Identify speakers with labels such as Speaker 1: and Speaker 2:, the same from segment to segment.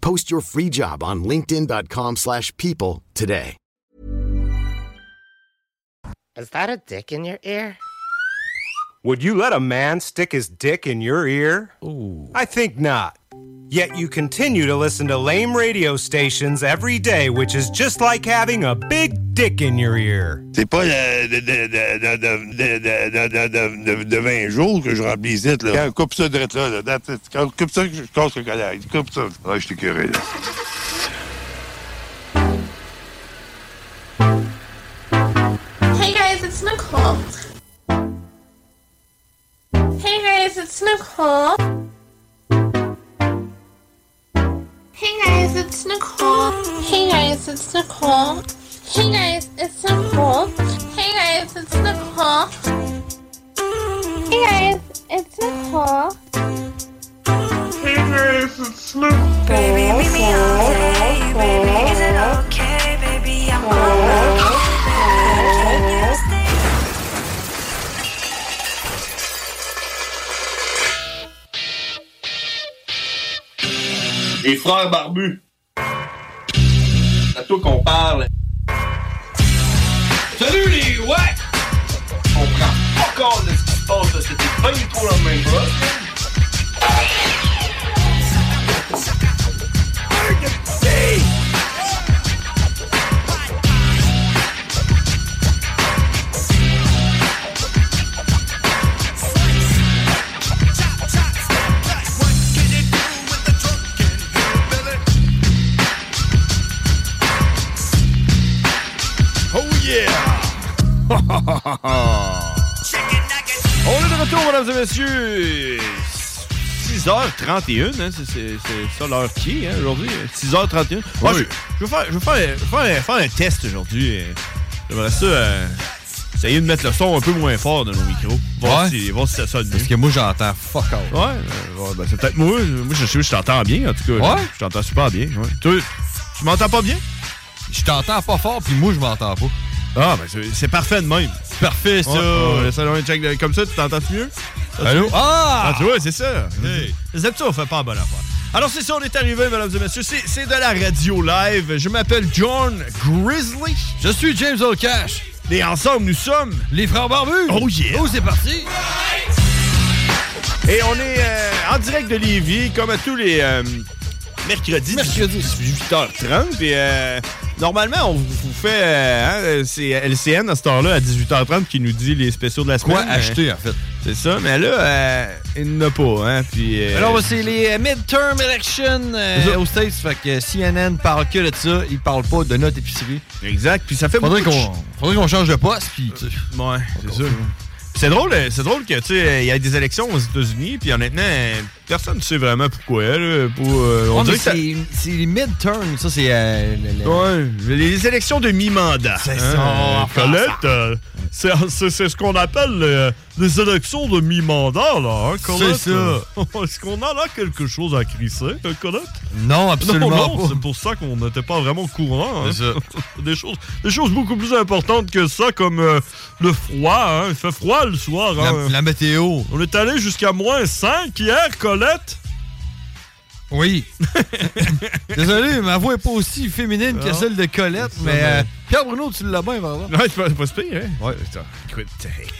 Speaker 1: Post your free job on linkedin.com/people slash people today.
Speaker 2: Is that a dick in your ear?
Speaker 3: Would you let a man stick his dick in your ear? I think not. Yet you continue to listen to lame radio stations every day, which is just like having a big dick in your ear.
Speaker 4: C'est pas euh, de, de, de, de, de, de, de, de, de 20 jours que je remplis ici, là. Quand- coupe ça direct là, là. That's it. Quand- Coupe ça que je casse le colère. Coupe ça. Ah, je suis curé, là.
Speaker 5: Hey guys, it's Nicole. Hey guys, it's Nicole. Hey guys, it's Nicole. Hey guys, it's Nicole. Hey guys, it's Nicole. Hey guys, it's Nicole. Hey guys, it's Nicole.
Speaker 4: Hey guys, it's Snoop.
Speaker 6: Baby, meet me halfway. Baby, is it okay? Baby, I'm on my way. Can you stay?
Speaker 7: Les frères barbus. C'est à toi qu'on parle. Salut les ouais! On prend pas compte de ce qui se passe, là. c'était pas du tout la même chose.
Speaker 4: Oh yeah!
Speaker 8: On est de retour, mesdames et messieurs. 6h31, hein, c'est- c'est c'est ça l'heure qui est hein, aujourd'hui. 6h31. Moi, je, je vais faire, je vais faire, je vais faire, un- faire un test aujourd'hui. euh. J'aimerais ça euh, essayer de mettre le son un peu moins fort de nos micros. Voir,
Speaker 9: Ouais.
Speaker 8: si, voir si ça sonne mieux.
Speaker 9: Parce que moi, j'entends fuck off.
Speaker 8: Ouais, euh, ouais, ben, c'est peut-être moi. Moi, je sais, je t'entends bien, en tout cas.
Speaker 9: Ouais?
Speaker 8: Je t'entends super bien. ouais. Toi, tu m'entends pas bien?
Speaker 9: Je t'entends pas fort, puis moi, je m'entends pas.
Speaker 8: Ah, ben c'est- c'est parfait de même.
Speaker 9: Parfait, ça.
Speaker 8: Ouais, ouais, ouais, ça, on check de- Comme ça, tu t'entends mieux?
Speaker 9: Allô?
Speaker 8: Ah,
Speaker 9: Ah!
Speaker 8: tu vois, c'est ça. Les habitudes, on fait pas la bonne affaire. Alors, c'est ça, on est arrivé, mesdames et messieurs. C'est c'est de la radio live. Je m'appelle John Grizzly.
Speaker 9: Je suis James O'Cash.
Speaker 8: Et ensemble, nous sommes.
Speaker 9: Les frères barbus.
Speaker 8: Oh yeah!
Speaker 9: Oh, c'est parti.
Speaker 8: Et on est euh, en direct de Lévis, comme à tous les euh, mercredis.
Speaker 9: Mercredi.
Speaker 8: 18h30. Puis euh, normalement, on vous vous fait. euh, hein, c'est LCN à cette heure-là, à 18h30, qui nous dit les spéciaux de la semaine.
Speaker 9: Quoi
Speaker 8: mais-
Speaker 9: acheter, en fait?
Speaker 8: C'est ça, mais là, euh, il n'y en a pas. Hein, puis, euh,
Speaker 9: Alors, c'est les euh, midterm elections euh,
Speaker 8: C'est ça.
Speaker 9: aux States. Fait que CNN parle que de ça. Ils parlent pas de notre épicerie.
Speaker 8: Exact. Puis ça fait
Speaker 9: Faudrait
Speaker 8: beaucoup de
Speaker 9: qu'on faudrait qu'on change de poste, puis... tu sais.
Speaker 8: Ouais, c'est sûr. C'est drôle, euh, c'est drôle que tu sais, il y a des élections aux États-Unis, puis honnêtement, euh, personne ne sait vraiment pourquoi. là, pour, euh, on
Speaker 9: Ouais, mais
Speaker 8: dirait que ça-
Speaker 9: c'est c'est les midterms, ça, c'est... euh, le- le-
Speaker 8: Ouais, les élections de mi-mandat.
Speaker 9: C'est ça,
Speaker 8: euh,
Speaker 9: en
Speaker 8: Colette, euh, c'est, c'est- c'est ce qu'on appelle euh, les élections de mi-mandat, là, hein, Colette?
Speaker 9: C'est ça.
Speaker 8: euh. Est-ce qu'on a là quelque chose à crisser, euh, Colette?
Speaker 9: Non, absolument
Speaker 8: non, non,
Speaker 9: pas.
Speaker 8: c'est pour ça qu'on n'était pas vraiment au courant. hein.
Speaker 9: C'est ça.
Speaker 8: des choses, des choses beaucoup plus importantes que ça, comme euh, le froid. hein. Il fait froid le soir. hein.
Speaker 9: La, la météo.
Speaker 8: On est allé jusqu'à moins 5 hier, Colette.
Speaker 9: Oui. Désolé, ma voix est pas aussi féminine que
Speaker 8: Non.
Speaker 9: celle de Colette,
Speaker 8: C'est ça,
Speaker 9: mais...
Speaker 8: mais-
Speaker 9: euh, Pierre Bruno, tu l'as bien, par exemple.
Speaker 8: Ouais, c'est pas, pas hein? Ouais, Écoute,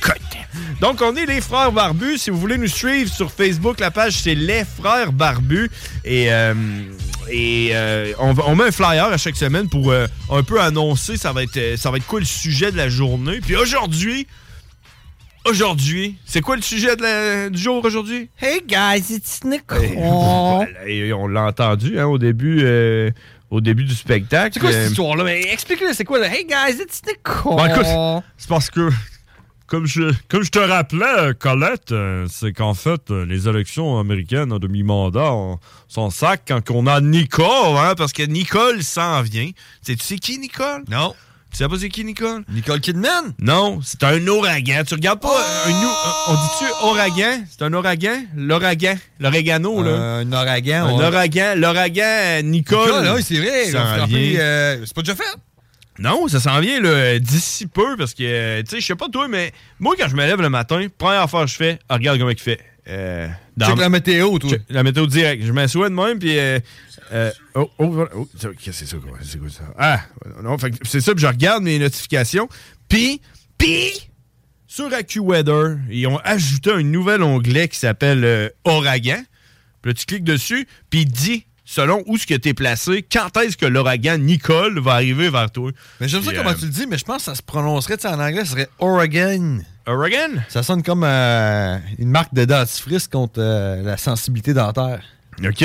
Speaker 8: écoute. Donc, on est les Frères Barbus. Si vous voulez nous suivre sur Facebook, la page, c'est Les Frères Barbus. Et euh, et euh, on, va- on met un flyer à chaque semaine pour euh, un peu annoncer ça va être euh, ça va être quoi le sujet de la journée. Puis aujourd'hui, aujourd'hui, c'est quoi le sujet de la- du jour aujourd'hui?
Speaker 10: Hey guys, it's Nico.
Speaker 8: Et, voilà, et on l'a entendu hein, au début euh, au début du spectacle.
Speaker 10: C'est quoi
Speaker 8: Euh,
Speaker 10: cette histoire-là? Mais explique-le, c'est quoi? le Hey guys, it's Nico.
Speaker 11: Bon, écoute, c'est parce que, comme je, comme je te rappelais, euh, Colette, euh, c'est qu'en fait, euh, les élections américaines à demi-mandat, on s'en sac quand on a Nicole, hein, parce que Nicole s'en vient. Tu sais, tu sais qui, Nicole? Non. Tu sais pas c'est qui, Nicole? Nicole Kidman? Non, c'est un ouragan. Tu regardes pas
Speaker 3: Oh!
Speaker 11: un... ou- On dit-tu ouragan?
Speaker 8: C'est un ouragan? L'ouragan. L'oregano, là.
Speaker 3: Euh, un ouragan.
Speaker 8: Un
Speaker 3: on-
Speaker 8: ouragan. L'ouragan euh, Nicole.
Speaker 3: Nicole, ah oui, c'est vrai, on
Speaker 8: s'en
Speaker 3: se rappelle,
Speaker 8: vient.
Speaker 3: euh, c'est pas déjà fait.
Speaker 8: Non, ça s'en vient là, euh, d'ici peu parce que, euh, tu sais, je sais pas toi, mais moi, quand je me lève le matin, première affaire que je fais, ah, regarde comment il fait. Euh,
Speaker 3: Check la météo, toi.
Speaker 8: Check La météo direct. Je m'assois de même, puis. euh, euh, oh, oh, voilà. Oh, ça, qu'est-ce que c'est ça? quoi? C'est quoi ça? Ah, non, fait que c'est ça, puis je regarde mes notifications, puis. Puis. Sur AccuWeather, ils ont ajouté un nouvel onglet qui s'appelle euh, Ouragan. Puis là, tu cliques dessus, puis il te dit, selon où ce que t'es placé, quand est-ce que l'ouragan Nicole va arriver vers toi. euh,
Speaker 3: Mais j'aime ça comment tu le dis, mais je pense que ça se prononcerait tu sais, en anglais, ça serait Oregon.
Speaker 8: Oregon?
Speaker 3: Ça sonne comme euh, une marque de dentifrice contre euh, la sensibilité dentaire.
Speaker 8: OK.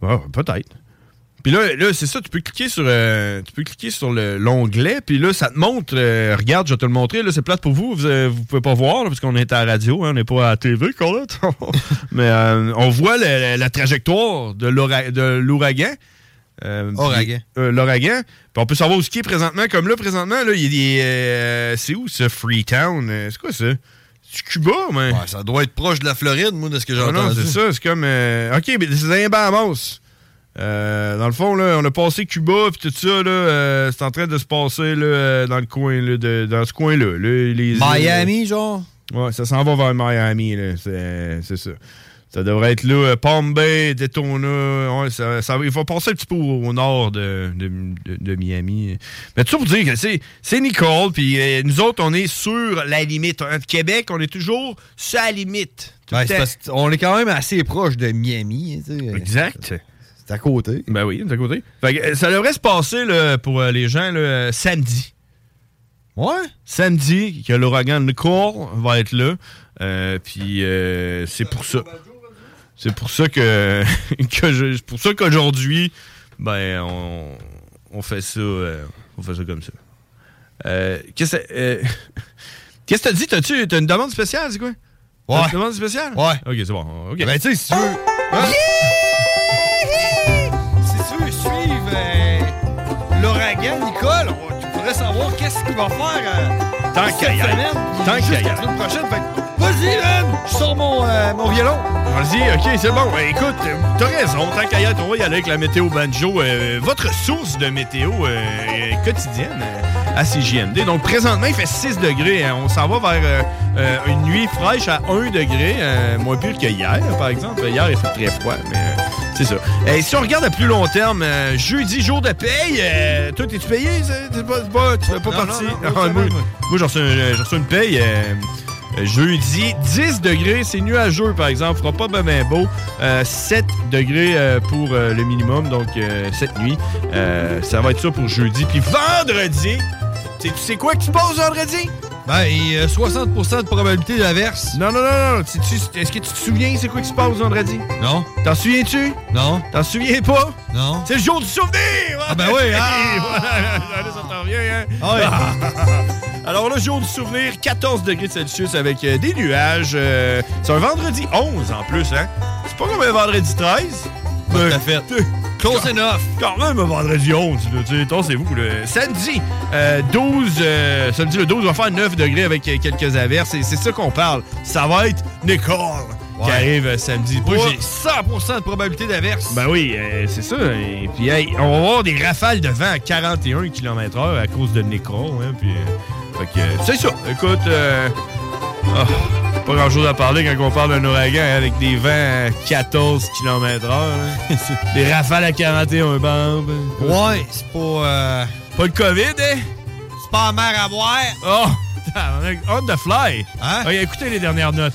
Speaker 8: Bon, peut-être. Puis là, là c'est ça, tu peux cliquer sur, euh, tu peux cliquer sur le- l'onglet, puis là, ça te montre, euh, regarde, je vais te le montrer, là, c'est plate pour vous, vous, euh, vous pouvez pas voir, là, parce qu'on est à la radio, hein, on n'est pas à la TV, Colette. Mais euh, on voit le- le- la trajectoire de l'aura- de l'ouragan. Euh,
Speaker 3: Ouragan.
Speaker 8: puis, euh, L'ouragan. Puis on peut savoir où ce qui est présentement. Comme là, présentement, là, il y a des. euh, c'est où ça, Freetown? Euh, C'est quoi ça? C'est Cuba, mais.
Speaker 3: ça doit être proche de la Floride, moi, de ce que j'ai
Speaker 8: Ah non,
Speaker 3: entendu.
Speaker 8: c'est ça, c'est comme. euh, ok, mais c'est un Bahamas. Euh, dans le fond, là, on a passé Cuba puis tout ça, là, euh, c'est en train de se passer là, euh, dans le coin, là, de- dans ce coin-là. là, les- euh,
Speaker 3: Miami, genre?
Speaker 8: Ouais, ça s'en va vers Miami, là, c'est c'est ça. Ça devrait être là, euh, Palm Bay, Daytona. ouais, ça, ça- il va passer un petit peu au, au nord de, de- de- de Miami. Mais tout ça pour dire que c'est c'est Nicole, puis euh, nous autres, on est sur la limite. Entre Québec, on est toujours sur la limite. Tout
Speaker 3: Ouais,
Speaker 8: le
Speaker 3: c'est
Speaker 8: temps.
Speaker 3: parce que on est quand même assez proche de Miami. tu sais.
Speaker 8: Exact.
Speaker 3: C'est à côté.
Speaker 8: Ben oui, c'est à côté. Fait que, euh, ça devrait se passer là, pour euh, les gens là, euh, samedi.
Speaker 3: Ouais.
Speaker 8: Samedi, que l'ouragan Nicole va être là. Euh, Puis euh, c'est pour ça. C'est pour ça que, que je- c'est pour ça qu'aujourd'hui, ben on, on fait ça, euh, on fait ça comme ça. Euh, qu'est-ce que euh, qu'est-ce que t'as dit T'as-tu t'as une demande spéciale, c'est quoi T'as Une demande spéciale Ouais. Ok, c'est bon. Ok. Ah!
Speaker 3: Ben, tu sais, si tu veux.
Speaker 8: Hein?
Speaker 3: Si tu veux suivre euh, l'ouragan Nicole, on- tu pourrais savoir qu'est-ce qu'il va faire euh,
Speaker 8: Tant
Speaker 3: cette
Speaker 8: qu'à y aller.
Speaker 3: semaine.
Speaker 8: Tant
Speaker 3: Juste
Speaker 8: qu'à y
Speaker 3: la
Speaker 8: aller.
Speaker 3: semaine prochaine. Fait que, Vas-y, man! Je sors mon, euh, mon violon.
Speaker 8: Vas-y, ok, c'est bon. Ben, écoute, euh, t'as raison. Tant qu'à y être, on va y aller avec la météo banjo. euh, votre source de météo euh, euh, quotidienne euh, à CJMD. Donc, présentement, il fait 6 degrés. hein. On s'en va vers euh, euh, une nuit fraîche à 1 degré, euh, moins pire que hier, par exemple. Hier, il fait très froid, mais euh, c'est ça. Et si on regarde à plus long terme, euh, jeudi, jour de paye, euh, toi, t'es-tu payé? C'est- c'est pas- c'est pas- tu fais pas
Speaker 3: Non,
Speaker 8: partie?
Speaker 3: non, non,
Speaker 8: Ah,
Speaker 3: aucun
Speaker 8: moi,
Speaker 3: problème.
Speaker 8: moi, j'ai reçu, un- j'ai reçu une paye euh, euh, jeudi. 10 degrés, c'est nuageux, par exemple. Fera pas ben, ben beau. Euh, 7 degrés euh, pour euh, le minimum, donc euh, cette nuit. Euh, ça va être ça pour jeudi. Puis vendredi, tu sais- tu sais quoi qui se passe vendredi?
Speaker 3: Ben, il y a 60% de probabilité d'averse.
Speaker 8: Non, non, non, non. Tu- tu- Est-ce que tu te souviens c'est quoi qui se passe vendredi?
Speaker 3: Non.
Speaker 8: T'en souviens-tu?
Speaker 3: Non.
Speaker 8: T'en souviens pas?
Speaker 3: Non.
Speaker 8: C'est le jour du souvenir!
Speaker 3: Ah ben oui,
Speaker 8: Et
Speaker 3: ah!
Speaker 8: voilà, là, ça t'en vient, hein?
Speaker 3: Ah
Speaker 8: Ah. Alors, le jour du souvenir, 14 degrés Celsius avec euh, des nuages. euh, c'est un vendredi 11 en plus, hein? C'est pas comme un vendredi 13. Tout à fait.
Speaker 3: Close enough.
Speaker 8: Quand même un vendredi 11, là, tu sais, tassez-vous. là. Samedi, euh, 12, euh, samedi le 12 on va faire 9 degrés avec euh, quelques averses. Et c'est ça qu'on parle. Ça va être Nicole qui
Speaker 3: Ouais.
Speaker 8: arrive euh, samedi.
Speaker 3: Moi,
Speaker 8: Pas-
Speaker 3: j'ai 100% de probabilité d'averse.
Speaker 8: ben oui, euh, c'est ça. Et puis, hey, on va avoir des rafales de vent à 41 km/h à cause de Necron. Hein, puis, euh, fait que, euh, c'est ça. Écoute, euh, ah, pas grand-chose à parler quand on parle d'un ouragan hein, avec des vents à 14 km/h. hein. des rafales à 41 bombes.
Speaker 3: Ouais, c'est pas. euh,
Speaker 8: hein. Pas le COVID, hein?
Speaker 3: C'est pas mer à boire.
Speaker 8: Oh, tabarnak, on the fly. Hein? écoutez les dernières notes.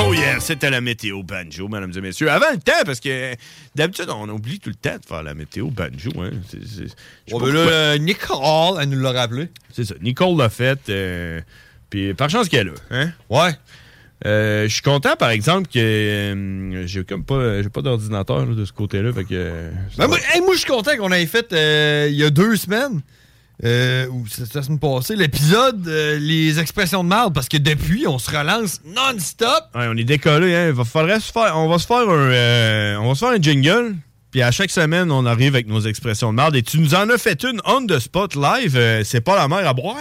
Speaker 3: Oh yeah, c'était la météo banjo, mesdames et messieurs. Avant le temps, parce que d'habitude, on oublie tout le temps de faire la météo banjo. Hein. C'est- c'est- je sais
Speaker 12: Ouais, ben
Speaker 3: pas
Speaker 12: là,
Speaker 3: pourquoi.
Speaker 12: euh, Nicole, elle nous l'a rappelé.
Speaker 3: C'est ça. Nicole l'a fait. euh, Puis par chance qu'elle a. Hein? Ouais. je suis content, par exemple, que euh, j'ai comme pas, j'ai pas d'ordinateur là, de ce côté-là. Fait que. euh,
Speaker 12: Ben, moi, hey, moi, je suis content qu'on ait fait euh, il y a deux semaines, euh, ou c'est la semaine passée, l'épisode euh, Les expressions de marde, parce que depuis, on se relance non-stop.
Speaker 3: Ouais, on est décollé, hein. Va- faudrait se faire, on va se faire un, euh, on va se faire un jingle. Puis à chaque semaine, on arrive avec nos expressions de merde. Et tu nous en as fait une on the spot live. euh, c'est pas la mer à boire.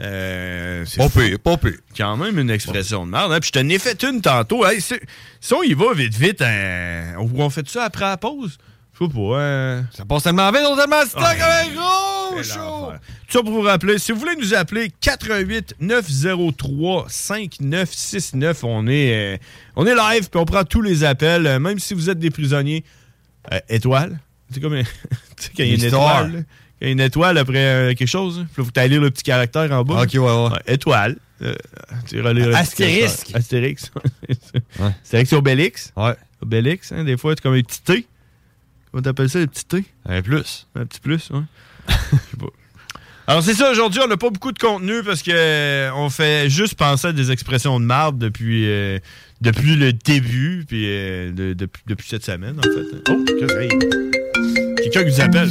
Speaker 3: Euh, C'est ça. pas pire, pas pire. Quand même une expression de merde. hein. Puis je t'en ai fait une tantôt. Hey, c'est- si on y va vite, vite, hein, on, on fait ça après la pause? Je sais pas. hein. Ça passe tellement vite, on tellement
Speaker 12: stock, hein, gros, chaud.
Speaker 3: ça pour vous rappeler, si vous voulez nous appeler 88 903 5969, on est euh, on est live puis on prend tous les appels euh, même si vous êtes des prisonniers euh, étoile. C'est comme un- tu sais, quand il y a une
Speaker 12: Une star.
Speaker 3: étoile. là, Quand il y a une étoile après euh, quelque chose, là, puis là, faut que t'ailles lire le petit caractère en bas. OK, ouais, ouais. étoile. Euh, tu iras lire le petit
Speaker 12: Astérisque.
Speaker 3: caractère. Astérix. Astérix et Obélix. Ouais. Obélix, hein, des fois, c'est comme un petit T. Comment t'appelles ça, le petit T? Un plus. Un petit plus, ouais. Alors c'est ça, aujourd'hui, on n'a pas beaucoup de contenu parce que euh, on fait juste penser à des expressions de marde depuis, euh, depuis le début, puis euh, de- depuis, depuis cette semaine, en fait. Oh, que- hey. Quelqu'un qui nous appelle.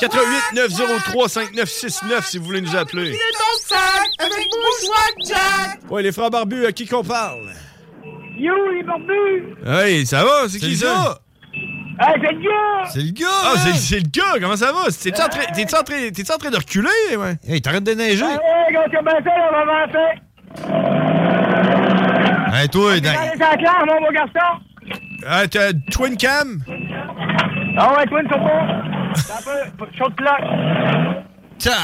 Speaker 3: 88 903 5969 si vous voulez nous appeler.
Speaker 8: ton sac avec mon Jack.
Speaker 3: Ouais, les frères barbus, à qui qu'on parle?
Speaker 8: You, les barbus.
Speaker 3: Hey, ça va? C'est qui ça?
Speaker 8: Ah, c'est le gars.
Speaker 3: C'est le gars! Ah, c'est- c'est le gars! Comment ça va? T'es-tu en, train- t'es-tu en train- t'es-tu en train de reculer? Ouais. Hey, t'arrêtes de neiger!
Speaker 8: Ah Ouais, quand tu m'as fait, on va Ah, m'en
Speaker 3: Hey, toi,
Speaker 8: Allez, ça clair, mon beau garçon.
Speaker 3: Ah, t'as Twin Cam?
Speaker 8: Ah ouais, Twin, surtout. C'est un peu chaud de cloche.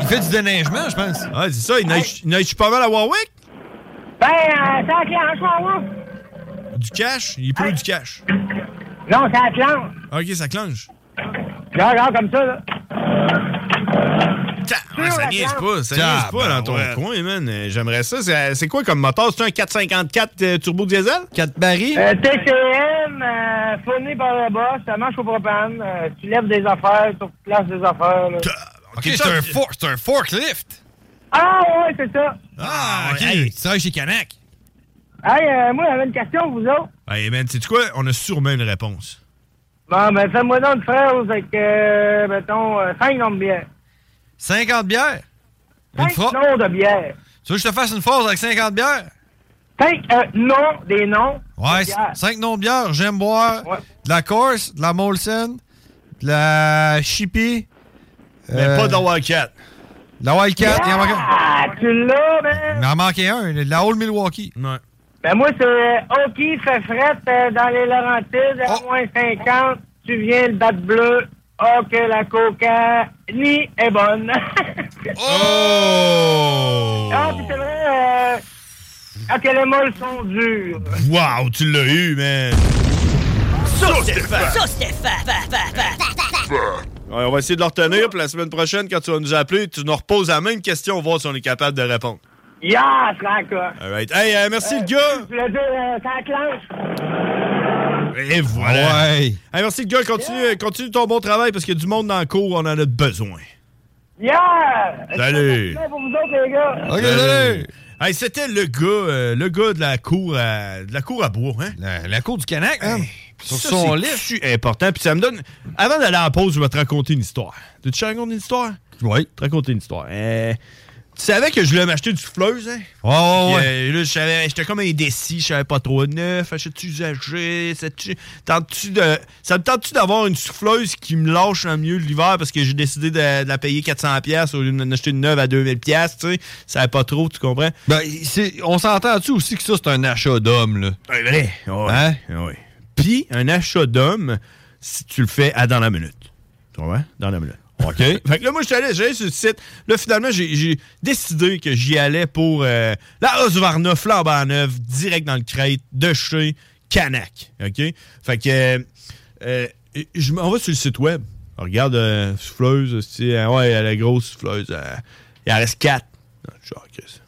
Speaker 3: Il fait du déneigement, je pense. Ouais, Ah, c'est ça. Il neige, il neige pas mal à Warwick?
Speaker 8: Ben, euh, ça clair, je m'en vais.
Speaker 3: Du cash? Il pleut du cash. Ah,
Speaker 8: Non, ça clenche.
Speaker 3: Ok, ça clenche.
Speaker 8: Genre, genre, comme ça, là.
Speaker 3: Ah, ça niaise pas, ça niaise
Speaker 12: Ah, ben
Speaker 3: pas dans ton coin, man. Euh, J'aimerais ça. C'est c'est quoi comme moteur? C'est un 454 euh, turbo diesel? 4 barils?
Speaker 8: Euh, TCM, euh, fourni par le boss, ça marche au propane. euh, tu lèves des affaires, tu places des affaires. Là.
Speaker 3: Ah,
Speaker 12: Ok, c'est un, for- c'est un forklift.
Speaker 8: Ah ouais, c'est ça.
Speaker 3: Ah,
Speaker 12: ok. tu travailles chez Canac.
Speaker 8: Hey, euh, moi, j'avais une question, vous autres.
Speaker 3: Hey, man, sais-tu quoi? On a sûrement une réponse.
Speaker 8: Bon, ben, fais-moi donc une phrase avec, euh, mettons, 5 noms de bière.
Speaker 12: 50 bières. Une
Speaker 8: 5
Speaker 12: phrase.
Speaker 8: noms de bière.
Speaker 12: Tu veux que je te fasse une phrase avec 50 bières?
Speaker 8: 5 euh, noms, des noms.
Speaker 12: Ouais,
Speaker 8: de bières.
Speaker 12: 5 noms de bières. J'aime boire de la Corse, de la Molson, de la Chippy.
Speaker 3: Mais
Speaker 12: Euh,
Speaker 3: pas de la Wildcat.
Speaker 12: De la Wildcat, il en manque un.
Speaker 8: Ah, tu l'as, ben.
Speaker 12: Il en manquait un, de la Old Milwaukee.
Speaker 3: Ouais.
Speaker 8: Ben, moi, c'est euh, Hockey fait frette euh, dans les Laurentides
Speaker 12: Oh.
Speaker 8: à moins 50. Tu viens le battre bleu. Oh, que la coca ni est bonne.
Speaker 3: Oh!
Speaker 8: Ah, puis c'est vrai, euh, ah, que les molles sont durs.
Speaker 3: Wow, tu l'as eu, man!
Speaker 8: Ça,
Speaker 13: c'était fat.
Speaker 3: Ouais, on va essayer de le retenir, puis la semaine prochaine, quand tu vas nous appeler, tu nous reposes la même question, voir si on est capable de répondre.
Speaker 8: Yes, d'accord.
Speaker 3: All right. Hey, euh, merci le gars!
Speaker 8: Je voulais dire, euh, ça clenche.
Speaker 3: Et voilà. Hey, merci le gars. Continue, continue ton bon travail parce qu'il y a du monde dans le cours. On en a besoin.
Speaker 8: Yeah!
Speaker 3: Salut.
Speaker 8: Merci pour vous autres, les gars.
Speaker 3: Euh, Hey, c'était le gars, euh, le gars de la cour à, de la cour à bois, hein? La, cour du Canac, hein?
Speaker 12: Sur son lit.
Speaker 3: C'est important. Puis ça me donne. Avant d'aller en pause, je vais te raconter une histoire. Tu te raconter une histoire? Oui. Te raconter une histoire. Euh, tu savais que je voulais m'acheter du souffleuse, hein?
Speaker 12: Oh,
Speaker 3: Puis,
Speaker 12: ouais.
Speaker 3: euh, là, je savais- j'étais comme indécis, je savais pas trop neuf, achète-tu usagé, c'est-tu- tentes-tu de- ça me tente-tu d'avoir une souffleuse qui me lâche en milieu de l'hiver parce que j'ai décidé de, de la payer 400 pièces au lieu d'en acheter une neuve à 2000 pièces, tu sais, ça savais pas trop, tu comprends?
Speaker 12: Ben, c'est- on s'entend-tu aussi que ça, c'est un achat d'homme, là? Hein?
Speaker 3: Ouais, vrai. Ouais. Ouais. Puis, un achat d'homme, si tu le fais à dans la minute. Tu comprends? Dans la minute. OK. fait que là, moi, je suis allé, j'allais sur le site. Là, finalement, j'ai j'ai décidé que j'y allais pour euh, la Husqvarna flambant neuve, direct dans le crête, de chez Canac. OK? Fait que euh, euh, je m'en vais sur le site web. On regarde, euh, hein, souffleuse, aussi, euh, ouais, la grosse souffleuse. euh, il en reste quatre. Je suis, ah, ok, ça.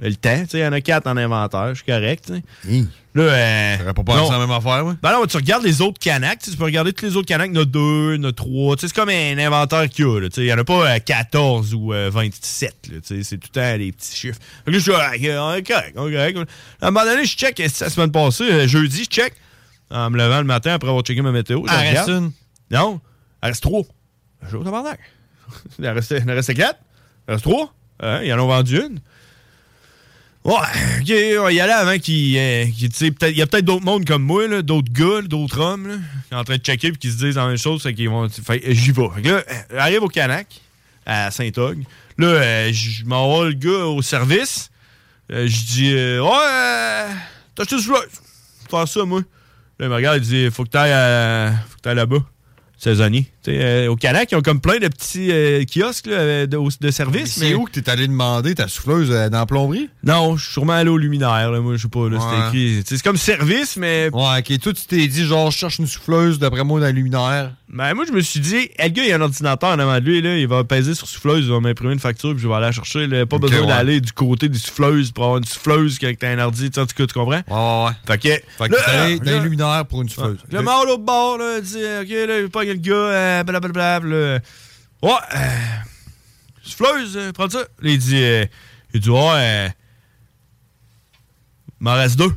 Speaker 3: le temps. Tu sais, il y en a quatre en inventaire, je suis correct. tu sais. Là, euh,
Speaker 8: pas pensé à la même affaire, moi.
Speaker 3: Ben non, tu regardes les autres canacs, tu sais, tu peux regarder tous les autres canacs, il y en a deux, il y en a trois. Tu sais, c'est comme un inventaire qu'il y a. là, tu sais, Il n'y en a pas euh, 14 ou euh, 27. là, tu sais, C'est tout le temps les petits chiffres. Fait que là, je suis ah, ok, on est correct, on est correct. À un moment donné, je check, euh, la semaine passée, euh, jeudi, je check, en me levant le matin après avoir checké ma météo. je
Speaker 8: Ah, reste
Speaker 3: regarde.
Speaker 8: une.
Speaker 3: Non, il en reste trois. Je vais au tabarnak. Il en restait, il en restait quatre. Il en reste trois. Hein, ils en ont vendu une. Ouais, ok, on va y aller avant qu'il. euh, qu'il- tu sais, peut-être- il y a peut-être d'autres mondes comme moi, là, d'autres gars, là, d'autres hommes, là, qui sont en train de checker et qui se disent la même chose, c'est qu'ils vont. fait, euh, j'y vais. Fait que là, euh, j'arrive au Canac, à Saint-Og. Là, euh, je m'envoie le gars au service. Euh, je dis, euh, ouais, euh, t'as acheté ce joueur. Faire ça, moi. Là, il me regarde, il dit, faut que t'ailles à- faut que t'ailles là-bas. Saisonnier. Tu sais, euh, au Canac, ils ont comme plein de petits euh, kiosques là, euh, de, de service.
Speaker 8: C'est où que t'es allé demander ta souffleuse euh, dans la plomberie?
Speaker 3: Non, je suis sûrement allé au luminaire, là, moi, je sais pas, là, c'était
Speaker 8: Ouais.
Speaker 3: écrit. Tu sais, C'est comme service, mais.
Speaker 8: Ouais, ok. Toi, tu t'es dit, genre, je cherche une souffleuse, d'après moi, dans le luminaire.
Speaker 3: Ben, moi, je me suis dit, eh, le gars, il y a un ordinateur en avant de lui, là, il va peser sur souffleuse, il va m'imprimer une facture, puis je vais aller la chercher. là. Pas
Speaker 8: Ok,
Speaker 3: besoin
Speaker 8: ouais.
Speaker 3: d'aller du côté des souffleuses pour avoir une souffleuse quand t'as un ordi, tu sais, en tout cas, tu comprends?
Speaker 8: Ouais, ouais.
Speaker 3: Fait que.
Speaker 8: Fait que
Speaker 3: là,
Speaker 8: t'es allé dans
Speaker 3: là,
Speaker 8: le luminaire pour une souffleuse.
Speaker 3: Le mort au bord, là, dit, OK, là, il pas le gars, euh, blablabla. là. Ouais, euh, souffleuse, euh, prends ça. Là, il dit, euh, il dit, ouais, euh, il m'en reste deux.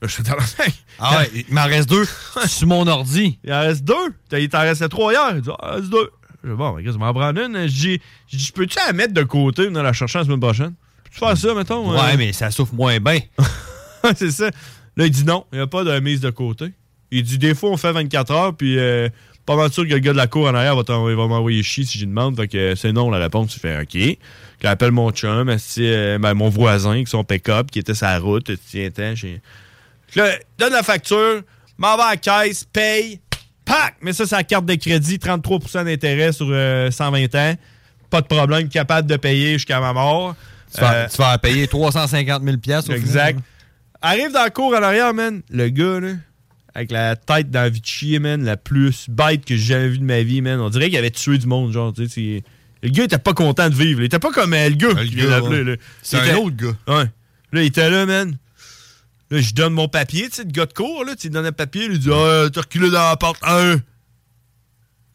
Speaker 3: Là, je suis dans la
Speaker 8: Ah ouais, il m'en reste deux sur mon ordi.
Speaker 3: Il en reste deux. T'as- Il t'en restait trois hier. Il dit, ah, il en reste deux. Je dis, bon, ben, qu'est-ce que je m'en prends une. Je dis, je dis, peux-tu la mettre de côté, venir la chercher la semaine prochaine? Peux-tu faire ça, mettons?
Speaker 8: Ouais,
Speaker 3: mais ça souffre moins bien. c'est ça. Là, il dit non, il n'y a pas de mise de côté. Il dit des fois, on fait 24 heures, puis euh, pas mal sûr que le gars de la cour en arrière va, t'en- il va m'envoyer chier si j'y demande. Fait que euh, c'est non la réponse. Tu fais OK. J'appelle mon chum, esti, euh, ben, mon voisin, qui son pick-up, qui était sa route. esti, attends, j'ai- Là, donne la facture, m'en va à la caisse, paye, pack! Mais ça, c'est la carte de crédit, 33 d'intérêt sur euh, 120 ans. Pas de problème, capable de payer jusqu'à ma mort.
Speaker 8: Tu vas,
Speaker 3: Euh,
Speaker 8: tu vas payer 350 000 piastres. au final.
Speaker 3: Exact. Arrive dans la cour en arrière, man. Le gars, là, avec la tête dans la vie de chier, man, la plus bête que j'ai jamais vue de ma vie, man. On dirait qu'il avait tué du monde, genre, tu sais. c'est- Le gars, il était pas content de vivre. là. Il était pas comme euh, le gars. qui vient
Speaker 8: Ah, gars,
Speaker 3: d'appeler,
Speaker 8: ouais.
Speaker 3: là.
Speaker 8: C'est
Speaker 3: Il
Speaker 8: un
Speaker 3: était-
Speaker 8: autre gars.
Speaker 3: Ouais. Là, il était là, man. Là, je donne mon papier, tu sais, le gars de cour, là. Tu lui donnes un papier, il lui dit, ah, t'as reculé dans la porte 1.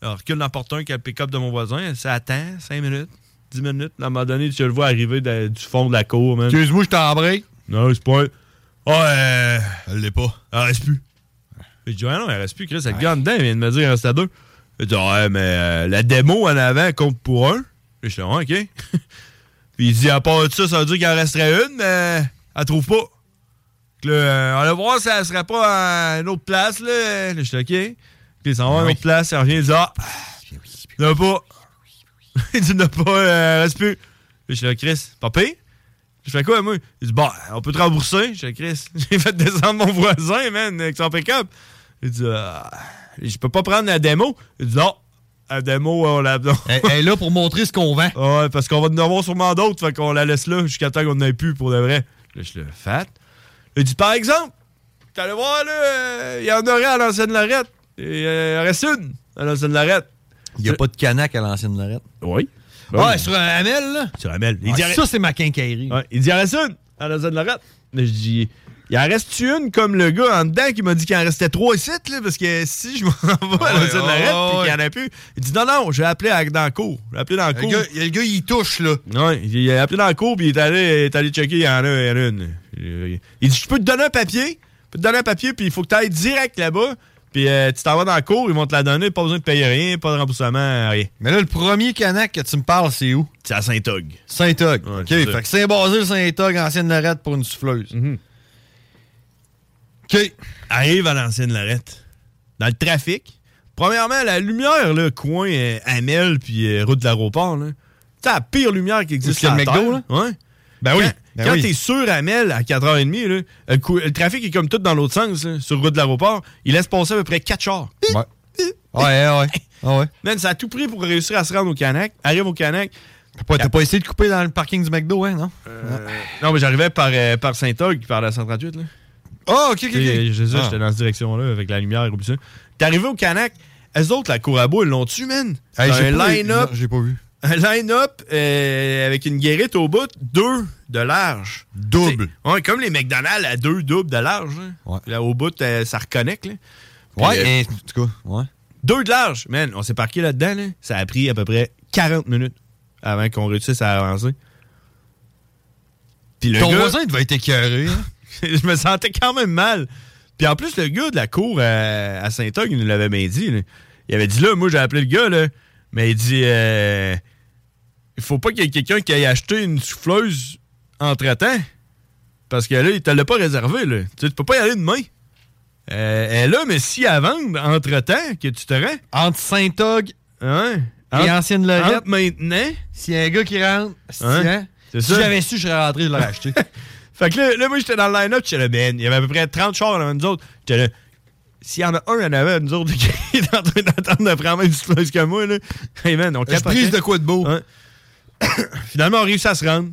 Speaker 3: Alors, recule dans la porte 1 qui a le pick-up de mon voisin. Ça attend 5 minutes, 10 minutes. Là, à un moment donné, tu le vois arriver de- du fond de la cour, man.
Speaker 8: Excuse-moi, je t'en break.
Speaker 3: Non, c'est pas. Ah, euh, elle l'est pas. Elle reste plus. Je dis, ah non, elle reste plus, Chris. Elle gars en dedans, elle vient de me dire, il reste à deux. Je dis, ouais, mais euh, la démo en avant compte pour un. Puis je dis, ouais, OK. Puis il dit, à part de ça, ça veut dire qu'il en resterait une, mais elle trouve pas. Fait que là, euh, on va voir si elle serait pas à une autre place, là. Là, je dis, OK. Puis il s'en va à une autre place, elle revient, il dit, ah, il n'y en a pas. Il dit, il n'y en a pas, euh, elle reste plus. Puis je dis, Chris, pas pire. Je fais quoi, moi? Il dit, bah, on peut te rembourser. Je fais, Chris, j'ai fait descendre mon voisin, man, avec son pick-up. Il dit, Ah. je peux pas prendre la démo. Il dit, non, la démo, euh, on la. Elle, est là pour montrer ce qu'on vend. Ouais, parce qu'on va en avoir sûrement d'autres, fait qu'on la laisse là jusqu'à temps qu'on n'en ait plus pour de vrai. Là, je le fat. Il dit, par exemple, t'allais voir, là, euh, il y en aurait à l'ancienne Lorette. Et, euh, Il en reste une à l'ancienne Lorette. Il n'y a pas de canac à l'ancienne Lorette. Oui.
Speaker 8: Ouais, Ah, sur un Hamel, là.
Speaker 3: Sur Hamel.
Speaker 8: Ouais, ça, c'est ma quincaillerie.
Speaker 3: Ouais, Il dit, il en reste une à la zone Lorette. Là, je dis, il en reste une comme le gars en dedans qui m'a dit qu'il en restait trois ici, là, parce que si je m'en vais à la zone Lorette
Speaker 8: ouais,
Speaker 3: puis qu'il n'y en a plus. Il dit, non, non, j'ai appelé à- dans le cours. J'ai appelé dans le cours.
Speaker 8: gars-
Speaker 3: le gars, il touche, là. Ouais, il a appelé dans le cours puis il est allé, il est allé checker, il y en a, il y en a une. Il il dit, je peux te donner un papier, je peux te donner un papier puis il faut que tu ailles direct là-bas. Puis euh, tu t'en vas dans le cours, ils vont te la donner, pas besoin de payer rien, pas de remboursement, rien.
Speaker 8: Mais là, le premier canac que tu me parles, c'est où?
Speaker 3: C'est à Saint-Og.
Speaker 8: Saint-Og. OK,
Speaker 3: c'est ça.
Speaker 8: fait que Saint-Basile, Saint-Og, ancienne Lorette pour une souffleuse.
Speaker 3: OK. Arrive à l'ancienne Lorette. Dans le trafic. Premièrement, la lumière, là, coin euh, Hamel puis euh, route de l'aéroport, là. C'est la pire lumière qui existe
Speaker 8: qu'il y
Speaker 3: sur
Speaker 8: a le
Speaker 3: la
Speaker 8: McDo,
Speaker 3: Terre. Ouais. Ben
Speaker 8: oui,
Speaker 3: Quand,
Speaker 8: ben
Speaker 3: quand
Speaker 8: oui.
Speaker 3: t'es sur Hamel à 4h30, là, le, cou- le trafic est comme tout dans l'autre sens, là, sur route de l'aéroport. Il laisse passer à peu près 4 chars.
Speaker 8: Ouais. Ouais, ouais. Ah ouais, ouais.
Speaker 3: Man, ça a tout pris pour réussir à se rendre au Canac. Arrive au Canac.
Speaker 8: T'as pas, t'as pas essayé de couper dans le parking du McDo, hein, non?
Speaker 3: Non, mais j'arrivais par, euh, par Saint-Og, par la 138, là.
Speaker 8: Ah, ok, ok, ok.
Speaker 3: Et Je sais,
Speaker 8: Ah.
Speaker 3: j'étais dans cette direction-là avec la lumière et tout ça. T'es arrivé au Canac, elles autres, la cour à bois, ils l'ont-tu, man?
Speaker 8: Hey,
Speaker 3: T'as
Speaker 8: j'ai
Speaker 3: un
Speaker 8: pas-
Speaker 3: line-up.
Speaker 8: non, J'ai pas vu.
Speaker 3: un line-up euh, avec une guérite au bout, deux de large. Double. Ouais, comme les McDonald's à deux doubles de large. hein. Là, au bout, euh, ça reconnecte. là. Puis,
Speaker 2: Ouais,
Speaker 3: euh,
Speaker 2: mais, en tout cas, ouais.
Speaker 3: deux de large. Man, on s'est parqué là-dedans. là. Ça a pris à peu près 40 minutes avant qu'on réussisse à avancer. Puis le
Speaker 2: Ton
Speaker 3: gars-
Speaker 2: voisin devait être écœuré. hein.
Speaker 3: je me sentais quand même mal. Puis en plus, le gars de la cour euh, à, à Saint-Og, il nous l'avait bien dit. là. Il avait dit là, moi j'ai appelé le gars, là, mais il dit euh, il faut pas qu'il y ait quelqu'un qui aille acheter une souffleuse entre-temps. Parce que là, il te l'a pas réservé. Là. Tu, sais, tu peux pas y aller demain. Euh, elle est là, mais si à vendre entre-temps que tu te rends. Entre Saint-Og
Speaker 2: et Ancienne Lorette.
Speaker 3: maintenant.
Speaker 2: S'il y a un gars qui rentre, si,
Speaker 3: Hein?
Speaker 2: hein,
Speaker 3: C'est
Speaker 2: si
Speaker 3: ça.
Speaker 2: j'avais su, je serais rentré, je l'aurais acheté.
Speaker 3: Fait que là, là, moi, j'étais dans le line-up, j'étais là, ben, il y avait à peu près 30 chars avant nous autres. J'étais là, s'il y en a un, il y en avait nous autres qui est en train d'attendre de prendre même souffleuse que moi, là. Hey man, on capotait.
Speaker 2: prise de
Speaker 3: quoi de beau. Finalement, on réussit à se rendre.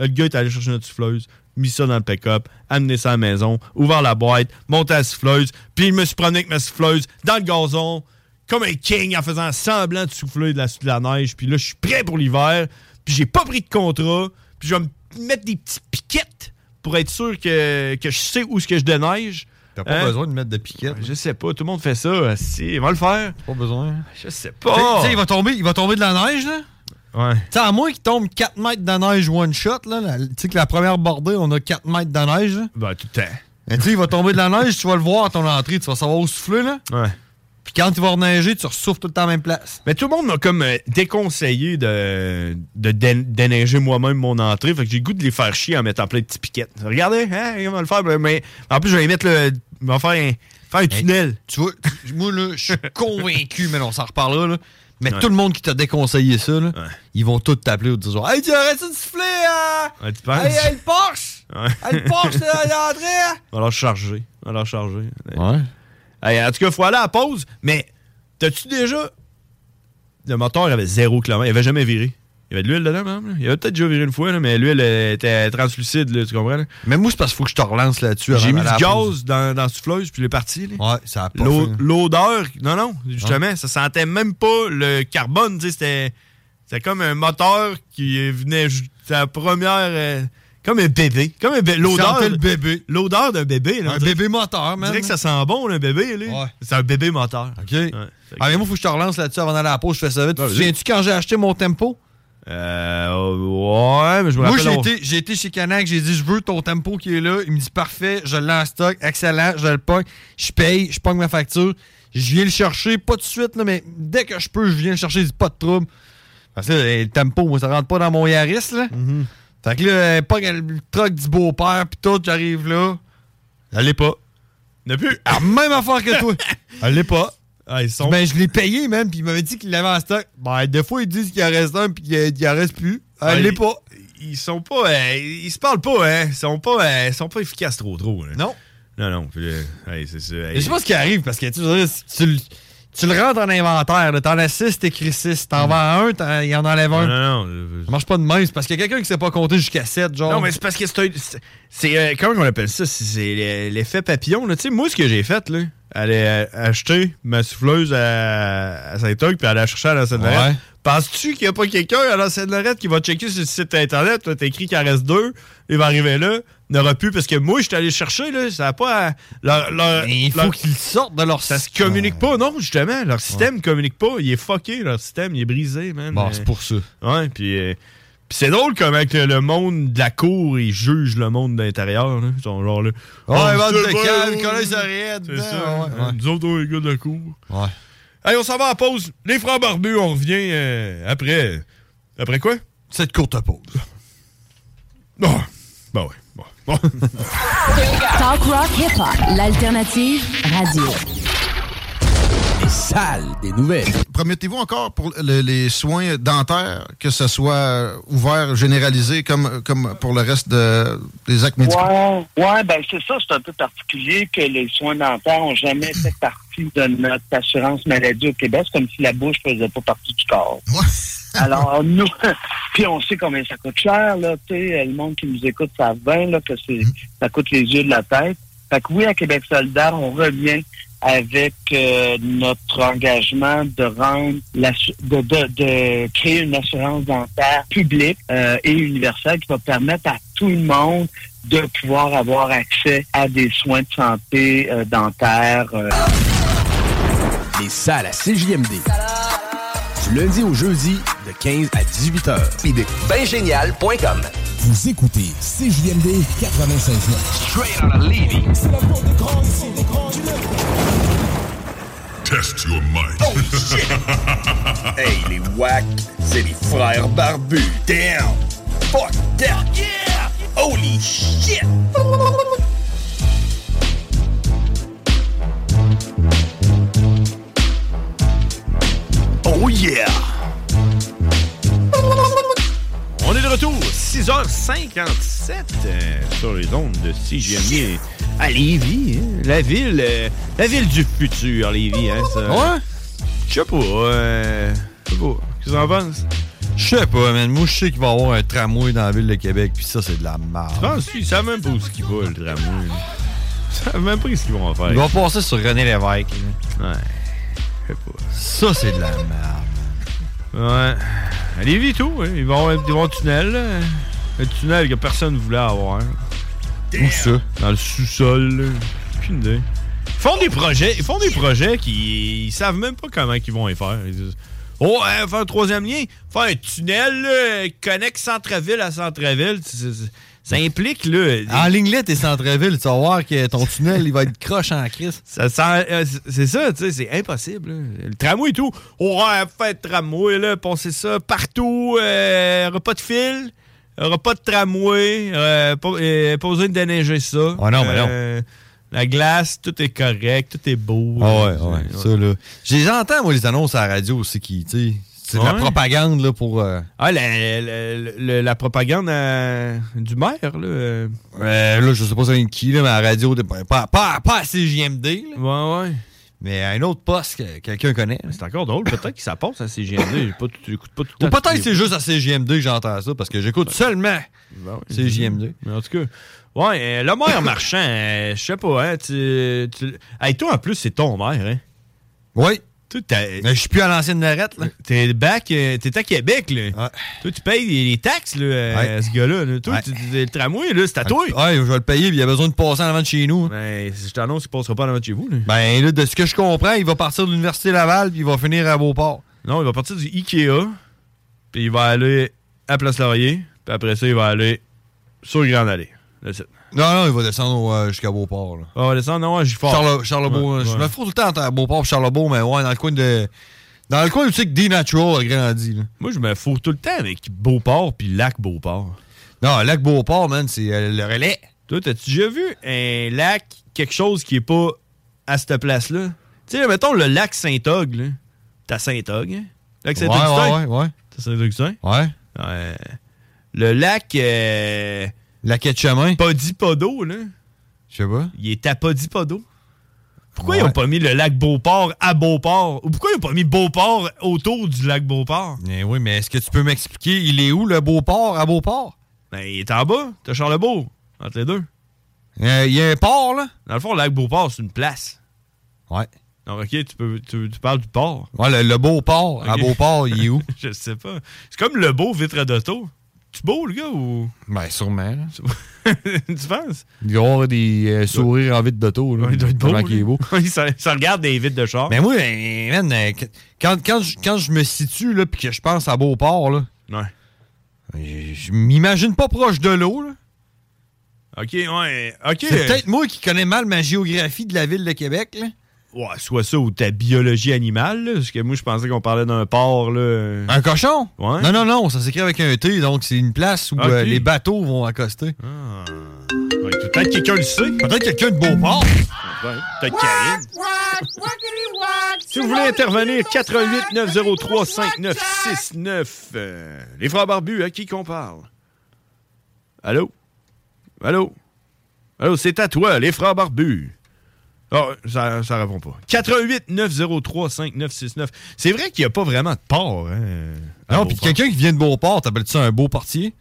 Speaker 3: Le gars est allé chercher notre souffleuse, mis ça dans le pick-up, amené ça à la maison, ouvert la boîte, monté à la souffleuse, puis je me suis promené avec ma souffleuse dans le gazon, comme un king en faisant semblant de souffler de la, de la neige. Puis là, je suis prêt pour l'hiver, puis j'ai pas pris de contrat, puis je vais me mettre des petits piquettes pour être sûr que, que je sais où ce que je déneige. Hein?
Speaker 2: T'as pas besoin de mettre de piquettes.
Speaker 3: Je sais pas, tout le monde fait ça. Si, on va le faire.
Speaker 2: Pas besoin.
Speaker 3: Je sais
Speaker 2: Tu sais-
Speaker 3: pas.
Speaker 2: tu sais, il va tomber, il va tomber de la neige, là.
Speaker 3: Ouais.
Speaker 2: Tu sais, à moins qu'il tombe 4 mètres de neige one shot, là. la- Tu sais que la première bordée, on a 4 mètres de neige, là.
Speaker 3: Ben, tout le temps.
Speaker 2: Mais tu sais, il va tomber de la neige, tu vas le voir à ton entrée, tu vas savoir où souffler, là.
Speaker 3: Ouais.
Speaker 2: Puis quand il va reneiger, tu ressouffles tout le temps à la même place.
Speaker 3: Mais tout le monde m'a comme euh, déconseillé de, de dé- déneiger moi-même mon entrée. Fait que j'ai le goût de les faire chier en mettant plein de petits piquets. Regardez, hein, on va le faire. Mais en plus, je vais y mettre le. On va faire un, faire un tunnel.
Speaker 2: Tu vois, tu- moi, là, je suis convaincu, mais on s'en reparlera, là. Mais
Speaker 3: Ouais.
Speaker 2: tout le monde qui t'a déconseillé ça, là, ils vont tous t'appeler ou te dire genre, Hey, tu arrêtes de souffler, hein?
Speaker 3: Ouais, tu penses?
Speaker 2: Hey, hey, le Porsche!
Speaker 3: Ouais.
Speaker 2: Hey, le Porsche, c'est à l'entrée, hein?
Speaker 3: On va leur charger. On va leur charger. Ouais. en tout cas, faut aller à la pause. Mais t'as-tu déjà. Le moteur avait zéro kilomètre. Il avait jamais viré. Il y avait de l'huile dedans, même. là. Il avait peut-être déjà viré une fois, là, mais l'huile euh, était translucide, là, tu comprends?
Speaker 2: Mais moi, c'est parce qu'il faut que je te relance là-dessus.
Speaker 3: J'ai
Speaker 2: avant
Speaker 3: mis du
Speaker 2: d'aller à la pause.
Speaker 3: gaz dans, dans la souffleuse, puis il est parti. là.
Speaker 2: Ouais, ça a pas
Speaker 3: L'o-
Speaker 2: fait.
Speaker 3: L'odeur, non, non, justement, ça sentait même pas le carbone. tu sais, C'était c'était comme un moteur qui venait ju- sa première. euh, comme un bébé. Comme un bébé.
Speaker 2: Il
Speaker 3: L'odeur.
Speaker 2: sentait le bébé.
Speaker 3: L'odeur d'un bébé. Là,
Speaker 2: Un bébé moteur,
Speaker 3: On
Speaker 2: man.
Speaker 3: dirait que ça sent bon, là, un bébé. Là. C'est un bébé moteur.
Speaker 2: OK. Ah, mais moi, faut que je te relance là-dessus avant d'aller à la pause. Je fais ça vite. Tu
Speaker 3: Ouais,
Speaker 2: te
Speaker 3: vas-y.
Speaker 2: souviens-tu quand j'ai acheté mon tempo?
Speaker 3: Euh, ouais, mais je me
Speaker 2: Moi,
Speaker 3: rappelle.
Speaker 2: j'ai
Speaker 3: on-
Speaker 2: été, j'ai été chez Canac. J'ai dit, je veux ton tempo qui est là. Il me dit, parfait. Je l'ai en stock. Excellent. Je le pogne. Je paye. Je pogne ma facture. Je viens le chercher. Pas tout de suite, là, mais dès que je peux, je viens le chercher. Il dit, pas de trouble. Parce que là, le tempo, moi, ça rentre pas dans mon Yaris, là.
Speaker 3: Mhm.
Speaker 2: Fait que là, il pogne le truck du beau-père. Puis tout, j'arrive là. Allez pas.
Speaker 3: Ne plus.
Speaker 2: Ah, même affaire que toi. Elle l'est pas.
Speaker 3: Ah, ils sont...
Speaker 2: Ben, je l'ai payé, même, puis il m'avait dit qu'il l'avait en stock. Ben, des fois, ils disent qu'il en reste un, puis qu'il qu'il en reste plus. Elle
Speaker 3: Ah,
Speaker 2: l'est
Speaker 3: ils-
Speaker 2: pas.
Speaker 3: Ils sont pas. euh, ils se parlent pas, hein. Ils sont pas, euh, ils sont pas efficaces trop, trop. hein. là.
Speaker 2: Non.
Speaker 3: Non, non. puis, euh, hey, c'est ça. hey.
Speaker 2: Mais Je sais pas ce qui arrive, parce que tu, sais, tu, le- tu le rentres en inventaire. là. T'en as 6, t'écris 6. T'en vends un, t'en- il en enlève un.
Speaker 3: Non, non. euh,
Speaker 2: Ça marche pas de même. C'est parce qu'il y a quelqu'un qui sait pas compter jusqu'à 7, genre.
Speaker 3: Non, mais c'est parce que c'est un. c'est- C'est. euh, comment on appelle ça? C'est- C'est l'e- l'effet papillon, là. Tu sais, moi, ce que j'ai fait, là, aller euh, acheter ma souffleuse à, à Saint-Hugues puis aller la chercher à la Seine-Lorette.
Speaker 2: Ouais.
Speaker 3: Penses-tu qu'il n'y a pas quelqu'un à la Seine-Lorette qui va checker sur le site Internet? Toi, t'écris qu'il en reste deux, il va arriver là, il n'aura plus, parce que moi, je suis allé chercher, là, ça n'a pas. à- Leur, il
Speaker 2: faut qu'ils sortent de leur
Speaker 3: Ça se communique pas, non, justement. Leur système communique pas. Il est fucké, leur système, il est brisé, man.
Speaker 2: Bon,
Speaker 3: Euh,
Speaker 2: c'est pour ça.
Speaker 3: Ouais, puis euh, puis c'est drôle comment que le monde de la cour, il juge le monde d'intérieur. là. Ils sont genre là. Oh,
Speaker 2: Ouais, bande de
Speaker 3: c'est pas-
Speaker 2: câbles, collèges arrêtes.
Speaker 3: C'est
Speaker 2: ben,
Speaker 3: ça.
Speaker 2: ouais, ouais.
Speaker 3: Nous autres, on est les gars de la cour.
Speaker 2: Ouais.
Speaker 3: Hey, on s'en va en pause. Les frères barbus, on revient euh, après. Après quoi?
Speaker 2: Cette courte pause.
Speaker 3: Non. bah ouais. Bon. Bon.
Speaker 14: Talk Rock Hip Hop, l'alternative radio.
Speaker 4: Les salles des nouvelles. Promettez-vous encore pour le- les soins dentaires, que ce soit ouvert, généralisé, comme, comme pour le reste de- des actes médicaux?
Speaker 8: Ouais, ouais, ben c'est ça, c'est un peu particulier que les soins dentaires n'ont jamais fait partie de notre assurance maladie au Québec, C'est comme si la bouche faisait pas partie du corps. Alors nous, puis on sait combien ça coûte cher, là, tu sais, le monde qui nous écoute savent bien là, que c'est ça coûte les yeux de la tête. Fait que oui, à Québec solidaire, on revient avec euh, notre engagement de rendre la- de, de- de créer une assurance dentaire publique euh, et universelle qui va permettre à tout le monde de pouvoir avoir accès à des soins de santé euh, dentaire. euh.
Speaker 15: Les salles à CJMD. Du lundi au jeudi, de 15 à 18 heures. Idée. Bingénial.com.
Speaker 16: Vous écoutez CJMD 96.9.
Speaker 15: Straight out of Levy.
Speaker 17: Test your might. Oh shit!
Speaker 15: hey, les wack, c'est les frères barbus. Damn! Fuck that! Yeah! Holy shit!
Speaker 3: Oh yeah! On est de retour, 6h57 euh, sur les ondes de CGMI E à Lévis, hein, la ville, euh, la ville du futur, Lévis, hein, ça.
Speaker 4: Ouais?
Speaker 3: Je sais pas, euh, je sais pas. Qu'est-ce que t'en penses?
Speaker 4: Je sais pas, man. Moi, je sais qu'il va y avoir un tramway dans la ville de Québec, puis ça, c'est de la merde.
Speaker 3: Je pense qu'ils savent même pas où ce qu'ils vont, le tramway. Ils savent même pas ce qu'ils vont en faire.
Speaker 4: Il va passer sur René Lévesque.
Speaker 3: Ouais.
Speaker 4: Je sais pas. Ça, c'est de la merde.
Speaker 3: Ouais. À Lévis, tout, hein, ils vont avoir ils vont un tunnel, là. Un tunnel que personne ne voulait avoir. hein. Où ça? Dans le sous-sol, là. Aucune idée. Ils font des projets, ils font des projets qui ils savent même pas comment ils vont les faire. Ils disent Oh, hein, faire un troisième lien, faire un tunnel, là, connecte centre-ville à centre-ville. C'est- c'est- c'est- Ça implique, là.
Speaker 4: En ligne t'es centre-ville, tu vas voir que ton tunnel, il va être croche en crise.
Speaker 3: Ça sent- euh, c'est- c'est ça, tu sais, c'est impossible. là. Le tramway et tout. On va faire le tramway, là, penser ça partout. Euh, aura pas de fil, aura pas de tramway, euh, pas, euh, pas besoin de déneiger ça.
Speaker 4: Ah non, mais non.
Speaker 3: Euh, la glace, tout est correct, tout est beau.
Speaker 4: Ah ouais,
Speaker 3: C'est-
Speaker 4: ouais, ça, là. Je les entends, moi, les annonces à la radio aussi, qui, tu sais, c'est de la
Speaker 3: Ouais.
Speaker 4: propagande, là, pour. euh,
Speaker 3: Ah, la, la- la- la propagande euh, du maire, là. euh.
Speaker 4: Euh, là, je sais pas c'est qui, là, mais à la radio, de- pas, pas, pas, à CJMD.
Speaker 3: Ah Ouais, ouais.
Speaker 4: Mais à un autre poste que quelqu'un connaît.
Speaker 3: C'est encore drôle, peut-être que ça passe à CGMD. J'ai pas tout- j'écoute pas tout
Speaker 4: Ou
Speaker 3: le temps.
Speaker 4: peut-être que c'est juste à CJMD que j'entends ça, parce que j'écoute seulement CJMD.
Speaker 3: Mais en tout cas, ouais, euh, le maire marchand, euh, je sais pas, hein, tu, tu- Hey, toi, en plus, c'est ton maire, hein?
Speaker 4: Oui.
Speaker 3: Je
Speaker 4: suis plus à l'ancienne narette, là.
Speaker 3: T'es back, euh, t'es à Québec, là. Toi, tu payes les, les taxes, là, euh, à ce gars-là. là. Toi, tu- tu- le tramway, là, c'est à toi.
Speaker 4: Ouais, je vais le payer, puis il y a besoin de passer en avant de chez nous. hein.
Speaker 3: Ben, je t'annonce qu'il passera pas en avant de chez vous, là.
Speaker 4: Ben, là, de ce que je comprends, il va partir de l'Université Laval, puis il va finir à Beauport.
Speaker 3: Non, il va partir du Ikea, puis il va aller à Place Laurier, puis après ça, il va aller sur Grande Allée. That's it.
Speaker 4: Non, non, il va descendre au, euh, jusqu'à Beauport, là.
Speaker 3: On va descendre, non, à Gifford.
Speaker 4: Charle- Charlebourg. euh,
Speaker 3: Ouais,
Speaker 4: Je
Speaker 3: ouais.
Speaker 4: me fous tout le temps à Beauport, Charlebourg, mais ouais, dans le coin de. Dans le coin où tu sais que D-Natural a grandi, là.
Speaker 3: Moi, je me fous tout le temps avec Beauport puis Lac Beauport.
Speaker 4: Non, Lac Beauport, man, c'est euh, le relais.
Speaker 3: Toi, t'as-tu déjà vu un lac, quelque chose qui est pas à cette place-là? Tu sais, mettons le lac Saint-Og, là. T'as Saint-Og, hein? Lac
Speaker 4: Ouais,
Speaker 3: Saint-Augustin?
Speaker 4: ouais, ouais, ouais.
Speaker 3: T'as Saint-Augustin?
Speaker 4: Ouais.
Speaker 3: Ouais. Le lac. Euh...
Speaker 4: Lac Etchemin?
Speaker 3: Podipodo, là.
Speaker 4: Je sais pas.
Speaker 3: Il est à Podipodo. Pourquoi ils ont pas mis le lac Beauport à Beauport? Ou pourquoi ils ont pas mis Beauport autour du lac Beauport?
Speaker 4: Mais Eh oui, mais est-ce que tu peux m'expliquer, il est où le Beauport à Beauport?
Speaker 3: Ben, il est en bas. T'as Charlebourg, entre les deux.
Speaker 4: Euh, Il y a un port, là?
Speaker 3: Dans le fond, le lac Beauport, c'est une place.
Speaker 4: Ouais.
Speaker 3: Non, ok, tu, peux, tu, tu parles du port.
Speaker 4: Ouais, le, le Beauport à
Speaker 3: Ok.
Speaker 4: Beauport, il est où?
Speaker 3: Je sais pas. C'est comme le beau vitre d'auto. Tu beau, le gars, ou.
Speaker 4: Ben, sûrement. là.
Speaker 3: tu penses?
Speaker 4: Il doit y avoir des euh, sourires en vide d'auto, là.
Speaker 3: Il doit être beau.
Speaker 4: Tellement qu'il est
Speaker 3: lui.
Speaker 4: beau.
Speaker 3: Il s'en- il s'en regarde des vitres de char.
Speaker 4: Mais moi, euh, man, euh, qu- quand, quand, je- quand je me situe, là, puis que je pense à Beauport, là,
Speaker 3: Ouais.
Speaker 4: je je m'imagine pas proche de l'eau, là.
Speaker 3: Ok, ouais. Ok.
Speaker 4: C'est peut-être moi qui connais mal ma géographie de la ville de Québec, là.
Speaker 3: Ouais, soit ça ou ta biologie animale, là, parce que moi, je pensais qu'on parlait d'un porc, là.
Speaker 4: Un cochon?
Speaker 3: Ouais.
Speaker 4: Non, non, non, ça s'écrit avec un T, donc c'est une place où
Speaker 3: Ok. Ah.
Speaker 4: euh, les bateaux vont accoster.
Speaker 3: Ouais, peut-être quelqu'un le sait.
Speaker 4: Peut-être quelqu'un de Beauport.
Speaker 3: Ouais, peut-être Karine. Si vous voulez intervenir, 88 903 5969. Euh, les frères barbus, à qui qu'on parle? Allô? Allô? Allô, c'est à toi, les frères barbus. Ah, ça, ça répond pas. 88 903 5969. C'est vrai qu'il n'y a pas vraiment de port. Hein,
Speaker 4: Non, puis quelqu'un qui vient de Beauport, t'appelles-tu ça un beau portier?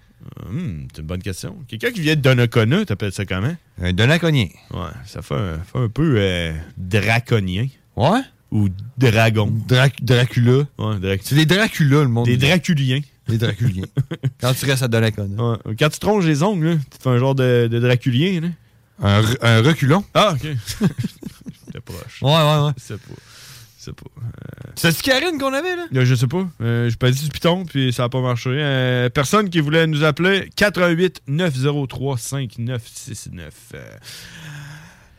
Speaker 3: Hmm, c'est une bonne question. Quelqu'un qui vient de Donnacona, t'appelles ça comment? Un Donnaconien. Ouais, ça fait un, fait un peu euh, draconien. Ouais? Ou dragon. Dracula. Ouais, Dracula. C'est des Dracula, le monde. Des Draculiens. Des Draculiens. Quand tu restes à
Speaker 8: hein.
Speaker 3: Donnacona. Ouais. Quand tu tronches les ongles, là, tu te fais un genre de, de Draculien. Là. Un, reculon. Ah, OK. J'étais proche.
Speaker 8: Ouais, ouais, ouais.
Speaker 3: Je sais pas. Je sais pas.
Speaker 8: C'est-tu Karine qu'on avait, là?
Speaker 3: Là, je sais pas. Euh, je pas dit du piton, puis ça n'a pas marché. Euh, personne qui voulait nous appeler, 88 903 5969. Euh,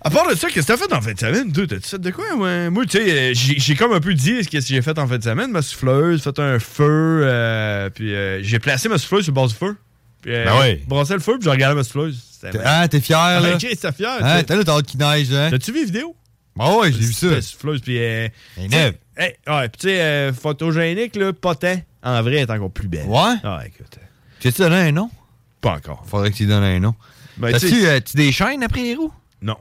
Speaker 3: à part de ça, qu'est-ce que t'as fait en fin de semaine, toi? T'as-tu fait de quoi? Moi, moi tu sais, euh, j'ai j'ai comme un peu dit ce que j'ai fait en fin de semaine. Ma souffleuse, fait un feu, euh, puis euh, j'ai placé ma souffleuse sur le bas du feu. Puis, euh,
Speaker 8: Ben ouais.
Speaker 3: brassais le feu, puis j'ai regardé ma souffleuse. C'était-
Speaker 8: Ah, t'es fier,
Speaker 3: Ah,
Speaker 4: ben,
Speaker 8: là?
Speaker 3: ok, c'était fier. tu
Speaker 8: Ah,
Speaker 3: sais.
Speaker 8: t'as là, t'as hâte qu'il neige, hein?
Speaker 3: T'as-tu vu les vidéos?
Speaker 8: Ah ouais, j'ai vu ça. Ben,
Speaker 3: C'était souffleuse, puis... Euh, tu sais,
Speaker 8: neuve.
Speaker 3: hey, ouais, puis tu sais, euh, photogénique, là, potent, en vrai, est encore plus belle.
Speaker 8: Ouais?
Speaker 3: Ouais, écoute.
Speaker 8: T'as-tu donné un nom?
Speaker 3: Pas encore.
Speaker 8: Faudrait que tu lui donnes un nom.
Speaker 3: Ben, tu
Speaker 8: T'as-tu
Speaker 3: sais-
Speaker 8: euh, tu des chaînes après les roues?
Speaker 3: Non.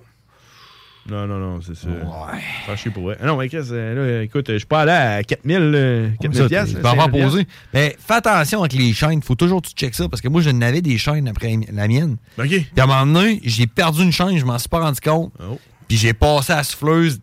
Speaker 3: Non, non, non, c'est ça. Ouais. Franchement, je pour vrai. Ah Non, mais qu'est-ce, euh, là, euh, écoute, euh, je suis pas allé à 4000, euh, 4000 piastres.
Speaker 8: Tu peux avoir
Speaker 3: 5000 piastres.
Speaker 8: posé. Mais fais attention avec les chaînes. Faut toujours que tu checkes ça parce que moi, je n'avais des chaînes après la mienne.
Speaker 3: OK.
Speaker 8: Puis à un moment donné, j'ai perdu une chaîne, je m'en suis pas rendu compte.
Speaker 3: Oh.
Speaker 8: Puis j'ai passé à la souffleuse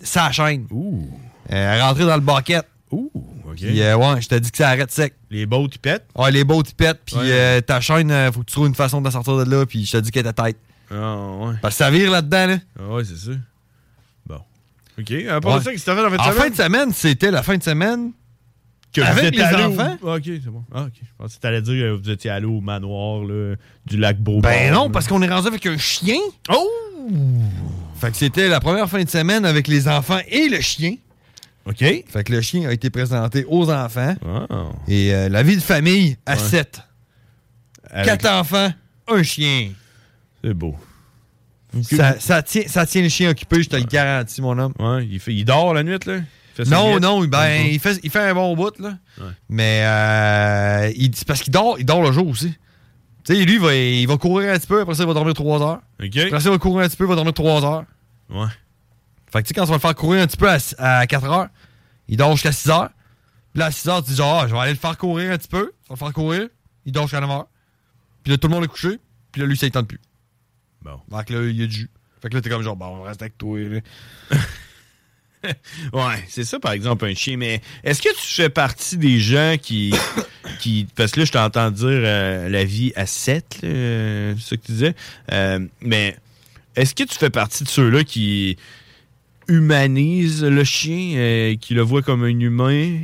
Speaker 8: sa chaîne.
Speaker 3: Ouh.
Speaker 8: Elle est rentrée dans le bucket. Ouh.
Speaker 3: OK.
Speaker 8: Puis euh, ouais, je t'ai dit que ça arrête sec.
Speaker 3: Les bottes, ils pètent.
Speaker 8: Ouais, les bottes, ils pètent. Puis euh, ta chaîne, euh, faut que tu trouves une façon de la sortir de là. Puis je t'ai dit qu'elle était tête.
Speaker 3: Ah, ouais.
Speaker 8: Parce que ça vire là-dedans, là.
Speaker 3: Ah, ouais, c'est ça. Bon. OK. À part
Speaker 8: Ouais.
Speaker 3: ça, qu'est-ce que t'as fait en fin de
Speaker 8: En
Speaker 3: semaine?
Speaker 8: fin de semaine, c'était la fin de semaine.
Speaker 3: Que vous
Speaker 8: avec
Speaker 3: êtes
Speaker 8: les
Speaker 3: allé au-
Speaker 8: enfants.
Speaker 3: Ah, OK, c'est bon. Ah, OK. Je pensais que t'allais dire que vous étiez allé au manoir là, du lac Beauport.
Speaker 8: Ben non,
Speaker 3: là.
Speaker 8: parce qu'on est rendu avec un chien. Oh! Fait que c'était la première fin de semaine avec les enfants et le chien.
Speaker 3: OK. Ah,
Speaker 8: Fait que le chien a été présenté aux enfants. Et euh, la vie de famille à
Speaker 3: Ouais.
Speaker 8: sept. Quatre enfants, un chien.
Speaker 3: C'est beau.
Speaker 8: Ça, ça tient, ça tient le chien occupé, je te le garantis, mon homme.
Speaker 3: Ouais, il, fait, il dort la nuit, là? Il fait sa
Speaker 8: non,
Speaker 3: nuit?
Speaker 8: non, ben,
Speaker 3: Mhm.
Speaker 8: il, fait, il fait un bon bout, là.
Speaker 3: Ouais.
Speaker 8: Mais euh, il- c'est parce qu'il dort, il dort le jour aussi. Tu sais, lui, il va, il va courir un petit peu, après ça, il va dormir trois heures.
Speaker 3: OK.
Speaker 8: Après ça, il va courir un petit peu, il va dormir trois heures.
Speaker 3: Ouais.
Speaker 8: Fait que tu sais, quand on va le faire courir un petit peu à, 4 heures, il dort jusqu'à 6 heures. Puis là, à 6 heures, tu dis genre, Ah, je vais aller le faire courir un petit peu. On va le faire courir. Il dort jusqu'à 9 heures. Puis là, tout le monde est couché. Puis là, lui, ça ne tente plus.
Speaker 3: Bon.
Speaker 8: Fait que là, il y a du jus. Fait que là, t'es comme genre, bon, on reste avec toi. là.
Speaker 3: Ouais, c'est ça, par exemple, un chien. Mais est-ce que tu fais partie des gens qui. qui parce que là, je t'entends dire euh, la vie à 7, c'est ça que tu disais. Euh, mais est-ce que tu fais partie de ceux-là qui humanisent le chien, euh, qui le voient comme un humain?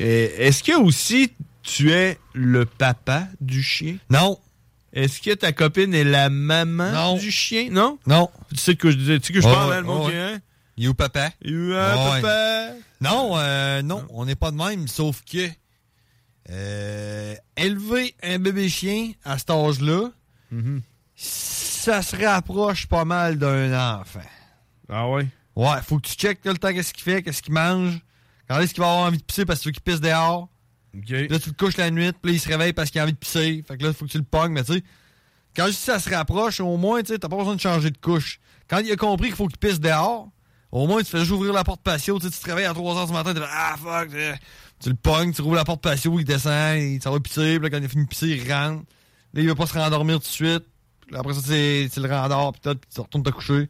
Speaker 3: Euh, est-ce que aussi tu es le papa du chien?
Speaker 8: Non.
Speaker 3: Est-ce que ta copine est la maman du chien? Non?
Speaker 8: Non.
Speaker 3: Tu sais que je disais, tu sais que je
Speaker 8: Ouais,
Speaker 3: parle, hein, le
Speaker 8: ouais,
Speaker 3: monde
Speaker 8: ouais.
Speaker 3: qui- hein?
Speaker 8: You papa.
Speaker 3: You
Speaker 8: Ouais.
Speaker 3: hein, papa.
Speaker 8: Non, euh, non, on n'est pas de même, sauf que euh, élever un bébé chien à cet âge-là, ça se rapproche pas mal d'un enfant.
Speaker 3: Ah ouais?
Speaker 8: Ouais, faut que tu checkes là, le temps qu'est-ce qu'il fait, qu'est-ce qu'il mange, quand est-ce qu'il va avoir envie de pisser parce que tu veux qu'il pisse dehors. Puis Là, tu le couches la nuit, puis là, il se réveille parce qu'il a envie de pisser. Fait que là, faut que tu le pognes, mais tu sais, quand je dis ça se rapproche, au moins, tu sais, t'as pas besoin de changer de couche. Quand il a compris qu'il faut qu'il pisse dehors, au moins, tu fais juste ouvrir la porte patio, tu sais, tu te réveilles à 3h du matin, tu fais Ah, fuck, euh, tu le pognes, tu rouvres la porte patio, il descend, il s'en va pisser, puis là, quand il a fini de pisser, il rentre. Là, il va pas se rendormir tout de suite. Puis là, Après ça, tu tu le rendors, puis t'as- puis tu retournes te coucher.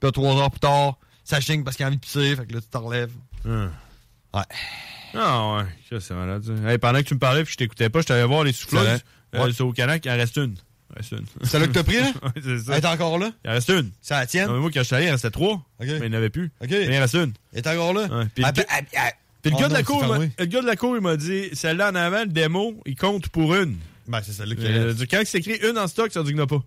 Speaker 8: Puis là, 3 heures plus tard, ça chigne parce qu'il a envie de pisser, fait que là, tu t'enlèves. Ouais.
Speaker 3: Ah ouais, ça c'est malade. ça. Hey, pendant que tu me parlais puis je t'écoutais pas, je t'allais voir les souffleuses.
Speaker 8: C'est vrai.
Speaker 3: Euh, c'est au Canac, il en reste une. Il en reste une.
Speaker 8: C'est là que t'as pris, là?
Speaker 3: Ouais, c'est ça.
Speaker 8: Elle est encore là?
Speaker 3: Il en reste une.
Speaker 8: C'est Hein? la tienne?
Speaker 3: Non, mais moi, quand je suis allé, il en restait trois. Mais il n'y en avait plus. Mais il en reste une.
Speaker 8: Elle est encore là? Ah,
Speaker 3: Ouais. Puis le
Speaker 8: Appel-
Speaker 3: gars-
Speaker 8: à- à-
Speaker 3: puis le
Speaker 8: Oh
Speaker 3: gars de
Speaker 8: non,
Speaker 3: la cour,
Speaker 8: c'est
Speaker 3: il m'a-
Speaker 8: fermé.
Speaker 3: le gars de la cour, il m'a dit celle-là en avant, le démo, il compte pour une.
Speaker 8: Ben, c'est celle-là
Speaker 3: qui reste. Quand c'est écrit une en stock, ça dit qu'il n'y en a pas.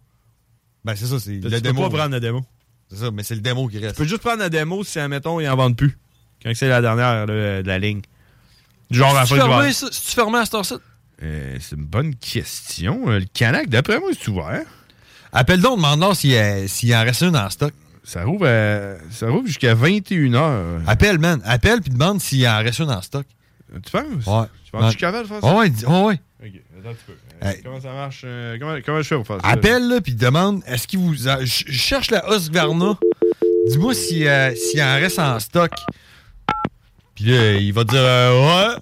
Speaker 8: Ben, c'est ça, c'est
Speaker 3: Tu
Speaker 8: le
Speaker 3: peux
Speaker 8: démo,
Speaker 3: pas
Speaker 8: ouais.
Speaker 3: prendre la démo.
Speaker 8: C'est ça, mais c'est le démo qui reste.
Speaker 3: Tu peux juste prendre la démo si, admettons, ils en vendent plus. Quand c'est la dernière là, euh, de la ligne. Genre la
Speaker 8: C'est-tu
Speaker 3: fin du
Speaker 8: fermé,
Speaker 3: vendredi.
Speaker 8: ça? C'est-tu fermé à cette heure-ci?
Speaker 3: Euh, c'est une bonne question. Euh, Le Canac, d'après moi, c'est ouvert.
Speaker 8: Appelle donc, demande-leur s'il euh, s'il en reste une en stock.
Speaker 3: Ça rouvre, à- ça rouvre jusqu'à 21h.
Speaker 8: Appelle, man. Appelle puis demande s'il en reste une en stock.
Speaker 3: Tu penses?
Speaker 8: Ouais.
Speaker 3: Tu penses que je suis capable de faire ça?
Speaker 8: Ouais, dis- ouais, ouais.
Speaker 3: Ok, attends un petit peu. Euh,
Speaker 8: Hey.
Speaker 3: Comment ça marche? euh, comment, comment je fais pour faire ça?
Speaker 8: Appelle, là, puis demande est-ce qu'il vous. a- Je je cherche la Husqvarna. Dis-moi si, euh, s'il en reste en stock. Puis là, il va te dire euh, ouais.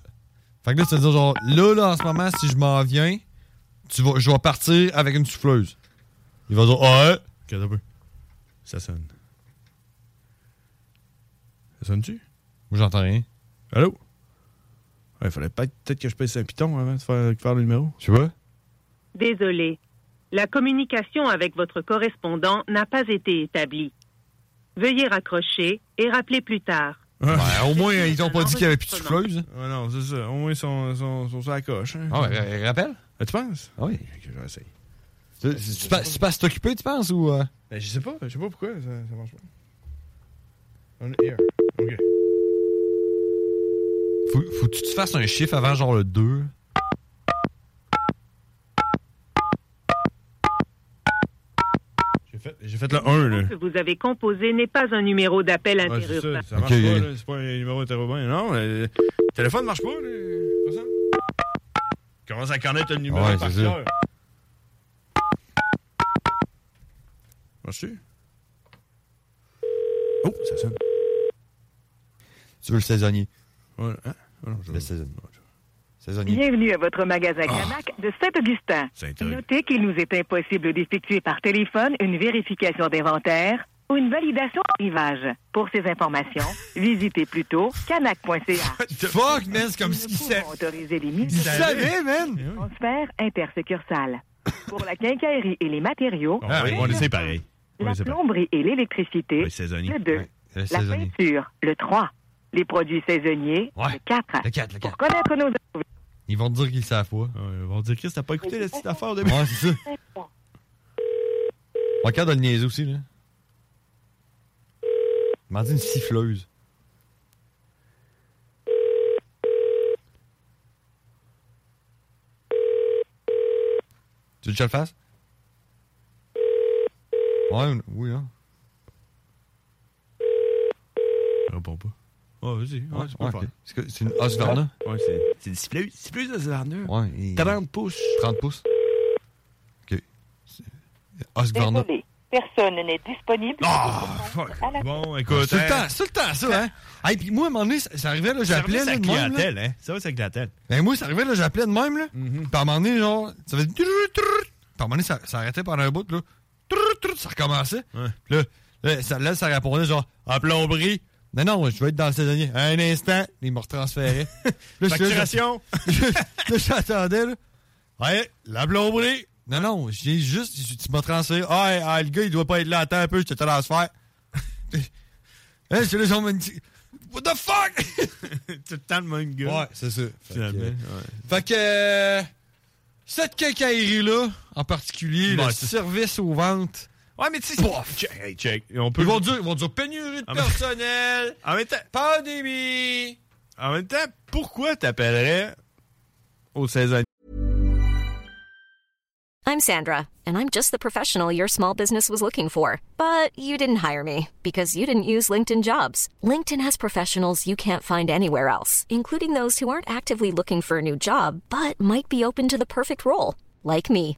Speaker 8: Fait que là, tu vas dire genre là, là, en ce moment, si je m'en viens,
Speaker 3: tu vas, je vais partir avec une souffleuse. Il va dire, ah ouais,
Speaker 4: Regarde un peu. Ça sonne. Ça sonne-tu?
Speaker 3: Moi, j'entends rien.
Speaker 4: Allô? Il fallait peut-être peut-être que je pèse un piton avant de faire, de faire le numéro.
Speaker 3: Je sais pas.
Speaker 18: Désolé. La communication avec votre correspondant n'a pas été établie. Veuillez raccrocher et rappeler plus tard.
Speaker 3: au moins, ils t'ont pas dit qu'il y avait plus de souffleuse.
Speaker 4: Ouais, non, c'est ça. Au moins, ils sont, sont, sont sur la coche. hein.
Speaker 3: Ah, ouais, euh, rappelle?
Speaker 4: tu penses?
Speaker 3: Oui.
Speaker 4: Ok, je vais essayer.
Speaker 3: Tu, tu- tu pas- tu passes t'occuper, tu penses, ou... euh?
Speaker 4: Ben, je sais pas. Je sais pas pourquoi ça, ça marche pas. On air. OK.
Speaker 3: Faut, faut que tu te fasses un chiffre avant genre le 2.
Speaker 4: J'ai fait, j'ai fait le 1, là.
Speaker 18: que vous avez composé n'est pas un numéro d'appel
Speaker 4: Ouais, c'est ça,
Speaker 18: interurbain.
Speaker 4: ça marche pas, là. C'est pas un numéro interurbain. Non, le téléphone marche pas, là. C'est pas ça? Je Commence à connaître le numéro
Speaker 3: Ouais,
Speaker 4: par
Speaker 3: c'est ça.
Speaker 4: cœur. Marche-tu? Oh, ça sonne.
Speaker 3: Tu veux le saisonnier.
Speaker 4: Ouais, hein? Ah non, je-
Speaker 3: Le saisonnier. Saisonnier.
Speaker 19: Bienvenue à votre magasin Canac de Saint-Augustin. Notez qu'il nous est impossible d'effectuer par téléphone une vérification d'inventaire ou une validation de rivage. Pour ces informations, visitez plutôt canac.ca.
Speaker 3: Fuck, man, c'est comme si
Speaker 19: autoriser les mises
Speaker 3: Il savait, man!
Speaker 19: Transfert intersuccursal. Pour la quincaillerie et les matériaux,
Speaker 4: Ah oui, on le sait pareil.
Speaker 19: la plomberie et l'électricité,
Speaker 4: Oui, saisonnier.
Speaker 19: le 2.
Speaker 4: le
Speaker 19: la
Speaker 4: saisonnier.
Speaker 19: peinture, le 3. Les produits saisonniers, le 4. Pour connaître nos
Speaker 3: Ils vont te dire qu'ils le savent pas.
Speaker 4: ils vont dire, Chris, t'as pas écouté la petite affaire de
Speaker 3: Ouais, c'est ça. On regarde dans le niaiser aussi, là. Il m'a dit une siffleuse. Tu veux que je le fasse? Ouais, ou- oui, hein.
Speaker 4: Réponds pas. Ouais, vas-y. Ouais, c'est pas
Speaker 3: ouais,
Speaker 4: fort.
Speaker 3: ok. C'est que- c'est une Osvarna?
Speaker 4: Ouais, c'est. C'est du siffleuse. C'est plus de Sverna.
Speaker 3: Ouais. et-
Speaker 4: 30 pouces.
Speaker 3: 30 pouces. OK. C'est-
Speaker 20: Eh,
Speaker 3: Osvarna.
Speaker 19: Personne n'est disponible.
Speaker 4: Bon, écoute.
Speaker 3: C'est le
Speaker 4: hein.
Speaker 3: temps, c'est le temps, ça, hein? Hey, puis moi, à un moment donné, ça, ça arrivait, là,
Speaker 4: Ça
Speaker 3: j'appelais,
Speaker 4: revient
Speaker 3: là,
Speaker 4: sur
Speaker 3: de
Speaker 4: la
Speaker 3: même, là.
Speaker 4: clientèle, hein? Ça va, c'est la clientèle.
Speaker 3: Ben, moi, ça arrivait, là, j'appelais de même, là. Puis à un moment donné, genre, ça fait... Puis à un moment donné, ça, ça arrêtait pendant un bout, là. Ça recommençait. Puis là, là, ça, là, ça répondait, genre, en plomberie. Non, non, je vais être dans le saisonnier. Un instant, ils me retransféraient. Puis là, je-
Speaker 4: Facturation.
Speaker 3: Là, j'attendais, là. Ouais, la plomberie. Non, non, j'ai juste. j'ai- Tu m'as transféré. Ah, hey, ah, le gars, il doit pas être là. Attends un peu, je te transfère. Hein, c'est là, genre, me dit, What the fuck?
Speaker 4: Tout le temps le même gars.
Speaker 3: ouais, c'est ça.
Speaker 4: Finalement.
Speaker 3: Fait que, fait que,
Speaker 4: ouais.
Speaker 3: euh, cette quincaillerie-là, en particulier,
Speaker 4: Ouais,
Speaker 3: le
Speaker 4: c'est-
Speaker 3: service aux ventes. Ouais, mais tu sais.
Speaker 4: Check, hey, check. Et on peut-
Speaker 3: Ils vont dire, ils vont dire pénurie de
Speaker 4: Ah, mais-
Speaker 3: personnel.
Speaker 4: En même temps.
Speaker 3: Pandémie.
Speaker 4: En même temps, pourquoi t'appellerais au saisonnier?
Speaker 21: I'm Sandra, and I'm just the professional your small business was looking for. But you didn't hire me because you didn't use LinkedIn jobs. LinkedIn has professionals you can't find anywhere else, including those who aren't actively looking for a new job but might be open to the perfect role, like me.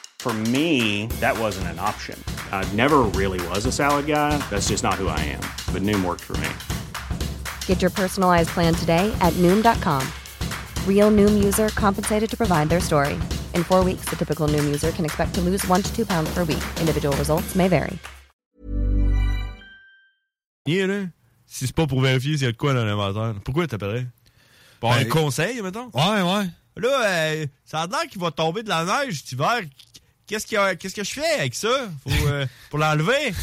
Speaker 22: For me, that wasn't an option. I never really was a salad guy. That's just not who I am. But Noom worked for me.
Speaker 23: Get your personalized plan today at Noom.com. Real Noom user compensated to provide their story. In four weeks, the typical Noom user can expect to lose one to two pounds per week. Individual results may vary.
Speaker 4: là, si c'est pas pour vérifier s'il y a de quoi dans l'inventaire, pourquoi t'appellerais? Pour
Speaker 3: Ben,
Speaker 4: un conseil, mettons?
Speaker 3: Ouais, ouais.
Speaker 4: Là, euh, ça a l'air qu'il va tomber de la neige cet hiver. Qu'est-ce qu'il y a- qu'est-ce que je fais avec ça? Faut, euh, pour l'enlever?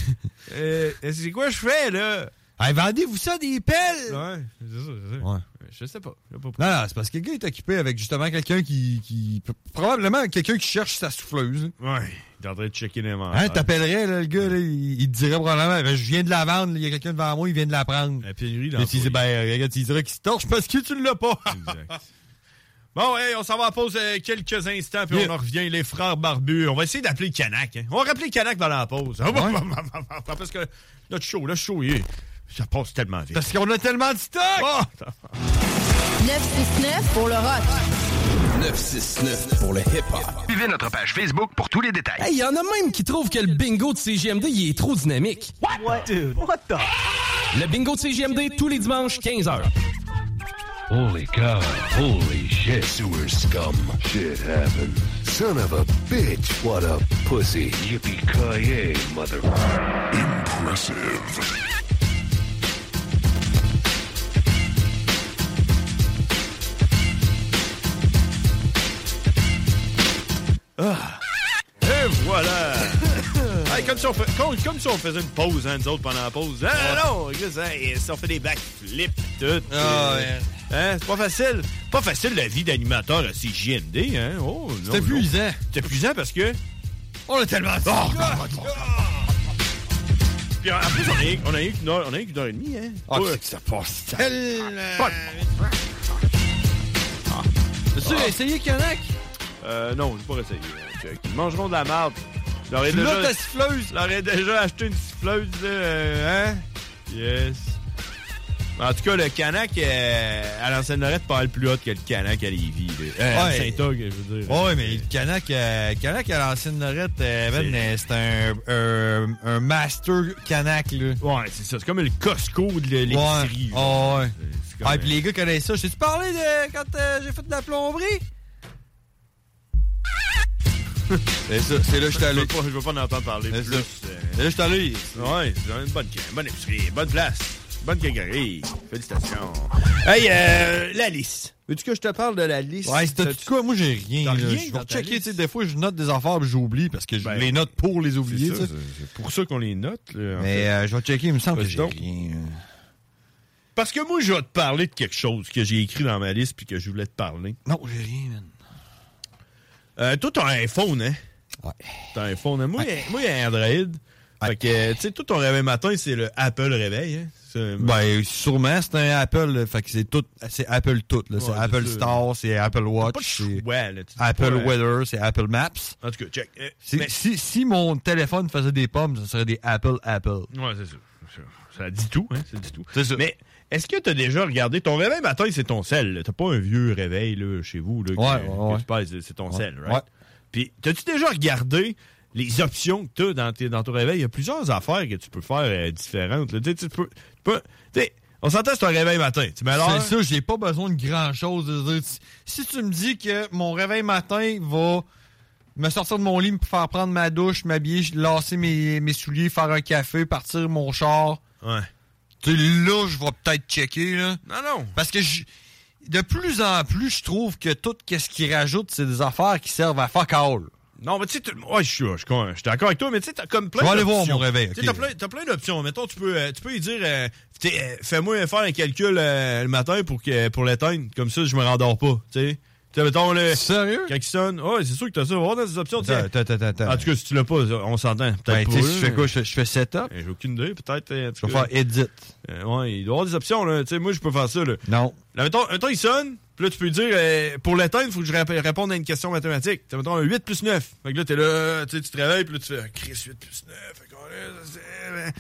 Speaker 4: Euh, c'est quoi je fais, là?
Speaker 3: vendez-vous ça des pelles!
Speaker 4: Ouais, c'est ça, c'est ça.
Speaker 3: Ouais.
Speaker 4: Je sais pas. je sais pas pourquoi.
Speaker 3: Non, non, c'est parce que le gars est occupé avec justement quelqu'un qui, qui- Probablement quelqu'un qui cherche sa souffleuse.
Speaker 4: Ouais, il est en train de checker l'inventaire.
Speaker 3: Hein, t'appellerais, là, le gars, là, il, il te dirait probablement ben, Je viens de la vendre, là, il y a quelqu'un devant moi, il vient de la prendre.
Speaker 4: La pénurie,
Speaker 3: là. Et tu dis Ben, regarde, il dirait qu'il se torche parce que tu l'as pas.
Speaker 4: Exact. Bon, hey, on s'en va à pause euh, quelques instants, puis on en revient, les frères barbus. On va essayer d'appeler Canac. hein. On va rappeler Canac dans la pause.
Speaker 3: Hein?
Speaker 4: Parce que notre show, le show, il est- ça passe tellement vite. Parce qu'on a tellement de stock!
Speaker 3: Ah!
Speaker 24: 969 pour le rock.
Speaker 25: 969 pour le hip-hop.
Speaker 26: Suivez notre page Facebook pour tous les détails.
Speaker 25: Hey, y en a même qui trouvent que le bingo de CGMD, il est trop dynamique. What? Dude, what the? Le bingo de CGMD, tous les dimanches, 15h.
Speaker 26: Holy cow. Holy shit. Sewer scum. Shit happened. Son of a bitch. What a pussy. Yippee-ki-yay, mother... Impressive.
Speaker 4: Ah. Et voilà! Hey, comme, si on fait- comme- comme si on faisait une pause, hein, nous autres, pendant la pause. Ah, non, juste, hein, et si on fait des backflips pis tout.
Speaker 3: Ah,
Speaker 4: euh, hein, c'est pas facile. Pas facile la vie d'animateur à CJMD, hein? Oh, non, Ah,
Speaker 3: C'est épuisant.
Speaker 4: non. C'est épuisant parce que. On a tellement de
Speaker 3: Oh,
Speaker 4: Puis en plus, on a eu- on a eu qu'une heure, on a eu qu'une heure et demie, hein?
Speaker 3: Ah,
Speaker 4: Ouais.
Speaker 3: c'est que ça passe Ah,
Speaker 4: Pas de-
Speaker 3: As-tu
Speaker 4: Ah.
Speaker 3: essayé Canac?
Speaker 4: Euh, non, j'ai pas essayé. hein, check. Ils mangeront de la marde. Je leur ai
Speaker 3: Tu l'as, ta
Speaker 4: siffleuse. Je leur ai déjà acheté une siffleuse, là, euh, hein? Yes. En tout cas, le Canac euh, à l'ancienne Lorette parle plus haute que le Canac à Lévis. là. Euh,
Speaker 3: Ouais.
Speaker 4: Saint-Og, je veux dire.
Speaker 3: Ouais, mais le Canac, euh, Canac à l'ancienne Norette, euh, man, euh, c'est un, euh, un master Canac, là.
Speaker 4: Ouais, c'est ça. C'est comme le Costco de l'é- l'épicerie,
Speaker 3: l'épicerie.
Speaker 4: genre.
Speaker 3: ouais. Oh.
Speaker 4: c'est comme,
Speaker 3: Ah, puis les gars connaissent ça. J'ai-tu parlé de quand euh, j'ai fait de la plomberie?
Speaker 4: C'est ça, c'est là que je suis allé. Je veux pas en entendre parler plus. C'est là que je suis allé. Ouais, c'est une bonne, bonne épicerie, bonne place, bonne quincaillerie. Félicitations. Hey, euh, la liste. Veux-tu que je te parle de la liste?
Speaker 3: Ouais, c'était tout quoi? Moi, j'ai rien. là. Je vais checker, tu sais, des fois, je note des affaires puis j'oublie parce que je les note pour les oublier,
Speaker 4: ça,
Speaker 3: tu sais.
Speaker 4: Ben, C'est pour ça qu'on les note. là, en
Speaker 3: Mais
Speaker 4: fait.
Speaker 3: euh, je vais checker, il me semble que
Speaker 4: Vas-y
Speaker 3: j'ai
Speaker 4: donc.
Speaker 3: rien. euh.
Speaker 4: Parce que moi, je vais te parler de quelque chose que j'ai écrit dans ma liste puis que je voulais te parler.
Speaker 3: Non, j'ai rien, man.
Speaker 4: Euh, toi, t'as un iPhone, hein? Ouais. T'as un iPhone, hein? Moi, j'ai- moi, j'ai un Android. Fait que, euh, tu sais, toi, ton réveil matin, c'est le Apple réveil, hein? C'est-
Speaker 3: Ben, sûrement, c'est un Apple, là. fait que c'est tout, c'est Apple tout, là. C'est
Speaker 4: Ouais,
Speaker 3: Apple
Speaker 4: c'est ça.
Speaker 3: Star, c'est Apple Watch, c'est
Speaker 4: Ouais, là, tu dis
Speaker 3: Apple
Speaker 4: pas, euh,
Speaker 3: Weather, c'est Apple Maps.
Speaker 4: En tout cas, check. Euh,
Speaker 3: Si,
Speaker 4: mais-
Speaker 3: si, si mon téléphone faisait des pommes, ce serait des Apple Apple.
Speaker 4: Ouais, c'est ça. Ça- Ça dit tout, hein? Ça dit tout. C'est ça. Mais est-ce que t'as déjà regardé ton réveil matin, c'est ton sel? là. T'as pas un vieux réveil là, chez vous là, que,
Speaker 3: Ouais, ouais,
Speaker 4: que
Speaker 3: ouais.
Speaker 4: tu passes, c'est ton
Speaker 3: Ouais.
Speaker 4: sel, right? Puis t'as-tu déjà regardé les options que t'as dans, tes- dans ton réveil? Il y a plusieurs affaires que tu peux faire euh, différentes. là. Tu sais, tu peux. tu peux- tu sais, on s'entend c'est un réveil matin. Tu mets l'heure.
Speaker 3: C'est ça, j'ai pas besoin de grand chose. Si tu me dis que mon réveil matin va me sortir de mon lit, me faire prendre ma douche, m'habiller, lasser mes, mes souliers, faire un café, partir mon char.
Speaker 4: Ouais.
Speaker 3: Tu sais, là, je vais peut-être checker, là.
Speaker 4: Non, non.
Speaker 3: Parce que je- de plus en plus, je trouve que tout ce qu'ils rajoutent, c'est des affaires qui servent à fuck all.
Speaker 4: Non, mais tu sais, tu- ouais, je suis je suis con- je suis d'accord avec toi, mais tu sais, t'as comme plein
Speaker 3: Je vais aller voir
Speaker 4: d'options.
Speaker 3: mon réveil,
Speaker 4: Tu sais,
Speaker 3: ok.
Speaker 4: T'as plein, t'as plein d'options. Mettons, tu peux, euh, tu peux y dire, euh, t'es, euh, fais-moi faire un calcul euh, le matin pour, que, pour l'éteindre. Comme ça, je me rendors pas. Tu sais, Tu sais, mettons, le. Sérieux? Quand il sonne, ouais, c'est sûr que t'as ça. On va voir dans les options. tiens.
Speaker 3: Attends, attends, attends.
Speaker 4: En tout cas, si tu l'as pas, on s'entend. Peut-être
Speaker 3: Ben,
Speaker 4: pas,
Speaker 3: tu sais,
Speaker 4: là,
Speaker 3: je fais quoi? Je, je fais setup?
Speaker 4: J'ai aucune idée, peut-être. euh, en
Speaker 3: Je
Speaker 4: tout
Speaker 3: vais
Speaker 4: cas.
Speaker 3: faire edit.
Speaker 4: Euh, ouais, il doit y avoir des options, là. Tu sais, moi, je peux faire ça, là.
Speaker 3: Non.
Speaker 4: Là, mettons, mettons, il sonne, puis là, tu peux dire, euh, pour l'atteindre, il faut que je rép- réponde à une question mathématique. Tu sais, mettons, un 8 plus 9. Fait que là, t'es là, tu sais, tu te réveilles, puis là, tu fais, ah, Chris, 8 plus 9. Fait qu'on est- c'est-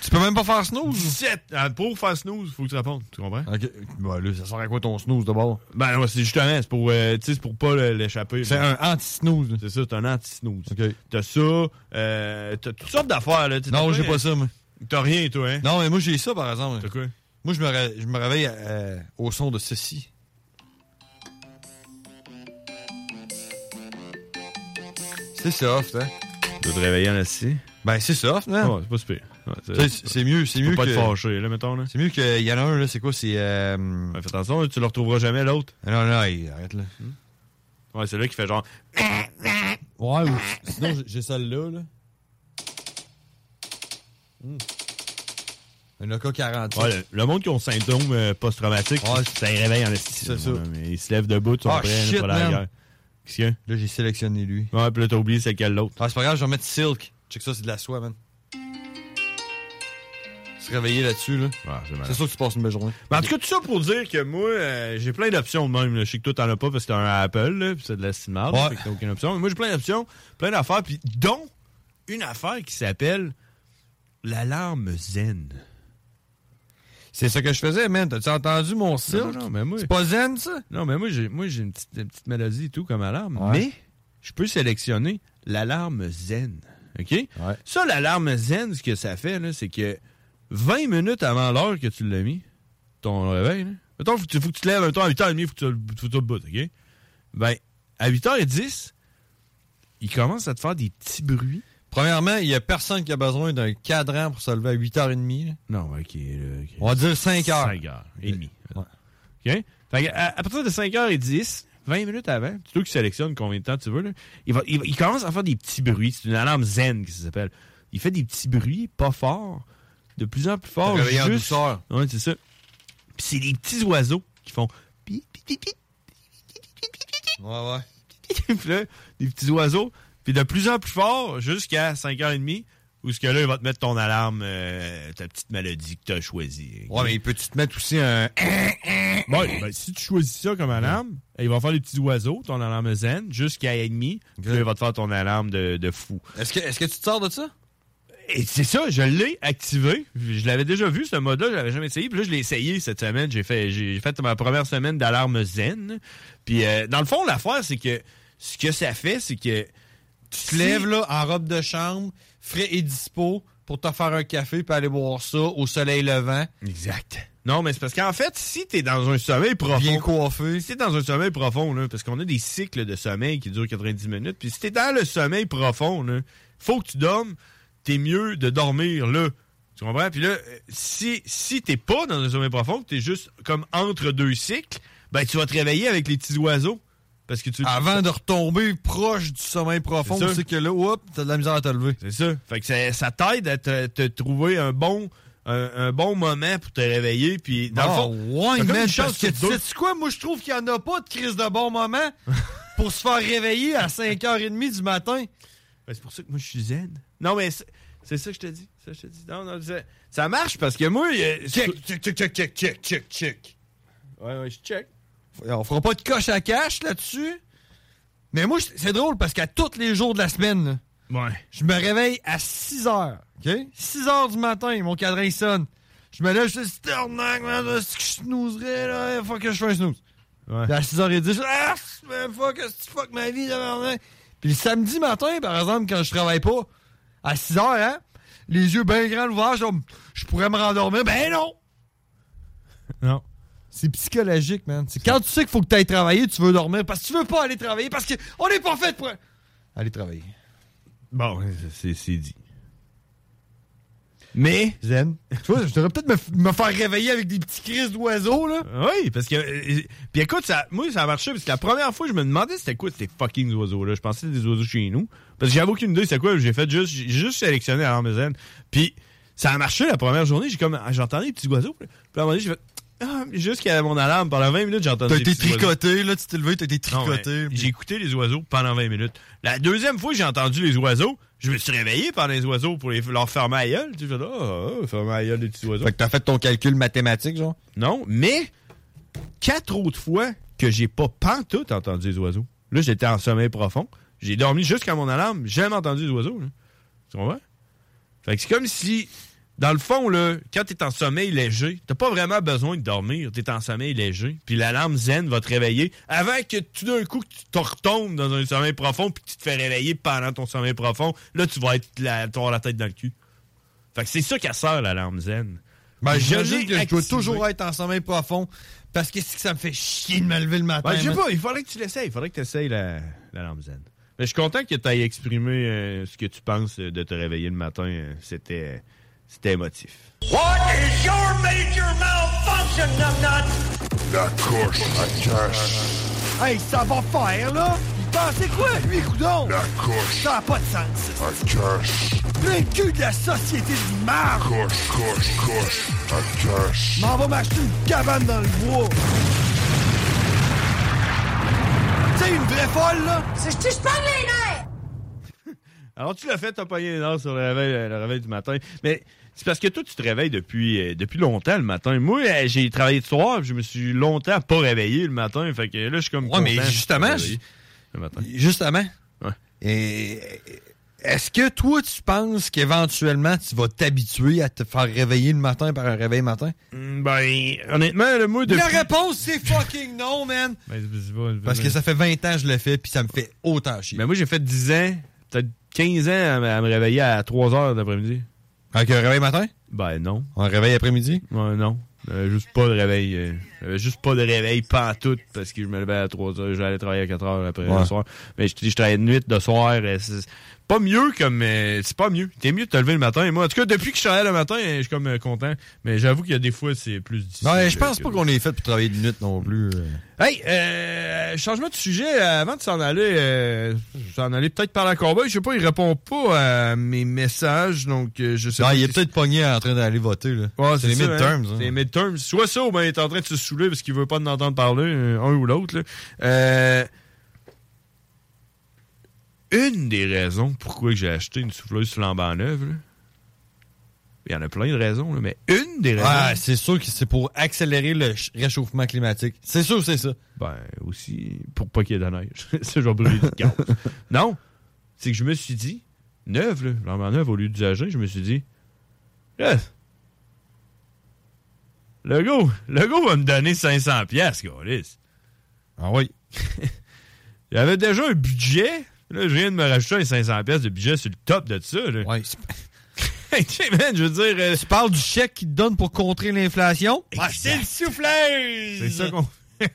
Speaker 3: Tu peux même pas faire snooze?
Speaker 4: 17. Ah, Pour faire snooze, faut que tu répondes. Tu comprends?
Speaker 3: Ok. Ben, là, ça sert à quoi ton snooze d'abord?
Speaker 4: Ben, ouais, c'est justement, c'est pour, euh, tu sais, c'est pour pas le- l'échapper.
Speaker 3: C'est
Speaker 4: là.
Speaker 3: un anti-snooze.
Speaker 4: C'est ça, c'est un anti-snooze. T'as ça, euh, t'as toutes sortes d'affaires, là. Tu sais,
Speaker 3: Non,
Speaker 4: t'as
Speaker 3: j'ai
Speaker 4: plein-
Speaker 3: pas ça, moi.
Speaker 4: T'as rien, toi, hein?
Speaker 3: Ah, Non, mais moi, j'ai ça, par exemple.
Speaker 4: T'as quoi?
Speaker 3: Moi, je me, ré- je me réveille euh, au son de ceci. C'est soft, hein?
Speaker 4: De te réveiller en assis?
Speaker 3: Ben, c'est soft, non?
Speaker 4: Ah, Ouais, c'est pas super.
Speaker 3: Tu sais, c'est- c'est mieux, c'est mieux
Speaker 4: pas
Speaker 3: que-
Speaker 4: te fâcher, là, mettons, là.
Speaker 3: C'est mieux qu'il y en a un, là, c'est quoi? C'est. Euh... Ah
Speaker 4: fais attention, tu le retrouveras jamais, l'autre.
Speaker 3: Non, non, hey, arrête, là.
Speaker 4: Ouais, c'est là qui fait genre.
Speaker 3: Ouais, ou sinon, j'ai- j'ai celle-là, là. Un AK-47.
Speaker 4: Ouais, le, le monde qui ont symptômes euh, post-traumatiques, ça les réveille en esthétique.
Speaker 3: C'est ça.
Speaker 4: Ils se lèvent debout, ils sont
Speaker 3: Ah,
Speaker 4: prêts
Speaker 3: shit,
Speaker 4: pour la
Speaker 3: man.
Speaker 4: guerre. Qu'est-ce qu'il y a?
Speaker 3: Là, j'ai sélectionné lui.
Speaker 4: Ouais, puis là, t'as oublié c'est quel l'autre.
Speaker 3: Ah, c'est pas grave, je vais mettre Silk. Check ça, c'est de la soie, man. se réveiller là-dessus. Là. c'est sûr que tu passes une belle journée.
Speaker 4: Mais en tout cas, tout ça pour dire que moi, euh, j'ai plein d'options de même. là. Je sais que toi, t'en as pas parce que t'as un Apple, là, puis c'est de la Steam
Speaker 3: Ouais.
Speaker 4: fait que t'as aucune option. Mais moi, j'ai plein d'options, plein d'affaires, puis dont une affaire qui s'appelle l'alarme zen.
Speaker 3: C'est ça que je faisais, man. T'as-tu entendu mon cirque?
Speaker 4: Non, non, mais moi-
Speaker 3: C'est pas zen, ça?
Speaker 4: Non, mais moi, j'ai, moi, j'ai une petite, une petite mélodie et tout comme alarme.
Speaker 3: Ouais.
Speaker 4: Mais je peux sélectionner l'alarme zen. OK? Ça, l'alarme zen, ce que ça fait, là, c'est que 20 minutes avant l'heure que tu l'as mis, ton réveil, là, mettons, faut que, tu, faut que tu te lèves un temps à 8h30, faut que tu faut que tu le boutes, OK? Ben, à 8h10, il commence à te faire des petits bruits.
Speaker 3: Premièrement, il y a personne qui a besoin d'un cadran pour se lever à 8h30. là.
Speaker 4: Non, OK. là, OK.
Speaker 3: On va dire 5 heures. Euh,
Speaker 4: 5 heures et demie. OK? Fait que, à, à partir de 5h10, 20 minutes avant, tu veux qu'il sélectionne combien de temps tu veux, là, il, va, il, va- il commence à faire des petits bruits. C'est une alarme zen qui s'appelle. Il fait des petits bruits, pas forts, de plus en plus forts.
Speaker 3: Te réveiller en
Speaker 4: juste...
Speaker 3: douceur.
Speaker 4: Ouais, c'est ça. Puis c'est des petits oiseaux qui font pi, pi, pi, pi,
Speaker 3: Ouais, ouais.
Speaker 4: puis là, des petits oiseaux, puis de plus en plus fort jusqu'à 5h30, où ce que là, il va te mettre ton alarme, euh, ta petite mélodie que tu as choisie.
Speaker 3: Ouais, mais il peut te mettre aussi un.
Speaker 4: Bon, ben, si tu choisis ça comme alarme, il va faire les petits oiseaux, ton alarme zen, jusqu'à 8h30, puis là, il va te faire ton alarme de, de fou.
Speaker 3: Est-ce que, est-ce que tu te sors de ça?
Speaker 4: Et c'est ça, je l'ai activé. Je l'avais déjà vu, ce mode-là, je l'avais jamais essayé. Puis là, je l'ai essayé cette semaine. J'ai fait, j'ai fait ma première semaine d'alarme zen. Puis euh, dans le fond, l'affaire, c'est que ce que ça fait, c'est que
Speaker 3: Tu te lèves là, en robe de chambre, frais et dispo, pour te faire un café puis aller boire ça au soleil levant.
Speaker 4: Exact. Non, mais c'est parce qu'en fait, si t'es dans un sommeil profond. Bien coiffé. Si t'es dans un sommeil profond, là, parce qu'on a des cycles de sommeil qui durent 90 minutes, puis si t'es dans le sommeil profond, là, faut que tu dormes, t'es mieux de dormir là. Tu comprends? Puis là, euh, si, si t'es pas dans un sommeil profond, que t'es juste comme entre deux cycles, ben tu vas te réveiller avec les petits oiseaux. Parce que tu
Speaker 3: Avant de retomber proche du sommeil profond,
Speaker 4: C'est ça.
Speaker 3: c'est que là, hop, t'as de la misère à te lever.
Speaker 4: C'est ça. Fait que ça, ça t'aide à te, te trouver un bon, un, un bon moment pour te réveiller. Puis dans
Speaker 3: Ah,
Speaker 4: le fond,
Speaker 3: ouais,
Speaker 4: t'as comme
Speaker 3: man,
Speaker 4: une chance
Speaker 3: parce que
Speaker 4: sur deux.
Speaker 3: tu sais quoi, moi je trouve qu'il n'y en a pas de crise de bon moment pour se faire réveiller à 5h30 du matin.
Speaker 4: Ben, c'est pour ça que moi je suis zen. Non, mais c'est c'est ça que je te dis. Ça, je te dis. Non, non, ça, ça marche parce que moi.
Speaker 3: euh,
Speaker 4: Check, check, check, check, check, check, check, check. Ouais, ouais, je check.
Speaker 3: On fera pas de coche à cache là-dessus. Mais moi, je- c'est drôle parce qu'à tous les jours de la semaine,
Speaker 4: là,
Speaker 3: je me réveille à 6 h. 6 h du matin, mon cadran il sonne. Je me lève, je dis, Tabarnak, man, est-ce que je snoozerais, là? Faut que je fasse un snooze. Puis à 6h10, je ah, man, fuck, est-ce que tu fuck ma vie, tabarnak? Puis le samedi matin, par exemple, quand je travaille pas, à 6h, hein, les yeux bien grands ouverts, je, je pourrais me rendormir. Ben non!
Speaker 4: Non.
Speaker 3: C'est psychologique, man. C'est quand tu sais qu'il faut que tu ailles travailler, tu veux dormir parce que tu veux pas aller travailler parce qu'on n'est pas fait pour. Allez travailler.
Speaker 4: Bon, c'est c'est dit. Mais.
Speaker 3: Zen. Tu vois, je devrais peut-être me, f- me faire réveiller avec des petits crises d'oiseaux, là.
Speaker 4: Oui, parce que. euh, Puis écoute, ça, moi, ça a marché. Parce que la première fois, je me demandais c'était quoi ces fucking oiseaux-là. Je pensais que c'était des oiseaux chez nous. Parce que j'avais aucune idée c'était quoi. J'ai fait juste, j'ai juste sélectionné à l'armezen. Puis ça a marché la première journée. J'ai comme. J'entendais les petits oiseaux. Puis à un moment donné, j'ai fait. Ah, jusqu'à mon alarme, pendant 20 minutes, j'entendais
Speaker 3: T'as
Speaker 4: les
Speaker 3: été
Speaker 4: petits oiseaux.
Speaker 3: tricoté, là, tu t'es levé, t'as été
Speaker 4: Non, mais
Speaker 3: tricoté.
Speaker 4: J'ai écouté les oiseaux pendant 20 minutes. La deuxième fois que j'ai entendu les oiseaux, je me suis réveillé par les oiseaux pour les, leur fermer à gueule. Tu sais, j'ai fait, ah, ah, fermer à gueule les petits oiseaux.
Speaker 3: Fait que t'as fait ton calcul mathématique, genre?
Speaker 4: Non, mais quatre autres fois que j'ai pas pantoute entendu les oiseaux. Là, j'étais en sommeil profond. J'ai dormi jusqu'à mon alarme. J'ai jamais entendu les oiseaux. là. Tu comprends? Fait que c'est comme si, dans le fond, là, quand t'es en sommeil léger, t'as pas vraiment besoin de dormir. T'es en sommeil léger. Puis l'alarme zen va te réveiller avant que tout d'un coup, que tu te retombes dans un sommeil profond puis que tu te fais réveiller pendant ton sommeil profond. Là, tu vas être la, t'avoir la tête dans le cul. Fait que c'est ça qu'elle sert, l'alarme zen.
Speaker 3: Ben,
Speaker 4: Je l'ai
Speaker 3: j'imagine que je dois
Speaker 4: activée.
Speaker 3: toujours être en sommeil profond parce que c'est que ça me fait chier de me lever le matin.
Speaker 4: Ben, je sais
Speaker 3: man.
Speaker 4: pas, il faudrait que tu l'essayes. Il faudrait que tu essayes la, la lampe zen. Mais je suis content que tu aies exprimé euh, ce que tu penses euh, de te réveiller le matin. euh, C'était c'était émotif.
Speaker 7: What is your major malfunction, numbnut?
Speaker 26: La coche à cache.
Speaker 7: Hey, ça va faire, là? Il pensait quoi, lui, coudon? La coche. Ça n'a pas de sens.
Speaker 26: À cache.
Speaker 7: Plein de cul de la société de marre.
Speaker 26: Coche, coche, coche. À cache.
Speaker 7: M'en va m'acheter une cabane dans le bois. Tu sais, une vraie folle, là? C'est je parle les nerfs!
Speaker 4: Alors, tu l'as fait, t'as pogné une heure sur le réveil, euh, le réveil du matin. Mais c'est parce que toi, tu te réveilles depuis, euh, depuis longtemps le matin. Moi, euh, j'ai travaillé de soir, puis je me suis longtemps pas réveillé le matin. Fait que là, je suis comme.
Speaker 3: Ouais, mais
Speaker 4: content, je suis
Speaker 3: justement,
Speaker 4: pas réveillé le matin.
Speaker 3: Justement. Et est-ce que toi, tu penses qu'éventuellement, tu vas t'habituer à te faire réveiller le matin par un réveil matin?
Speaker 4: Ben, honnêtement, le mot de.
Speaker 3: La réponse, c'est fucking non, man! Parce que ça fait 20 ans que je le fais, puis ça me fait autant chier.
Speaker 4: Mais Ben, moi, j'ai fait 10 ans, peut-être 15 ans à, me- à me réveiller à 3 heures d'après-midi.
Speaker 3: Avec un réveil matin?
Speaker 4: Ben non.
Speaker 3: Un réveil après-midi?
Speaker 4: Ouais, non. J'avais juste pas de réveil. euh, j'avais juste pas de réveil pantoute parce que je me levais à 3 heures. J'allais travailler à 4 heures après
Speaker 3: Ouais.
Speaker 4: le soir. Mais je te dis, je travaillais de nuit, de soir. euh, c'est c'est pas mieux comme. euh, c'est pas mieux. T'es mieux de te lever le matin. Et moi, en tout cas, depuis que je travaille le matin, euh, je suis comme euh, content. Mais j'avoue qu'il y a des fois, c'est plus difficile.
Speaker 3: Ouais, Ben, je
Speaker 4: euh,
Speaker 3: pense
Speaker 4: que-
Speaker 3: pas qu'on est fait pour travailler de nuit non plus. euh.
Speaker 4: Hey, euh, changement de sujet, euh, avant de s'en aller, euh, s'en aller peut-être par la combat, je sais pas, il répond pas à mes messages, donc euh, je sais
Speaker 3: Non,
Speaker 4: pas.
Speaker 3: Ben, il est
Speaker 4: si-
Speaker 3: peut-être pogné en train d'aller voter, là.
Speaker 4: Ouais,
Speaker 3: c'est les
Speaker 4: ça,
Speaker 3: midterms,
Speaker 4: hein.
Speaker 3: ça.
Speaker 4: C'est les midterms. Soit ça ou bien il est en train de se saouler parce qu'il veut pas entendre parler, euh, un ou l'autre. là. Euh, une des raisons pourquoi que j'ai acheté une souffleuse sur l'emballage neuve, là, il y en a plein de raisons, là, mais une des raisons.
Speaker 3: Ouais, c'est sûr que c'est pour accélérer le ch- réchauffement climatique. C'est sûr, c'est ça.
Speaker 4: Ben, aussi, pour pas qu'il y ait de la neige. c'est genre brûler du gaz. non, c'est que je me suis dit, neuve, là, vraiment neuve, au lieu d'usager, je me suis dit, yes. Le go, le go va me donner 500 pièces, Golis. Ah oui. Il y avait déjà un budget. Là, je viens de me rajouter un 500 pièces de budget sur le top de ça. Là. Ouais. man, je veux dire... euh,
Speaker 3: Tu parles du chèque qu'ils te donnent pour contrer l'inflation?
Speaker 4: c'est le souffleuse! C'est ça qu'on...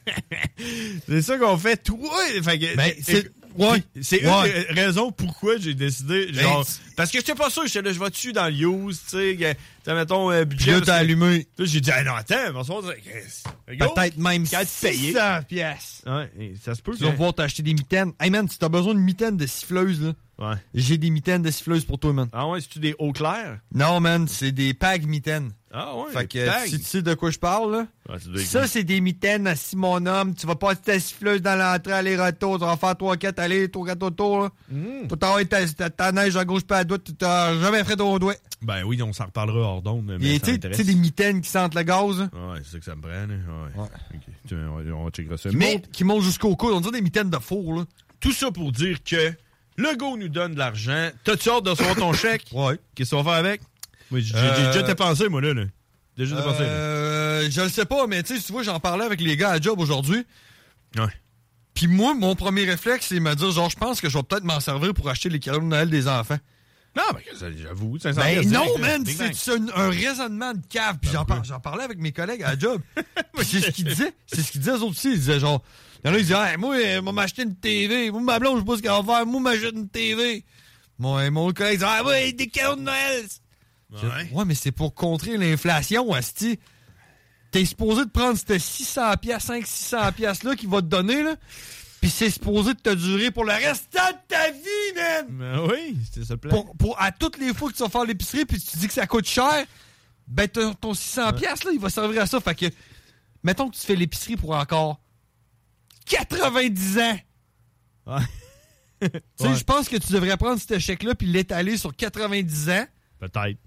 Speaker 4: c'est ça qu'on fait, toi! Fait que- euh,
Speaker 3: Ben, c'est-
Speaker 4: Ouais. C'est une
Speaker 3: Ouais.
Speaker 4: des raisons pourquoi j'ai décidé.
Speaker 3: Ben,
Speaker 4: Genre,
Speaker 3: c'est-
Speaker 4: parce que j'étais pas sûr, j'étais là, je vais dessus dans le use, tu sais, que, tu sais, mettons, euh, budget.
Speaker 3: Puis là,
Speaker 4: parce
Speaker 3: t'as
Speaker 4: que-
Speaker 3: allumé.
Speaker 4: Là, j'ai dit, ah non, attends, on se va dire, qu'est-ce- go,
Speaker 3: Peut-être même
Speaker 4: quand tu payes.
Speaker 3: 600 pièces.
Speaker 4: Ouais, et ça se peut.
Speaker 3: Tu vas
Speaker 4: que-
Speaker 3: pouvoir t'acheter des mitaines. Hey man, si t'as besoin de mitaines de siffleuse, là.
Speaker 4: Ouais.
Speaker 3: J'ai des mitaines de siffleuse pour toi, man.
Speaker 4: Ah ouais, c'est-tu des hauts clairs?
Speaker 3: Non, man, c'est des pags mitaines.
Speaker 4: Ah ouais,
Speaker 3: Fait
Speaker 4: des
Speaker 3: que
Speaker 4: tags.
Speaker 3: si tu sais de quoi je parle, là.
Speaker 4: Ah, tu dois être-
Speaker 3: Ça, c'est des mitaines, si mon homme. Tu vas passer ta siffleuse dans l'entrée, aller-retour. Tu vas faire 3-4, aller, tour 4 autour, là.
Speaker 4: Mm.
Speaker 3: Tu t'envoies ta, ta- ta neige à gauche, pas à droite. Tu t'as jamais fait ton doigt.
Speaker 4: Ben oui, on s'en reparlera hors d'onde. mais
Speaker 3: Et tu
Speaker 4: Ben, ça
Speaker 3: sais- tu
Speaker 4: m'intéresse.
Speaker 3: sais, des mitaines qui sentent le gaz, là.
Speaker 4: Ouais, c'est ça que ça me prend. là. Ouais. Ok. Tu- on, va- on va checkera ça.
Speaker 3: Qui
Speaker 4: Mais
Speaker 3: montent- qui montent jusqu'au coude. On dirait des mitaines de four, là.
Speaker 4: tout ça pour dire que le go nous donne de l'argent. T'as-tu hâte de recevoir ton chèque?
Speaker 3: Ouais.
Speaker 4: Qu'est-ce qu'on va faire avec? Moi, j'ai
Speaker 3: Euh,
Speaker 4: j'ai déjà dépensé, moi, là. là. Déjà dépensé. là.
Speaker 3: Euh, je le sais pas, mais tu sais, tu vois, j'en parlais avec les gars à job aujourd'hui.
Speaker 4: Ouais.
Speaker 3: Puis moi, mon premier réflexe, c'est de me dire, genre, je pense que je vais peut-être m'en servir pour acheter les cadeaux de Noël des enfants.
Speaker 4: Non, mais ça, j'avoue, 500
Speaker 3: Ben
Speaker 4: pièces
Speaker 3: non,
Speaker 4: direct, Ben, là.
Speaker 3: man,
Speaker 4: Big
Speaker 3: c'est
Speaker 4: bang.
Speaker 3: c'est un, un raisonnement de cave. Puis j'en par- j'en parlais avec mes collègues à la job. Puis c'est ce qu'ils disaient. C'est ce qu'ils disaient aux autres aussi. Ils disaient genre, il y en a, ils disaient, Hey, moi, euh, moi, m'acheter une TV. Moi, ma blonde, je sais pas ce qu'elle va faire. Moi, m'achète une TV. Mon, euh, mon autre collègue disait, ah ouais, des cadeaux de Noël. Ouais, ouais mais c'est pour contrer l'inflation, Asti. T'es supposé de prendre cette 600 pièces, 5 600 pièces là qui va te donner là, puis c'est supposé de te durer pour le restant de ta vie, man.
Speaker 4: Ben oui, c'est ça le plan.
Speaker 3: Pour, pour- à toutes les fois que tu vas faire l'épicerie puis tu dis que ça coûte cher, ben ton, ton 600 pièces là, il va servir à ça. Fait que, mettons que tu fais l'épicerie pour encore 90 ans. Tu sais, je pense que tu devrais prendre cet échec-là puis l'étaler sur 90 ans.
Speaker 4: Peut-être.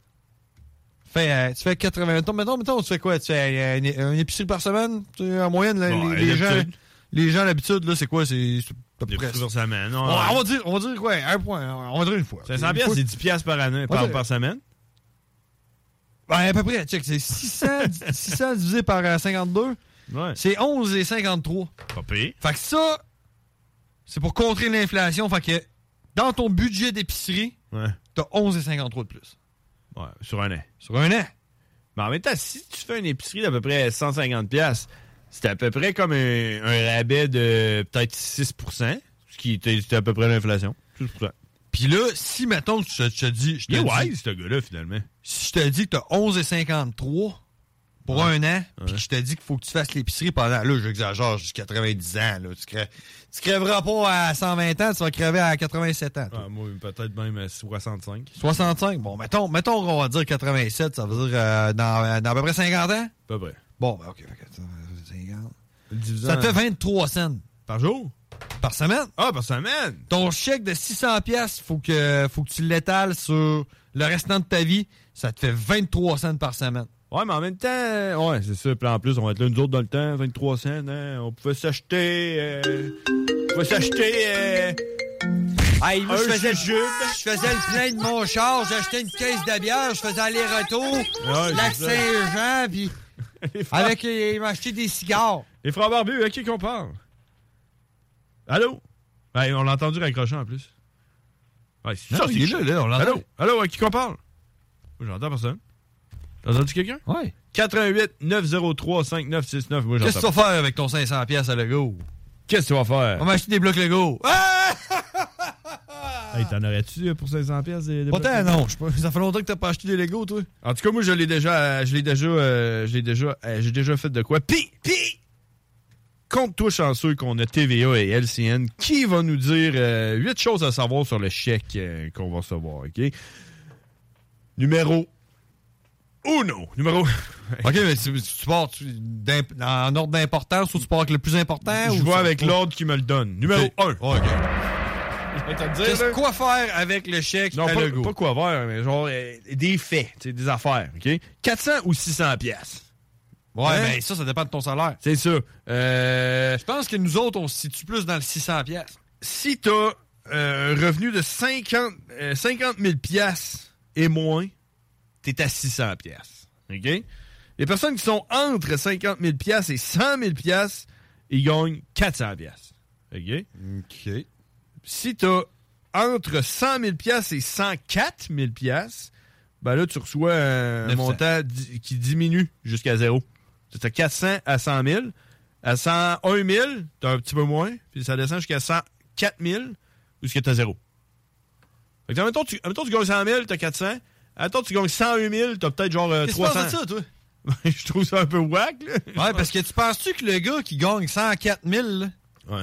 Speaker 3: Fait, euh, tu fais 80. Mettons, mettons, mettons, tu fais quoi? Tu fais euh, une, une épicerie par semaine? Tu sais, en moyenne, là,
Speaker 4: Ouais,
Speaker 3: les, les gens,
Speaker 4: d'habitude.
Speaker 3: les gens, l'habitude, là, c'est quoi? C'est c'est à peu
Speaker 4: Des
Speaker 3: près
Speaker 4: petits
Speaker 3: ça.
Speaker 4: par semaine.
Speaker 3: On, on va dire, on va dire, ouais, un point. On va dire une fois.
Speaker 4: 500
Speaker 3: Une
Speaker 4: pièces,
Speaker 3: fois-
Speaker 4: c'est 10 pièces par année,
Speaker 3: Ouais,
Speaker 4: par,
Speaker 3: c'est-
Speaker 4: par semaine.
Speaker 3: Ouais, à peu près. Check, c'est 600, 600 divisé par euh, 52. C'est 11 et 53.
Speaker 4: Pas pire.
Speaker 3: Fait que ça, c'est pour contrer l'inflation. Fait que dans ton budget d'épicerie,
Speaker 4: Ouais.
Speaker 3: t'as 11 et 53 de plus.
Speaker 4: Ouais, sur un an.
Speaker 3: Sur un an.
Speaker 4: Mais en même temps, si tu fais une épicerie d'à peu près 150 pièces, c'est à peu près comme un, un rabais de peut-être 6 ce qui était c'était à peu près l'inflation. 6
Speaker 3: Puis là, si, mettons, je te- je te dis... Je te
Speaker 4: Il est
Speaker 3: dis-
Speaker 4: wise, ce gars-là, finalement.
Speaker 3: si je te dis que t'as 11 et 53 pour un an, puis que je te dis qu'il faut que tu fasses l'épicerie pendant, là, j'exagère, jusqu'à 90 ans, là, tu, crè- tu crèveras pas à 120 ans, tu vas crever à 87 ans. toi.
Speaker 4: Ah, moi, peut-être même à 65.
Speaker 3: 65, bon, mettons, mettons qu'on va dire 87, ça veut dire euh, dans, dans à peu près 50 ans?
Speaker 4: Pas vrai.
Speaker 3: Bon, ben, ok, fait que, euh, 50. Ça te fait 23 cents.
Speaker 4: Par jour?
Speaker 3: Par semaine?
Speaker 4: Ah, par semaine!
Speaker 3: Ton chèque de 600 pièces, faut que, faut que tu l'étales sur le restant de ta vie. Ça te fait 23 cents par semaine.
Speaker 4: Ouais, mais en même temps, euh, ouais, c'est ça. Puis en plus, on va être là, nous autres, dans le temps, 23 cents, hein, on pouvait s'acheter. euh, on pouvait s'acheter. euh,
Speaker 27: Hey, moi,
Speaker 4: Un
Speaker 27: je faisais le
Speaker 4: jujube.
Speaker 27: Je faisais le plein de mon char, j'achetais une caisse de bière, je faisais aller-retour,
Speaker 3: Ah,
Speaker 4: c'est
Speaker 27: lac
Speaker 4: ça.
Speaker 27: Saint-Jean, puis avec,
Speaker 3: euh,
Speaker 27: il m'a acheté des cigares.
Speaker 4: Les frères barbus, à qui qu'on parle? Allô? Ouais, on l'a entendu raccrochant en plus. Ouais, c'est
Speaker 3: Non,
Speaker 4: ça,
Speaker 3: il est
Speaker 4: chiant.
Speaker 3: là, là, on l'entend.
Speaker 4: Allô? Allô, à qui qu'on parle? Moi, J'entends personne. T'as entendu quelqu'un?
Speaker 3: Ouais.
Speaker 4: 88 903 5969. Moi, j'entends
Speaker 3: Qu'est-ce que tu vas faire avec ton 500 pièces à Lego?
Speaker 4: Qu'est-ce que tu vas faire?
Speaker 3: On m'a acheté des blocs Lego. Ah!
Speaker 4: Hey, t'en aurais-tu euh, pour 500 pièces des, des
Speaker 3: Pas tant,
Speaker 4: blocs?
Speaker 3: non. je sais pas. Ça fait longtemps que t'as pas acheté des Lego, toi.
Speaker 4: En tout cas, moi, je l'ai déjà, euh, je l'ai déjà, euh, je l'ai déjà, euh, j'ai déjà fait de quoi. Pis, pis, compte-toi chanceux qu'on a TVA et LCN qui va nous dire euh, huit choses à savoir sur le chèque euh, qu'on va recevoir, OK? Numéro uno. Numéro...
Speaker 3: OK, mais tu, tu pars tu- d'imp- en ordre d'importance ou tu pars avec le plus important?
Speaker 4: Je
Speaker 3: ou
Speaker 4: vois
Speaker 3: tu-
Speaker 4: avec l'ordre qui me le donne. Numéro
Speaker 3: Ok.
Speaker 4: 1.
Speaker 3: Ouais, ok.
Speaker 4: Je vais te le dire, là.
Speaker 3: Qu'est-ce quoi faire avec le chèque
Speaker 4: Non,
Speaker 3: à
Speaker 4: pas,
Speaker 3: Lego?
Speaker 4: pas quoi faire, mais genre euh, des faits, tu sais, des affaires, OK? 400 ou 600 pièces.
Speaker 3: Ouais, ben ça, ça dépend de ton salaire.
Speaker 4: Hein? C'est ça.
Speaker 3: Je pense que nous autres, on se situe plus dans le 600 pièces.
Speaker 4: Si t'as euh, un revenu de 50, euh, 50 000 pièces et moins, t'es à 600 pièces, OK? Les personnes qui sont entre 50 000 pièces et 100 000 pièces, ils gagnent 400 pièces, OK?
Speaker 3: OK.
Speaker 4: Si t'as entre 100 000 pièces et 104 000 pièces, ben là, tu reçois un
Speaker 3: 900.
Speaker 4: montant di- qui diminue jusqu'à zéro. Tu as 400 à 100 000. À 101 000, tu as un petit peu moins. Puis ça descend jusqu'à 104 000, où ce que tu as zéro. Fait que, admettons, tu, admettons, tu gagnes 100 000, tu as 400. Admettons, tu gagnes 101 000, tu as peut-être genre euh,
Speaker 3: Qu'est-ce que tu
Speaker 4: 300.
Speaker 3: penses de ça, toi?
Speaker 4: Je trouve ça un peu whack, là.
Speaker 3: Ouais, parce que tu penses-tu que le gars qui gagne 104 000, là,
Speaker 4: Ouais.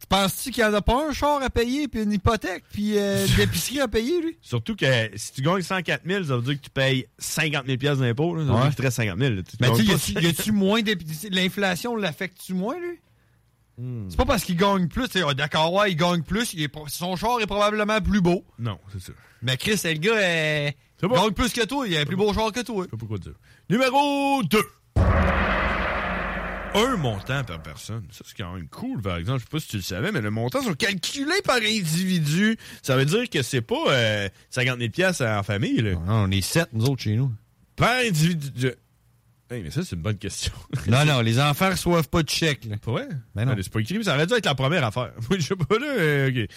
Speaker 3: tu penses-tu qu'il en a pas un char à payer, puis une hypothèque, puis euh, de l'épicerie à payer, lui?
Speaker 4: Surtout que si tu gagnes 104 000, ça veut dire que tu payes 50 000 piastres d'impôts. là. Ça veut
Speaker 3: Ouais.
Speaker 4: dire qu'il te reste 50 000. là. Tu- tu
Speaker 3: Mais tu
Speaker 4: gagnes
Speaker 3: sais, y
Speaker 4: pas-
Speaker 3: a-tu- y a-tu moins d'épicerie? L'inflation l'affecte-tu moins, lui? C'est pas parce qu'il gagne plus. tu sais, ah, D'accord, ouais, il gagne plus. il est pro- son char est probablement plus beau.
Speaker 4: Non, c'est sûr.
Speaker 3: Mais Chris, le gars, euh, gagne plus que toi. Il a un plus beau char que toi.
Speaker 4: Je sais pas quoi dire. Numéro 2. Un montant par personne. Ça, c'est quand même cool, par exemple. Je sais pas si tu le savais, mais le montant sont calculés par individu. Ça veut dire que c'est pas euh, 50 000 piastres en famille. Là.
Speaker 3: on est sept, nous autres, chez nous.
Speaker 4: Par individu. Hey, mais ça, c'est une bonne question.
Speaker 3: Non, non, les enfants reçoivent pas de chèque. Là.
Speaker 4: Ouais?
Speaker 3: Ben non.
Speaker 4: Allez, c'est pas écrit, mais ça aurait dû être la première affaire. Moi, je sais pas, là. euh, OK.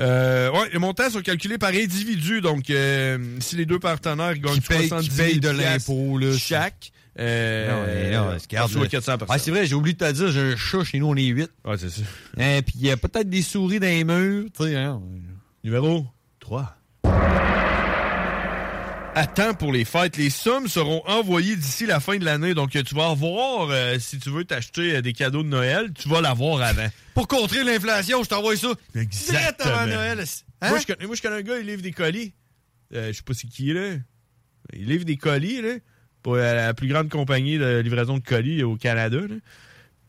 Speaker 4: Euh, ouais, les montants sont calculés par individu. Donc, euh, si les deux partenaires gagnent
Speaker 3: payent- qui
Speaker 4: 70 000
Speaker 3: payent de
Speaker 4: piastres
Speaker 3: l'impôt, là,
Speaker 4: chaque,
Speaker 3: Ah
Speaker 4: euh,
Speaker 3: Non, non, regarde,
Speaker 4: on reçoit
Speaker 3: là.
Speaker 4: 400
Speaker 3: Ah, c'est vrai, j'ai oublié de te dire, j'ai un chat chez nous, on est huit.
Speaker 4: Ouais, c'est ça.
Speaker 3: Et puis il y a peut-être des souris dans les murs, tu sais. Hein?
Speaker 4: Numéro 3. Attends pour les fêtes. Les sommes seront envoyées d'ici la fin de l'année. Donc, tu vas avoir, euh, si tu veux t'acheter euh, des cadeaux de Noël, tu vas l'avoir avant.
Speaker 3: Pour contrer l'inflation, je t'envoie ça. Direct avant
Speaker 4: Exactement.
Speaker 3: Noël. Hein?
Speaker 4: Moi, je connais, moi, je connais un gars, il livre des colis. Euh, je sais pas c'est qui, là. Il livre des colis, là, pour euh, la plus grande compagnie de livraison de colis au Canada, là.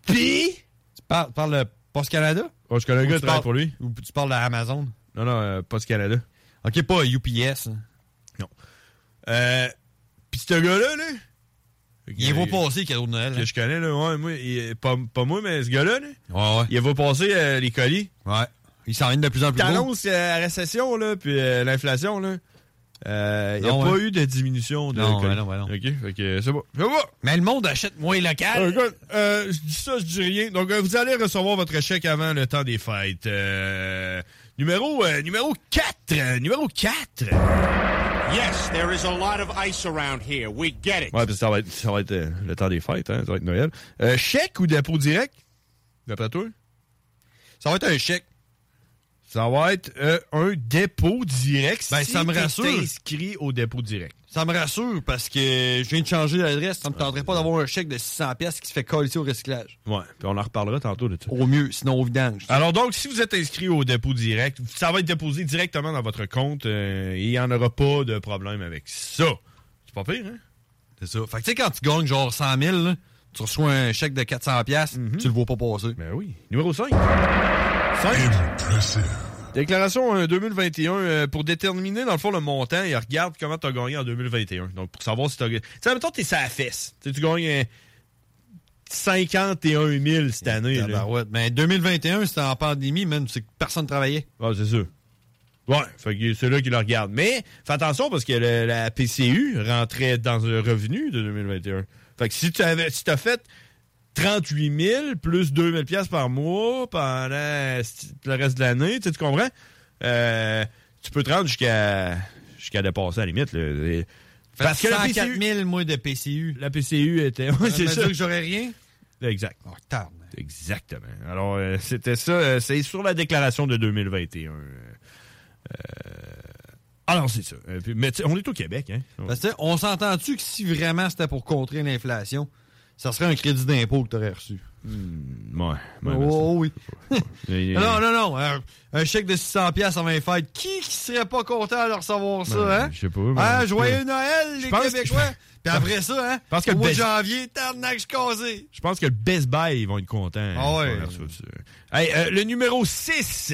Speaker 4: Puis...
Speaker 3: Tu parles, tu parles de Post Canada?
Speaker 4: Oh, je connais un
Speaker 3: Ou tu
Speaker 4: gars qui travaille
Speaker 3: parles-
Speaker 4: pour lui.
Speaker 3: Ou tu parles d'Amazon?
Speaker 4: Non, non, euh, Post Canada.
Speaker 3: OK, pas UPS. hein.
Speaker 4: Euh, Puis ce gars-là, là...
Speaker 3: Il les voit passer, les cadeaux de Noël.
Speaker 4: Que
Speaker 3: hein.
Speaker 4: je connais, là, ouais, moi, il- pas, pas moi, mais ce gars-là, là,
Speaker 3: Ouais, ouais.
Speaker 4: il va passer euh, les colis.
Speaker 3: Ouais. Il s'en vient de plus en plus gros.
Speaker 4: T'annonces euh, la récession, là, puis euh, l'inflation, là. euh, Il n'y a
Speaker 3: Non,
Speaker 4: pas
Speaker 3: hein.
Speaker 4: eu de diminution de
Speaker 3: Non,
Speaker 4: colis.
Speaker 3: ouais, non, ouais, non.
Speaker 4: OK, fait que c'est bon. C'est bon.
Speaker 3: Mais le monde achète moins local.
Speaker 4: Euh, écoute, euh, je dis ça, je dis rien. Donc, euh, vous allez recevoir votre chèque avant le temps des fêtes. Euh, numéro, euh, numéro 4. numéro 4.
Speaker 20: Yes, there is a lot of ice around here. We get it.
Speaker 4: Ouais, puis ça va être, ça va être euh, le temps des fêtes, hein, ça va être Noël. Euh, chèque ou dépôt direct, d'après toi?
Speaker 3: Ça va être un chèque.
Speaker 4: Ça va être euh, un dépôt direct.
Speaker 3: Ben, ça me
Speaker 4: t'es
Speaker 3: rassure.
Speaker 4: inscrit au dépôt direct.
Speaker 3: Ça me rassure parce que je viens de changer d'adresse. Ça me tenterait pas d'avoir un chèque de 600 pièces qui se fait coller au recyclage.
Speaker 4: Ouais, puis on en reparlera tantôt de ça.
Speaker 3: Au mieux, sinon au vidange.
Speaker 4: Alors donc, si vous êtes inscrit au dépôt direct, ça va être déposé directement dans votre compte. euh, et il n'y en aura pas de problème avec ça. C'est pas pire, hein?
Speaker 3: C'est ça. Fait que tu sais, quand tu gagnes genre 100 000, là, Tu reçois un chèque de 400$, pièces, tu le vois pas passer.
Speaker 4: Mhm. Ben oui. Numéro 5. 5. Déclaration euh, 2021 euh, pour déterminer, dans le fond, le montant et regarde comment tu as gagné en 2021. Donc, pour savoir si tu as gagné. Tu sais, mettons, tu es sa fesse. Tu sais, tu gagnes euh, 51 000 cette année. là.
Speaker 3: Mais 2021, c'était en pandémie, même, c'est que personne travaillait.
Speaker 4: Ah, c'est sûr. Ouais, fait que c'est là qu'il le regarde. Mais fais attention parce que le- la PCU rentrait dans le revenu de 2021. Fait que si tu avais, si t'as fait 38 000 plus 2 000 piastres par mois pendant euh, si- le reste de l'année, tu sais, tu comprends? Euh, tu peux te rendre jusqu'à jusqu'à dépasser à la limite. là. Et- Parce que la
Speaker 3: 104
Speaker 4: PCU,
Speaker 3: 000, moi, de PCU.
Speaker 4: la PCU était...
Speaker 3: Ça
Speaker 4: Ouais,
Speaker 3: veut
Speaker 4: c'est
Speaker 3: dire
Speaker 4: ça.
Speaker 3: que j'aurais rien?
Speaker 4: Exact.
Speaker 3: Tard.
Speaker 4: Exactement. Alors, euh, c'était ça. euh, c'est sur la déclaration de 2021. Euh, euh, alors, c'est ça. Euh, puis- mais tu sais, on est au Québec, hein?
Speaker 3: Parce que, on s'entend-tu que si vraiment c'était pour contrer l'inflation, ça serait un crédit d'impôt que tu aurais reçu?
Speaker 4: Ouais. ouais,
Speaker 3: oh, oh oui.
Speaker 4: mais-
Speaker 3: non, non, non. Un, un chèque de 600 pièces avant les fêtes. Qui qui serait pas content de recevoir ça,
Speaker 4: Ben,
Speaker 3: hein?
Speaker 4: je sais pas, mais-
Speaker 3: Ah, joyeux Noël, les
Speaker 4: pense-
Speaker 3: Québécois. Puis après ça, hein?
Speaker 4: Parce que
Speaker 3: au mois de
Speaker 4: best-
Speaker 3: janvier, tabarnak, je suis casé.
Speaker 4: Je pense que le Best Buy, ils vont être contents.
Speaker 3: Ah ouais.
Speaker 4: Ils vont faire ça, ça. Hey, euh, le numéro 6.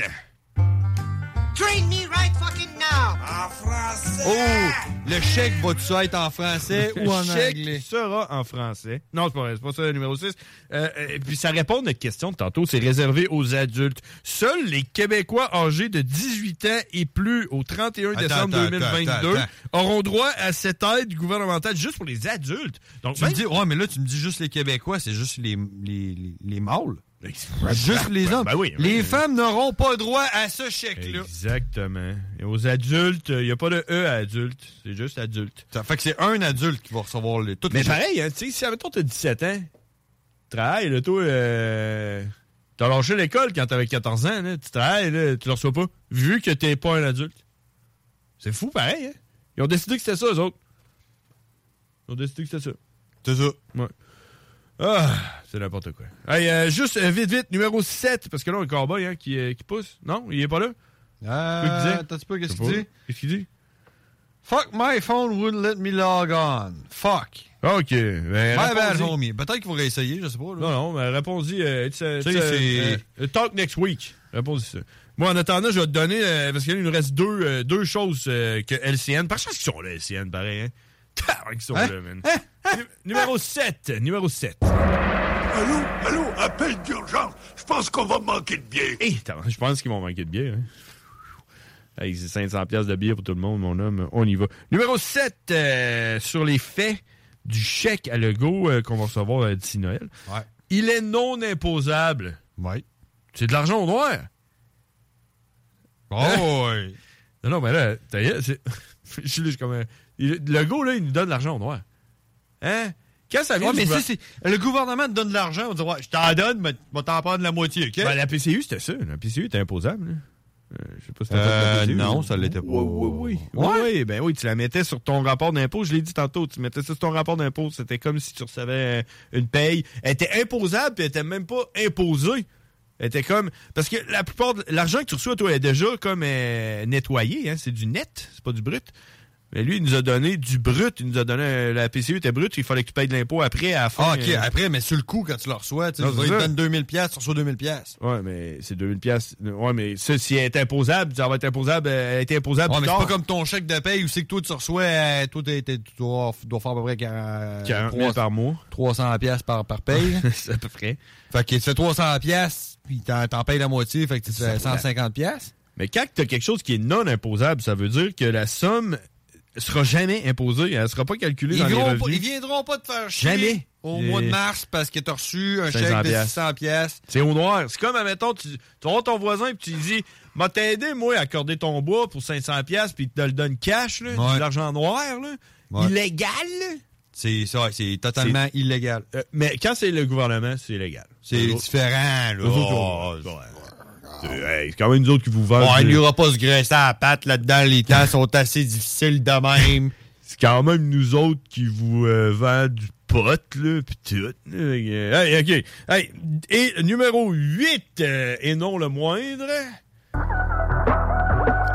Speaker 28: Train me right fucking now! En français!
Speaker 3: Oh, le chèque va-tu être en français ou en
Speaker 4: chèque
Speaker 3: anglais?
Speaker 4: sera en français. Non, c'est pas vrai, c'est pas ça le numéro 6. puis ça répond à notre question de tantôt, c'est réservé aux adultes. Seuls les Québécois âgés de 18 ans et plus au 31
Speaker 3: Attends,
Speaker 4: décembre
Speaker 3: attends,
Speaker 4: 2022
Speaker 3: attends, attends.
Speaker 4: auront droit à cette aide gouvernementale juste pour les adultes. Donc,
Speaker 3: Tu me dis, ouais, mais là, tu me dis juste les Québécois, c'est juste les, les, les, les mâles.
Speaker 4: ben,
Speaker 3: juste les
Speaker 4: ben,
Speaker 3: hommes.
Speaker 4: ben oui, ben
Speaker 3: les
Speaker 4: oui.
Speaker 3: femmes n'auront pas droit à ce chèque-là.
Speaker 4: Exactement. Et aux adultes, il n'y a pas de E à adulte, c'est juste adulte.
Speaker 3: Ça fait que c'est un adulte qui va recevoir le tout.
Speaker 4: Mais pareil, hein, tu sais, si admettons t'as 17 ans, travaille, là, toi, euh, t'as lâché l'école quand t'avais 14 ans, là, tu travailles, là, tu le reçois pas, vu que t'es pas un adulte. C'est fou, pareil, hein? Ils ont décidé que c'était ça, eux autres. Ils ont décidé que c'était ça.
Speaker 3: C'est ça.
Speaker 4: Ouais. Ah, c'est n'importe quoi. Hey, euh, juste, euh, vite, vite, numéro 7, parce que là, on a un cowboy, hein, qui, euh, qui pousse. Non, il est pas là?
Speaker 3: Euh,
Speaker 4: Qu'est-ce qu'il disait?
Speaker 3: attends un petit peu, qu'est-ce
Speaker 4: Je sais
Speaker 3: qu'il
Speaker 4: pas.
Speaker 3: dit?
Speaker 4: Qu'est-ce qu'il dit?
Speaker 3: Fuck, my phone wouldn't let me log on. Fuck.
Speaker 4: OK.
Speaker 3: Bye
Speaker 4: Ben,
Speaker 3: bad
Speaker 4: réponds-y.
Speaker 3: homie. Peut-être qu'il faudrait essayer, je sais pas. là.
Speaker 4: Non, non, mais réponds-y. euh, it's, uh,
Speaker 3: Tu sais,
Speaker 4: it's, uh,
Speaker 3: c'est-
Speaker 4: uh, talk next week. Réponds-y ça. Moi, en attendant, je vais te donner, euh, parce qu'il nous reste deux, euh, deux choses euh, que LCN. Par chance qu'ils sont là, LCN, pareil. Hein? Tabarnak, ils sont
Speaker 29: Hein?
Speaker 4: là, man. Nu- numéro 7. Numéro 7.
Speaker 29: Allô, allô, appel d'urgence. Je pense qu'on va manquer de bière.
Speaker 4: Hé, Eh, tabarnak, je pense qu'ils vont manquer de bière. Hein? Hey, c'est 500 pièces de bière pour tout le monde, mon homme. On y va. Numéro 7, euh, sur les faits du chèque à Lego euh, qu'on va recevoir euh, d'ici Noël.
Speaker 3: Ouais.
Speaker 4: Il est non imposable.
Speaker 3: Ouais.
Speaker 4: C'est de l'argent au noir.
Speaker 3: Oh, ouais.
Speaker 4: Non, non, mais là, t'as eu, c'est- je suis là, je suis comme. un- il- Le go, là, il nous donne de l'argent au noir. Hein? Quand ça vient
Speaker 3: Ouais,
Speaker 4: du
Speaker 3: mais
Speaker 4: gouver-
Speaker 3: si, si le gouvernement te donne de l'argent, on dit, ouais, je t'en donne, mais on t'en prendre la moitié, OK?
Speaker 4: Ben, la PCU, c'était ça. La PCU était imposable. là. Euh, je sais pas si t'as
Speaker 3: Euh,
Speaker 4: fait de la PCU,
Speaker 3: non,
Speaker 4: là.
Speaker 3: ça l'était pas.
Speaker 4: Oui, oui, oui. Oui, oui, ben oui, tu la mettais sur ton rapport d'impôt. Je l'ai dit tantôt, tu mettais ça sur ton rapport d'impôt. C'était comme si tu recevais euh, une paye. Elle était imposable, puis elle était même pas imposée. Elle était comme... Parce que la plupart... de- L'argent que tu reçois, toi, est déjà comme euh, nettoyé. Hein? C'est du net, c'est pas du brut. Mais lui, il nous a donné du brut. Il nous a donné... euh, la PCU était brute, il fallait que tu payes de l'impôt après, à la fin.
Speaker 3: Ah, OK,
Speaker 4: euh,
Speaker 3: après, mais sur le coup, quand tu le reçois, tu
Speaker 4: Non,
Speaker 3: sais,
Speaker 4: c'est
Speaker 3: ils te
Speaker 4: ça.
Speaker 3: donnent 2000 pièces, tu reçois 2000 pièces.
Speaker 4: Ouais, mais c'est 2000 pièces. Ouais, mais ça, si elle est imposable, ça va être imposable, euh, elle est imposable
Speaker 3: Ouais,
Speaker 4: plus
Speaker 3: mais c'est pas
Speaker 4: tard.
Speaker 3: comme ton chèque de paye où c'est que toi, tu reçois, euh, toi, t'es- t'es- tu dois, dois faire à peu près 40,
Speaker 4: 40 000 par mois.
Speaker 3: 300 pièces par, par paye.
Speaker 4: Euh, c'est à peu près.
Speaker 3: Fait que tu fais 300 pièces, puis t'en, t'en payes la moitié, fait que tu fais 150 pièces.
Speaker 4: Mais quand tu as quelque chose qui est non imposable, ça veut dire que la somme sera jamais imposée, elle sera pas calculée
Speaker 3: Ils,
Speaker 4: dans les
Speaker 3: viendront
Speaker 4: revenus.
Speaker 3: pas, ils viendront pas te faire chier
Speaker 4: Jamais.
Speaker 3: au
Speaker 4: Et-
Speaker 3: mois de mars parce que t'as reçu un
Speaker 4: 500
Speaker 3: chèque de
Speaker 4: piastres.
Speaker 3: 600 pièces.
Speaker 4: C'est au noir. C'est comme, admettons, tu, tu vas voir ton voisin et tu lui dis M'a t'aider, moi, à accorder ton bois pour 500$ piastres, puis il te le donne cash, là,
Speaker 3: Ouais.
Speaker 4: de l'argent noir, là,
Speaker 3: Ouais.
Speaker 4: illégal. là.
Speaker 3: C'est ça, c'est totalement
Speaker 4: C'est-
Speaker 3: illégal.
Speaker 4: Euh, mais quand c'est le gouvernement, c'est illégal.
Speaker 3: C'est différent, là.
Speaker 4: Eux autres, ouais. Ouais. Hey, c'est quand même nous autres qui vous vendent.
Speaker 3: Ouais, il
Speaker 4: du-
Speaker 3: n'y aura pas se graisser à la patte là-dedans. Les temps sont assez difficiles de même.
Speaker 4: C'est quand même nous autres qui vous euh, vend du pot, là, pis tout. là. Hey, OK. Hey, et numéro 8, euh, et non le moindre.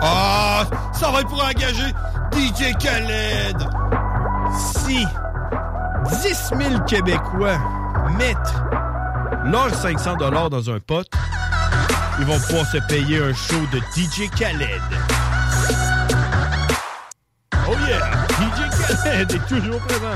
Speaker 3: Ah, ça va être pour engager DJ Khaled.
Speaker 4: Si 10 000 Québécois mettre leurs 500 dollars dans un pot, ils vont pouvoir se payer un show de DJ Khaled. Oh yeah! DJ Khaled est toujours présent.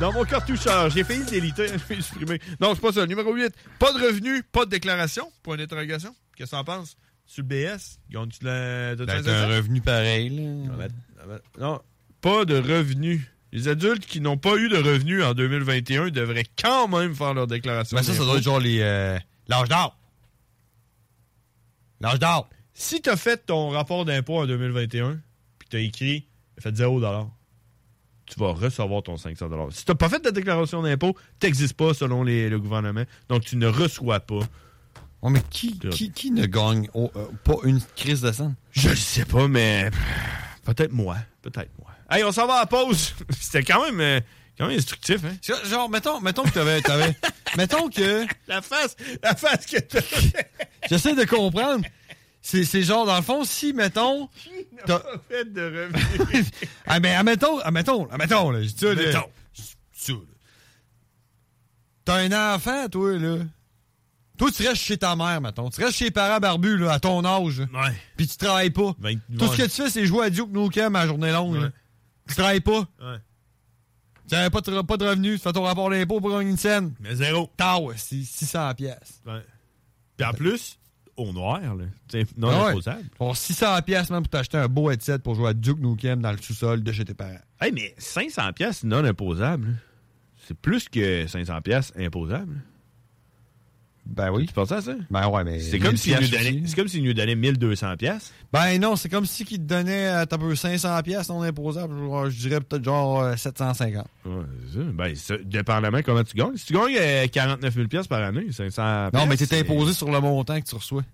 Speaker 4: Dans mon cartoucheur, j'ai failli le déliter, j'ai failli le supprimer. Non, c'est pas ça. Numéro 8, pas de revenus, pas de déclaration. Point d'interrogation. Qu'est-ce que t'en penses? Sur le BS, ils ont-tu de la... Ah, de
Speaker 30: Ben,
Speaker 4: la-
Speaker 30: t'as un revenu pareil, là.
Speaker 4: on va- on va- ben, Non, pas de revenus. Les adultes qui n'ont pas eu de revenus en 2021 devraient quand même faire leur déclaration.
Speaker 30: Ben, ça, ça doit être genre les. euh, L'âge d'or.
Speaker 4: L'âge d'or. Si t'as fait ton rapport d'impôt en 2021, puis t'as écrit, fait 0 tu vas recevoir ton 500 Si t'as pas fait de déclaration d'impôt, t'existes pas selon les- le gouvernement, donc tu ne reçois pas.
Speaker 30: Ouais, mais qui, qui, qui ne gagne au- euh, pas une crise de sang?
Speaker 4: Je le sais pas, mais peut-être moi. Peut-être moi. Hey, on s'en va à la pause. C'était quand même, euh, quand même instructif, hein?
Speaker 30: Genre, mettons, mettons que t'avais. t'avais- mettons que.
Speaker 4: La face, la face que t'as.
Speaker 3: J'essaie de comprendre. C'est c'est genre, dans le fond, si, mettons. t'as-
Speaker 4: fait de revenus.
Speaker 3: ah, mais admettons, admettons, admettons, là. Je dis ça, là.
Speaker 30: Mettons.
Speaker 3: Je dis ça, là. T'as un enfant, toi, là. Toi, tu restes chez ta mère, mettons. Tu restes chez les parents barbus, là, à ton âge. là.
Speaker 4: Ouais.
Speaker 3: Puis tu travailles pas.
Speaker 4: Ben,
Speaker 3: Tout ce que tu fais, c'est jouer à Duke Nukem à journée longue, là. Tu travailles pas.
Speaker 4: Ouais.
Speaker 3: Tu n'as pas, de- pas de revenus. Tu fais ton rapport d'impôt pour gagner une scène.
Speaker 4: Mais zéro.
Speaker 3: Tao, c'est 600 pièces.
Speaker 4: Ouais. Puis en plus, au noir, là. T'sais, Non
Speaker 3: Ah ouais.
Speaker 4: imposable.
Speaker 3: Pour 600 pièces même pour t'acheter un beau headset pour jouer à Duke Nukem dans le sous-sol de chez tes parents.
Speaker 4: Hey, mais 500 pièces non imposables, là, c'est plus que 500 pièces imposables.
Speaker 3: Ben oui.
Speaker 4: Tu penses à ça?
Speaker 3: Ben ouais, mais...
Speaker 4: C'est
Speaker 3: 1000
Speaker 4: comme s'ils nous
Speaker 3: piastres
Speaker 4: donnaient-
Speaker 3: aussi.
Speaker 4: c'est comme s'ils nous donnaient 1200 pièces.
Speaker 3: Ben non, c'est comme si qui te donnait euh, t'as peu 500 pièces non imposables, je, je dirais peut-être genre euh, 750.
Speaker 4: Ouais, c'est ça. Ben, ça, dépendamment comment tu gagnes. Si tu gagnes euh, 49 000 pièces par année, 500
Speaker 3: Non,
Speaker 30: Hein?
Speaker 4: piastres,
Speaker 3: mais t'es
Speaker 4: c'est-
Speaker 3: imposé sur le montant que tu reçois.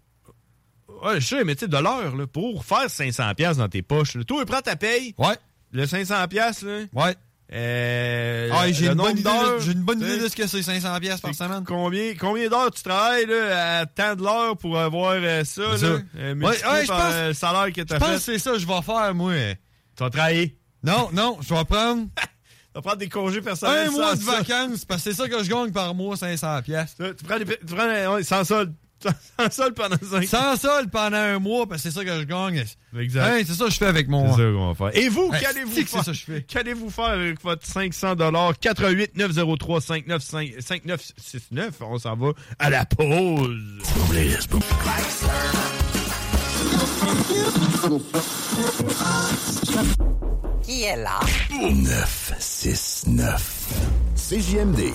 Speaker 4: Ouais, je sais, mais tu sais, de l'heure, là, pour faire 500 pièces dans tes poches, là, toi, prends ta paye.
Speaker 3: Ouais.
Speaker 4: Le 500 pièces, là.
Speaker 3: Ouais.
Speaker 4: Euh,
Speaker 3: Ah, j'ai
Speaker 4: le
Speaker 3: une,
Speaker 4: nombre
Speaker 3: bonne idée,
Speaker 4: d'heures,
Speaker 3: de- j'ai une bonne
Speaker 4: t'sais.
Speaker 3: idée de ce que c'est 500 pièces par semaine.
Speaker 4: Combien, combien d'heures tu travailles là, à tant de l'heure pour avoir euh, ça? Là,
Speaker 3: C'est ça.
Speaker 4: euh,
Speaker 3: Ouais,
Speaker 4: multiplié
Speaker 3: ouais, je
Speaker 4: par,
Speaker 3: pense-
Speaker 4: euh, le salaire que
Speaker 3: Je
Speaker 4: t'as
Speaker 3: pense que
Speaker 4: fait?
Speaker 3: c'est ça que je vais faire, moi.
Speaker 4: Tu vas travailler.
Speaker 3: Non, non, je vais prendre...
Speaker 4: Tu vas prendre des congés personnels.
Speaker 3: Un mois de
Speaker 4: sans solde.
Speaker 3: vacances, parce que c'est ça que je gagne par mois, 500 pièces.
Speaker 4: Tu prends, des, tu prends euh, ouais, sans solde. Sans solde pendant 5
Speaker 3: Sans solde pendant un mois, parce que c'est ça que je gagne.
Speaker 4: Exact.
Speaker 3: Hey, c'est ça que je fais avec mon...
Speaker 4: C'est ça qu'on va faire. Et vous,
Speaker 3: Hey,
Speaker 4: qu'allez-vous
Speaker 3: c'est que
Speaker 4: faire?
Speaker 3: c'est ça que je fais.
Speaker 4: Qu'allez-vous faire avec votre 500 88 903 5969. On s'en va à la pause.
Speaker 28: Qui est là?
Speaker 25: 969. CJMD.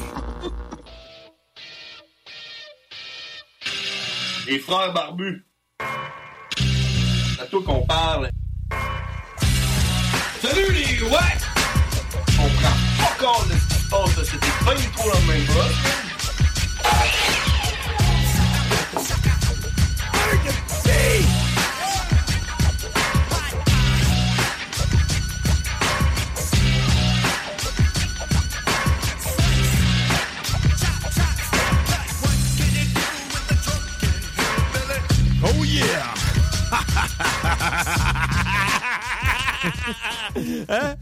Speaker 7: Les frères barbus. C'est à toi qu'on parle. Salut les ouais! On prend pas compte de ce qui se passe, là. c'était pas du tout la même chose.
Speaker 4: Oh yeah!
Speaker 3: Hein?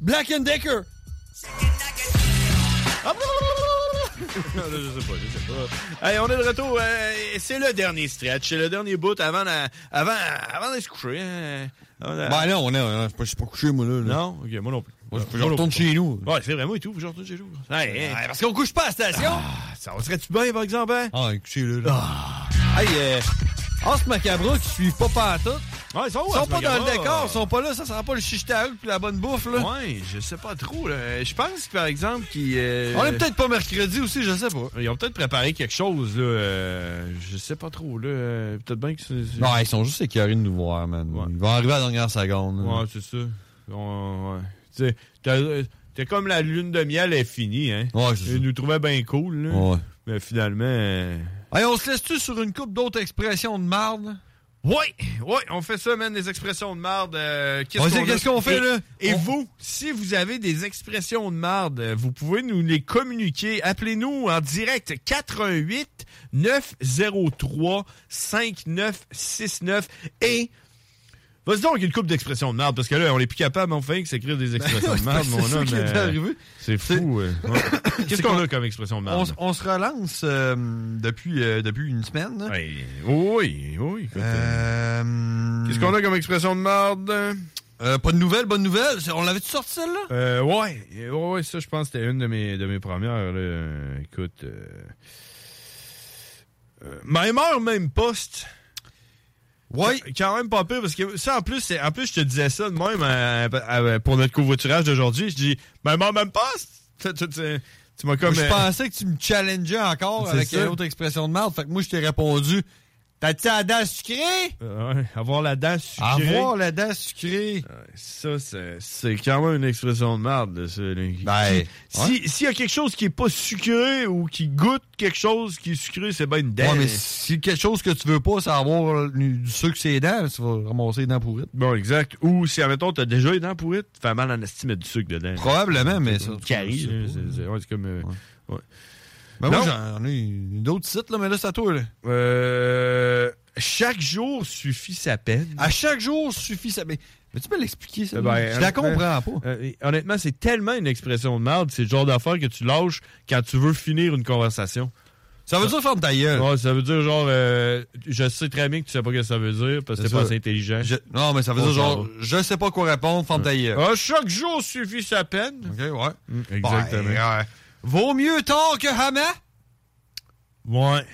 Speaker 3: Black and Decker.
Speaker 4: Ah, Non, là, je sais pas, je sais pas. Hey, on est de retour. euh, c'est le dernier stretch, c'est le dernier bout avant, la- avant, avant d'aller se coucher. hein. Avant la-
Speaker 30: Ben non, non, non, je suis pas- je suis pas couché, moi, là. là.
Speaker 4: Non, ok, moi non plus.
Speaker 30: Moi, je-
Speaker 4: Moi
Speaker 30: je
Speaker 4: non
Speaker 30: retourne
Speaker 4: plus.
Speaker 30: chez nous.
Speaker 4: Ouais, c'est vraiment et tout, faut que je retourne chez nous. Hey, hey.
Speaker 30: Ouais, parce qu'on couche pas à la station.
Speaker 4: Ah, ça on serait-tu bien, par exemple, hein?
Speaker 30: Ah, couchez-le, là. Hey, euh, Os Macabra qui suivent pas partout.
Speaker 4: Ouais, ils sont où,
Speaker 30: Ils sont
Speaker 4: Os
Speaker 30: pas dans le
Speaker 4: Macabra?
Speaker 30: décor, ils sont pas là, ça sera pas le chichetaouk puis la bonne bouffe, là.
Speaker 4: Ouais, je sais pas trop. là. Je pense, par exemple, qu'ils. euh,
Speaker 30: On est peut-être pas mercredi aussi, je sais pas.
Speaker 4: Ils ont peut-être préparé quelque chose, là. euh, je sais pas trop, là. euh, Peut-être bien que c'est. c'est-
Speaker 30: Non, ils sont juste écœurés de nous voir, man. Ils vont arriver à la dernière seconde. là.
Speaker 4: Ouais, c'est ça. On- ouais. Tu sais, t'as- euh, t'es comme la lune de miel est finie, hein.
Speaker 30: Ouais, c'est ça.
Speaker 4: Ils nous trouvaient bien cool, là.
Speaker 30: Ouais.
Speaker 4: Mais finalement. euh,
Speaker 3: Hey, on se laisse-tu sur une coupe d'autres expressions de marde?
Speaker 4: Ouais, ouais, on fait ça, man, des expressions de marde. euh,
Speaker 3: On
Speaker 4: qu'est-ce
Speaker 3: sait
Speaker 4: qu'on a-
Speaker 3: qu'est-ce qu'on fait,
Speaker 4: Et-
Speaker 3: là?
Speaker 4: Et
Speaker 3: On-
Speaker 4: vous, si vous avez des expressions de marde, euh, vous pouvez nous les communiquer. Appelez-nous en direct 88 903 5969 et Vas-y donc une coupe d'expressions de merde, parce que là, on est plus capable, mon fake, s'écrire des expressions de merde,
Speaker 3: c'est
Speaker 4: mon
Speaker 3: ça
Speaker 4: homme.
Speaker 3: qui est
Speaker 4: euh,
Speaker 3: arrivé.
Speaker 4: C'est fou. euh, ouais. Qu'est-ce
Speaker 3: C'est
Speaker 4: qu'on
Speaker 3: qu'on-
Speaker 4: a comme expression de
Speaker 3: On,
Speaker 4: merde?
Speaker 3: s- on se relance euh, depuis, euh, depuis une semaine.
Speaker 4: Oui, oui, oui.
Speaker 3: Euh,
Speaker 4: euh, Qu'est-ce qu'on a comme expression de merde?
Speaker 3: euh, pas de nouvelles, bonne nouvelle. C'est- On l'avait-tu sorti celle-là?
Speaker 4: Euh, ouais, Euh, ouais, ouais, ça, je pense que c'était une de mes, de mes premières. Là. Euh, Écoute. euh, euh, même heure, même poste.
Speaker 3: Ouais.
Speaker 4: Quand même pas pire, parce que ça, en plus, c'est- en plus je te disais ça de même euh, euh, pour notre covoiturage d'aujourd'hui. Je dis, même heure, même poste. Tu, tu- tu- tu m'as comme.
Speaker 3: Moi,
Speaker 4: euh,
Speaker 3: je pensais que tu me challengeais encore
Speaker 4: C'est
Speaker 3: avec
Speaker 4: ça.
Speaker 3: une autre expression de merde. Fait que moi, je t'ai répondu. T'as-tu la dent sucrée?
Speaker 4: euh, ouais, avoir la dent sucrée.
Speaker 3: Avoir la dent sucrée.
Speaker 4: Euh, Ça, c'est c'est quand même une expression de merde, là, ça. là.
Speaker 3: Ben,
Speaker 4: Si- si- S'il y a quelque chose qui est pas sucré ou qui goûte quelque chose qui est sucré, c'est bien une dent.
Speaker 3: Ouais, mais si quelque chose que tu veux pas, c'est avoir du du sucre sur les dents, tu vas ramasser les dents pourrites.
Speaker 4: Bon, exact. Ou si, admettons, t'as déjà les dents pourrites, fait mal en estime du sucre dedans.
Speaker 3: Probablement, mais ça,
Speaker 4: C'est une carie, là, c'est-
Speaker 3: hein.
Speaker 4: c'est- ouais, c'est comme. euh, ouais.
Speaker 3: Ben moi,
Speaker 4: Non.
Speaker 3: j'en ai d'autres sites, là, mais là, c'est à toi, là.
Speaker 4: Euh, chaque jour suffit sa peine.
Speaker 3: À chaque jour suffit sa peine. Mais tu peux l'expliquer, ça?
Speaker 4: Ben,
Speaker 3: Ah, je la
Speaker 4: honnêtement,
Speaker 3: comprends pas.
Speaker 4: euh, honnêtement, c'est tellement une expression de merde, c'est le genre d'affaire que tu lâches quand tu veux finir une conversation.
Speaker 3: Ça veut dire ferme ta gueule.
Speaker 4: Ouais, ça veut dire genre, euh, je sais très bien que tu sais pas ce que ça veut dire parce que
Speaker 3: C'est
Speaker 4: t'es pas
Speaker 3: ça.
Speaker 4: assez intelligent.
Speaker 3: Je- non, mais ça veut
Speaker 4: On
Speaker 3: dire
Speaker 4: s'en
Speaker 3: genre,
Speaker 4: va.
Speaker 3: je sais pas quoi répondre, ferme ta gueule.
Speaker 4: Ah, chaque jour suffit sa peine.
Speaker 3: OK, ouais.
Speaker 4: exactement.
Speaker 3: Ben, ouais. Vaut mieux tard que Hamas.
Speaker 4: Ouais.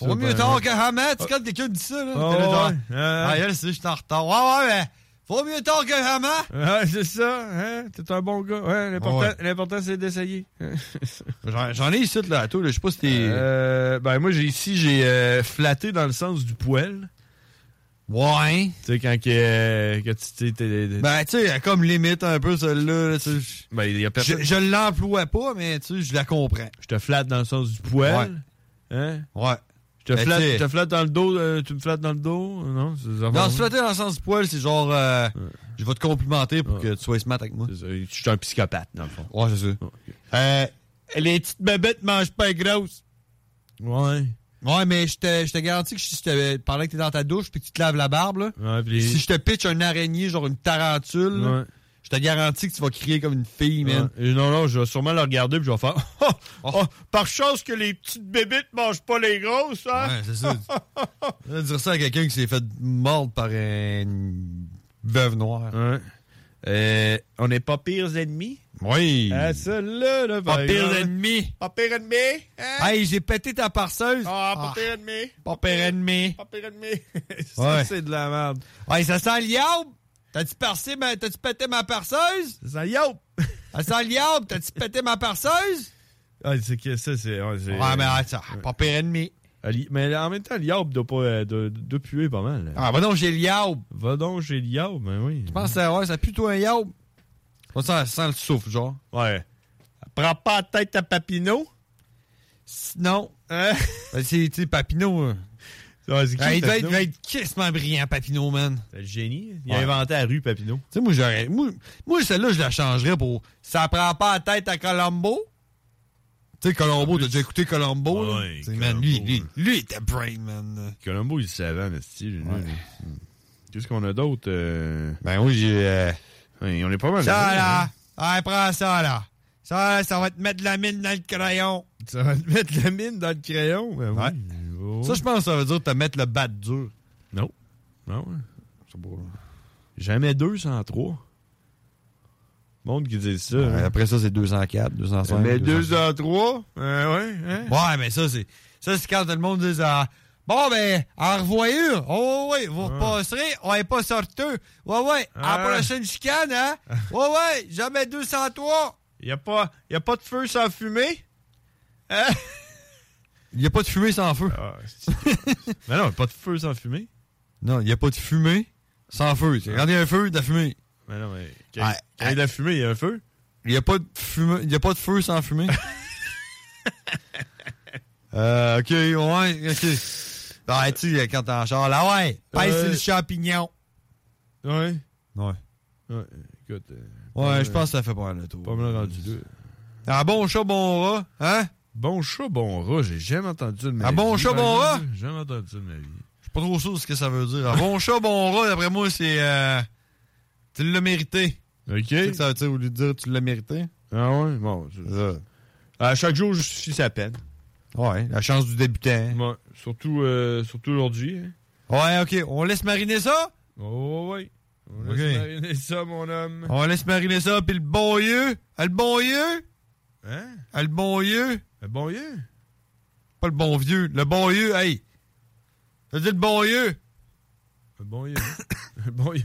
Speaker 3: Vaut
Speaker 4: Ça,
Speaker 3: mieux
Speaker 4: ben,
Speaker 3: tard
Speaker 4: ouais.
Speaker 3: que Hamas. Tu sais, quand quelqu'un dit ça, là,
Speaker 4: Ah,
Speaker 3: t'es là, genre,
Speaker 4: ouais. Ah.
Speaker 3: ah, elle, c'est, je suis en retard. Ouais, ouais, mais vaut mieux tard que Hamas.
Speaker 4: Ouais, Ah, c'est ça, hein? T'es un bon gars. Ouais, l'important,
Speaker 3: Ouais.
Speaker 4: l'important, c'est d'essayer.
Speaker 3: J'en, j'en ai ici, là, à toi, là. Je sais pas si t'es.
Speaker 4: Euh, ben, moi, j'ai ici, j'ai euh, flatté dans le sens du poil.
Speaker 3: Ouais.
Speaker 4: Tu sais, quand que, euh, que tu t'es- t'es- t'es-
Speaker 3: Ben, tu sais, elle comme limite un peu celle-là. là, tu sais,
Speaker 4: Ben, il y
Speaker 3: je,
Speaker 4: a personne.
Speaker 3: je l'emploie pas, mais tu sais, je la comprends.
Speaker 4: Je te flatte dans le sens du poil. Hein?
Speaker 3: Ouais.
Speaker 4: Je te
Speaker 3: Ben,
Speaker 4: flatte,
Speaker 3: tu sais.
Speaker 4: je te flatte dans le dos, euh, tu me flattes dans le dos? Non, c'est des
Speaker 3: Non,
Speaker 4: affaires-
Speaker 3: se flatter dans le sens du poil, c'est genre, euh, je vais te complimenter pour que tu sois smart avec moi.
Speaker 4: Je suis un psychopathe, dans le fond.
Speaker 3: Ouais, c'est ça. Euh, les petites bébêtes mangent pas grosses.
Speaker 4: Ouais.
Speaker 3: Ouais, mais je te, je te garantis que si je te parlais que t'es dans ta douche puis que tu te laves la barbe, là,
Speaker 4: Ouais, puis les-
Speaker 3: si je te pitch un araignée, genre une tarentule, là,
Speaker 4: Ouais.
Speaker 3: je te garantis que tu vas crier comme une fille, man.
Speaker 4: Ouais. Et Non, non, je vais sûrement le regarder puis je vais faire. Oh, oh, par chance que les petites bébites mangent pas les grosses, hein?
Speaker 3: Ouais, c'est ça. Là, dire ça à quelqu'un qui s'est fait mordre par une veuve noire.
Speaker 4: Ouais. Euh, on n'est pas pires ennemis?
Speaker 3: Oui.
Speaker 4: Ah, ça, là, ben, là, par
Speaker 3: Pas pire
Speaker 4: exemple.
Speaker 3: ennemi.
Speaker 4: Pas pire ennemi? hein?
Speaker 3: Hey, j'ai pété ta parseuse.
Speaker 4: Ah, pas pire ennemi.
Speaker 3: Pas pire ennemi.
Speaker 4: Pas pire ennemi. ça,
Speaker 3: Ouais.
Speaker 4: c'est de la merde.
Speaker 3: Hey, ça sent l'iaube. T'as-tu percé ma... T'as-tu pété ma perceuse?
Speaker 4: Ça sent l'iaube.
Speaker 3: Ça sent l'iaube. T'as-tu pété ma perceuse?
Speaker 4: Ah, c'est que ça, c'est. Ouais, c'est-
Speaker 3: Ouais, mais attends, pas pire ennemi.
Speaker 4: Ali- Mais en même temps, l'iaube doit, pas, euh, doit, doit puer pas mal.
Speaker 3: Ah, va donc, j'ai l'iaube.
Speaker 4: Va donc j'ai l'iaube, mais ben oui.
Speaker 3: Je pense que ça, ouais, ça pue toi un yaube. Ça sent, ça sent le souffle, genre.
Speaker 4: Ouais. Prends pas la tête à Papineau.
Speaker 3: Non. Ben, c'est, tu sais, Papineau. hein.
Speaker 4: Ouais, c'est qui,
Speaker 3: Ah, il devait être,
Speaker 4: Papineau?
Speaker 3: devait être crissement brillant, Papineau, man.
Speaker 4: C'est le génie. Il
Speaker 3: Ouais.
Speaker 4: a inventé la rue Papineau.
Speaker 3: Tu sais, moi, j'aurais. Moi, moi, celle-là, je la changerais pour. Ça prend pas la tête à Colombo. Tu sais, Colombo, t'as déjà écouté Colombo? là?
Speaker 4: ouais,
Speaker 3: Tu sais, man, lui, lui, lui, il était brain, man.
Speaker 4: Colombo, il savait, en esti, lui, lui. Qu'est-ce qu'on a d'autre? euh?
Speaker 3: Ben oui, j'ai.
Speaker 4: on est pas mal.
Speaker 3: Ben. Ça, là. Ouais, prends ça, là. Ça, là, ça va te mettre de la mine dans le crayon.
Speaker 4: Ça va te mettre la mine dans le crayon. Ben oui.
Speaker 3: Ça, je pense que ça veut dire te mettre le bat dur.
Speaker 4: Non. Non. hein. Jamais 203. Monde qui dit ça. hein.
Speaker 3: après ça, c'est 204, 205.
Speaker 4: Mais
Speaker 3: 200.
Speaker 4: 203? Euh, ouais, hein?
Speaker 3: Ouais, mais ça, c'est. Ça, c'est quand tout le monde dit ah, Bon, ben, en revoyure. Oh, ouais, vous repasserez. On est pas sorteux. Ouais, ouais. À la
Speaker 4: Ah.
Speaker 3: prochaine chicane, hein. ouais, ouais. Jamais 203.
Speaker 4: Y a pas, y a pas de feu sans fumée? Hein?
Speaker 3: Il n'y a pas de fumée sans feu.
Speaker 4: Ah, Mais non, pas de feu sans fumée.
Speaker 3: Non, il n'y a pas de fumée sans feu. C'est Quand il y a un feu, il y a de la fumée.
Speaker 4: Mais non, mais. Quand,
Speaker 3: Ah,
Speaker 4: quand il y a de la fumée, il y a un feu?
Speaker 3: Il n'y a, pas de fumée- il y a pas de feu sans fumée. euh, OK, ouais, OK. Ah, tu sais, quand t'es en char, là, ouais, pèse sur
Speaker 4: Ouais.
Speaker 3: le champignon.
Speaker 4: Ouais.
Speaker 3: Ouais.
Speaker 4: Ouais, écoute. euh,
Speaker 3: Ouais,
Speaker 4: pas-
Speaker 3: je pense que ça fait pas mal le tour.
Speaker 4: Pas mal rendu deux.
Speaker 3: Un bon chat, bon rat, hein?
Speaker 4: Bon chat, bon rat, j'ai jamais entendu de ma
Speaker 3: Un
Speaker 4: vie.
Speaker 3: Ah, bon chat, bon
Speaker 4: Ben,
Speaker 3: rat?
Speaker 4: Jamais entendu de ma vie.
Speaker 3: Je Pas trop sûr de ce que ça veut dire. Ah, Bon chat, bon rat, d'après moi, c'est. euh, tu l'as mérité.
Speaker 4: OK.
Speaker 3: C'est que ça veut dire, au lieu de dire tu l'as mérité.
Speaker 4: Ah ouais? Bon. À Ah, chaque jour, justifie sa peine.
Speaker 3: Ouais, la chance du débutant.
Speaker 4: Ouais, surtout euh, surtout aujourd'hui. hein.
Speaker 3: Ouais, ok. On laisse mariner ça?
Speaker 4: Oh oui. On
Speaker 3: Ok. Oh.
Speaker 4: laisse mariner ça, mon homme.
Speaker 3: On laisse mariner ça, puis le bon yeux. Ah, Le bon yeux?
Speaker 4: Hein?
Speaker 3: Ah, Le bon yeux?
Speaker 4: Le bon yeux?
Speaker 3: Pas le bon vieux. Le bon yeux, hey! Ça dit le bon yeux!
Speaker 4: Le bon yeux. Le bon yeux.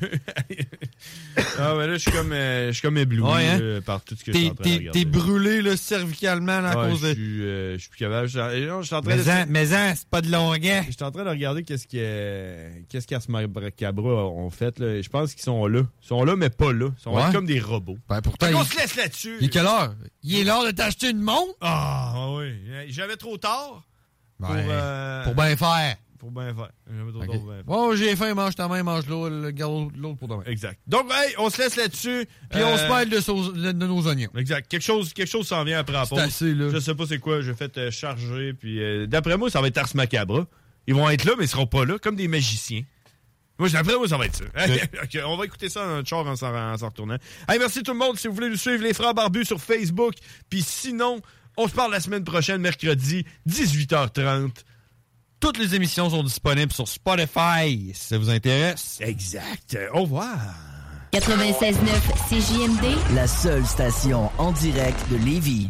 Speaker 4: ah, mais là, je suis comme, euh, je suis comme ébloui
Speaker 3: Ouais, hein?
Speaker 4: là, par tout ce que je suis
Speaker 3: T'es-
Speaker 4: en train de
Speaker 3: T'es
Speaker 4: regarder.
Speaker 3: t'es brûlé, là, cervicalement, là, à
Speaker 4: Ouais,
Speaker 3: cause
Speaker 4: je
Speaker 3: de.
Speaker 4: suis, euh, je suis plus capable. Je suis en- et non, je suis en train
Speaker 3: Mais
Speaker 4: de-
Speaker 3: en- mais en, c'est pas de longueur.
Speaker 4: Je suis en train de regarder qu'est-ce que qu'est-ce qu'Asmacabra ont fait. Là. Je pense qu'ils sont là. Ils sont là, mais pas là. Ils sont
Speaker 3: Ouais.
Speaker 4: comme des robots.
Speaker 31: Ben,
Speaker 3: pourtant,
Speaker 4: on
Speaker 3: ils-
Speaker 4: se laisse là-dessus.
Speaker 3: Il est quelle heure? Il est l'heure de t'acheter une montre?
Speaker 4: Ah oui. J'avais trop tard.
Speaker 3: Ben,
Speaker 4: pour, euh,
Speaker 3: pour bien faire.
Speaker 4: Pour bien faire. J'avais trop
Speaker 3: Ok.
Speaker 4: tard pour bien Euh, faire.
Speaker 3: Bon, j'ai faim, mange ta main, mange l'autre, le- garde l'autre pour demain.
Speaker 4: Exact. Donc, hey, on se laisse là-dessus. Euh,
Speaker 3: Puis on se mêle de, sauce- de- de nos oignons.
Speaker 4: Exact. Quelque chose, quelque chose s'en vient après la
Speaker 3: C'est
Speaker 4: pause.
Speaker 3: assez, là.
Speaker 4: Je sais pas c'est quoi. J'ai fait euh, charger. Puis euh, d'après moi, ça va être Ars Macabra. Ils vont être là, mais ils seront pas là, comme des magiciens. Moi, d'après moi, ça va être ça. Ok, on va écouter ça dans le char en s'en, en s'en retournant. Hey, merci tout le monde. Si vous voulez nous suivre, les frères barbus sur Facebook. Puis sinon, on se parle la semaine prochaine, mercredi, 18h30.
Speaker 3: Toutes les émissions sont disponibles sur Spotify, si ça vous intéresse.
Speaker 4: Exact. Au revoir.
Speaker 32: 96.9 CJMD.
Speaker 2: La seule station en direct de Lévis.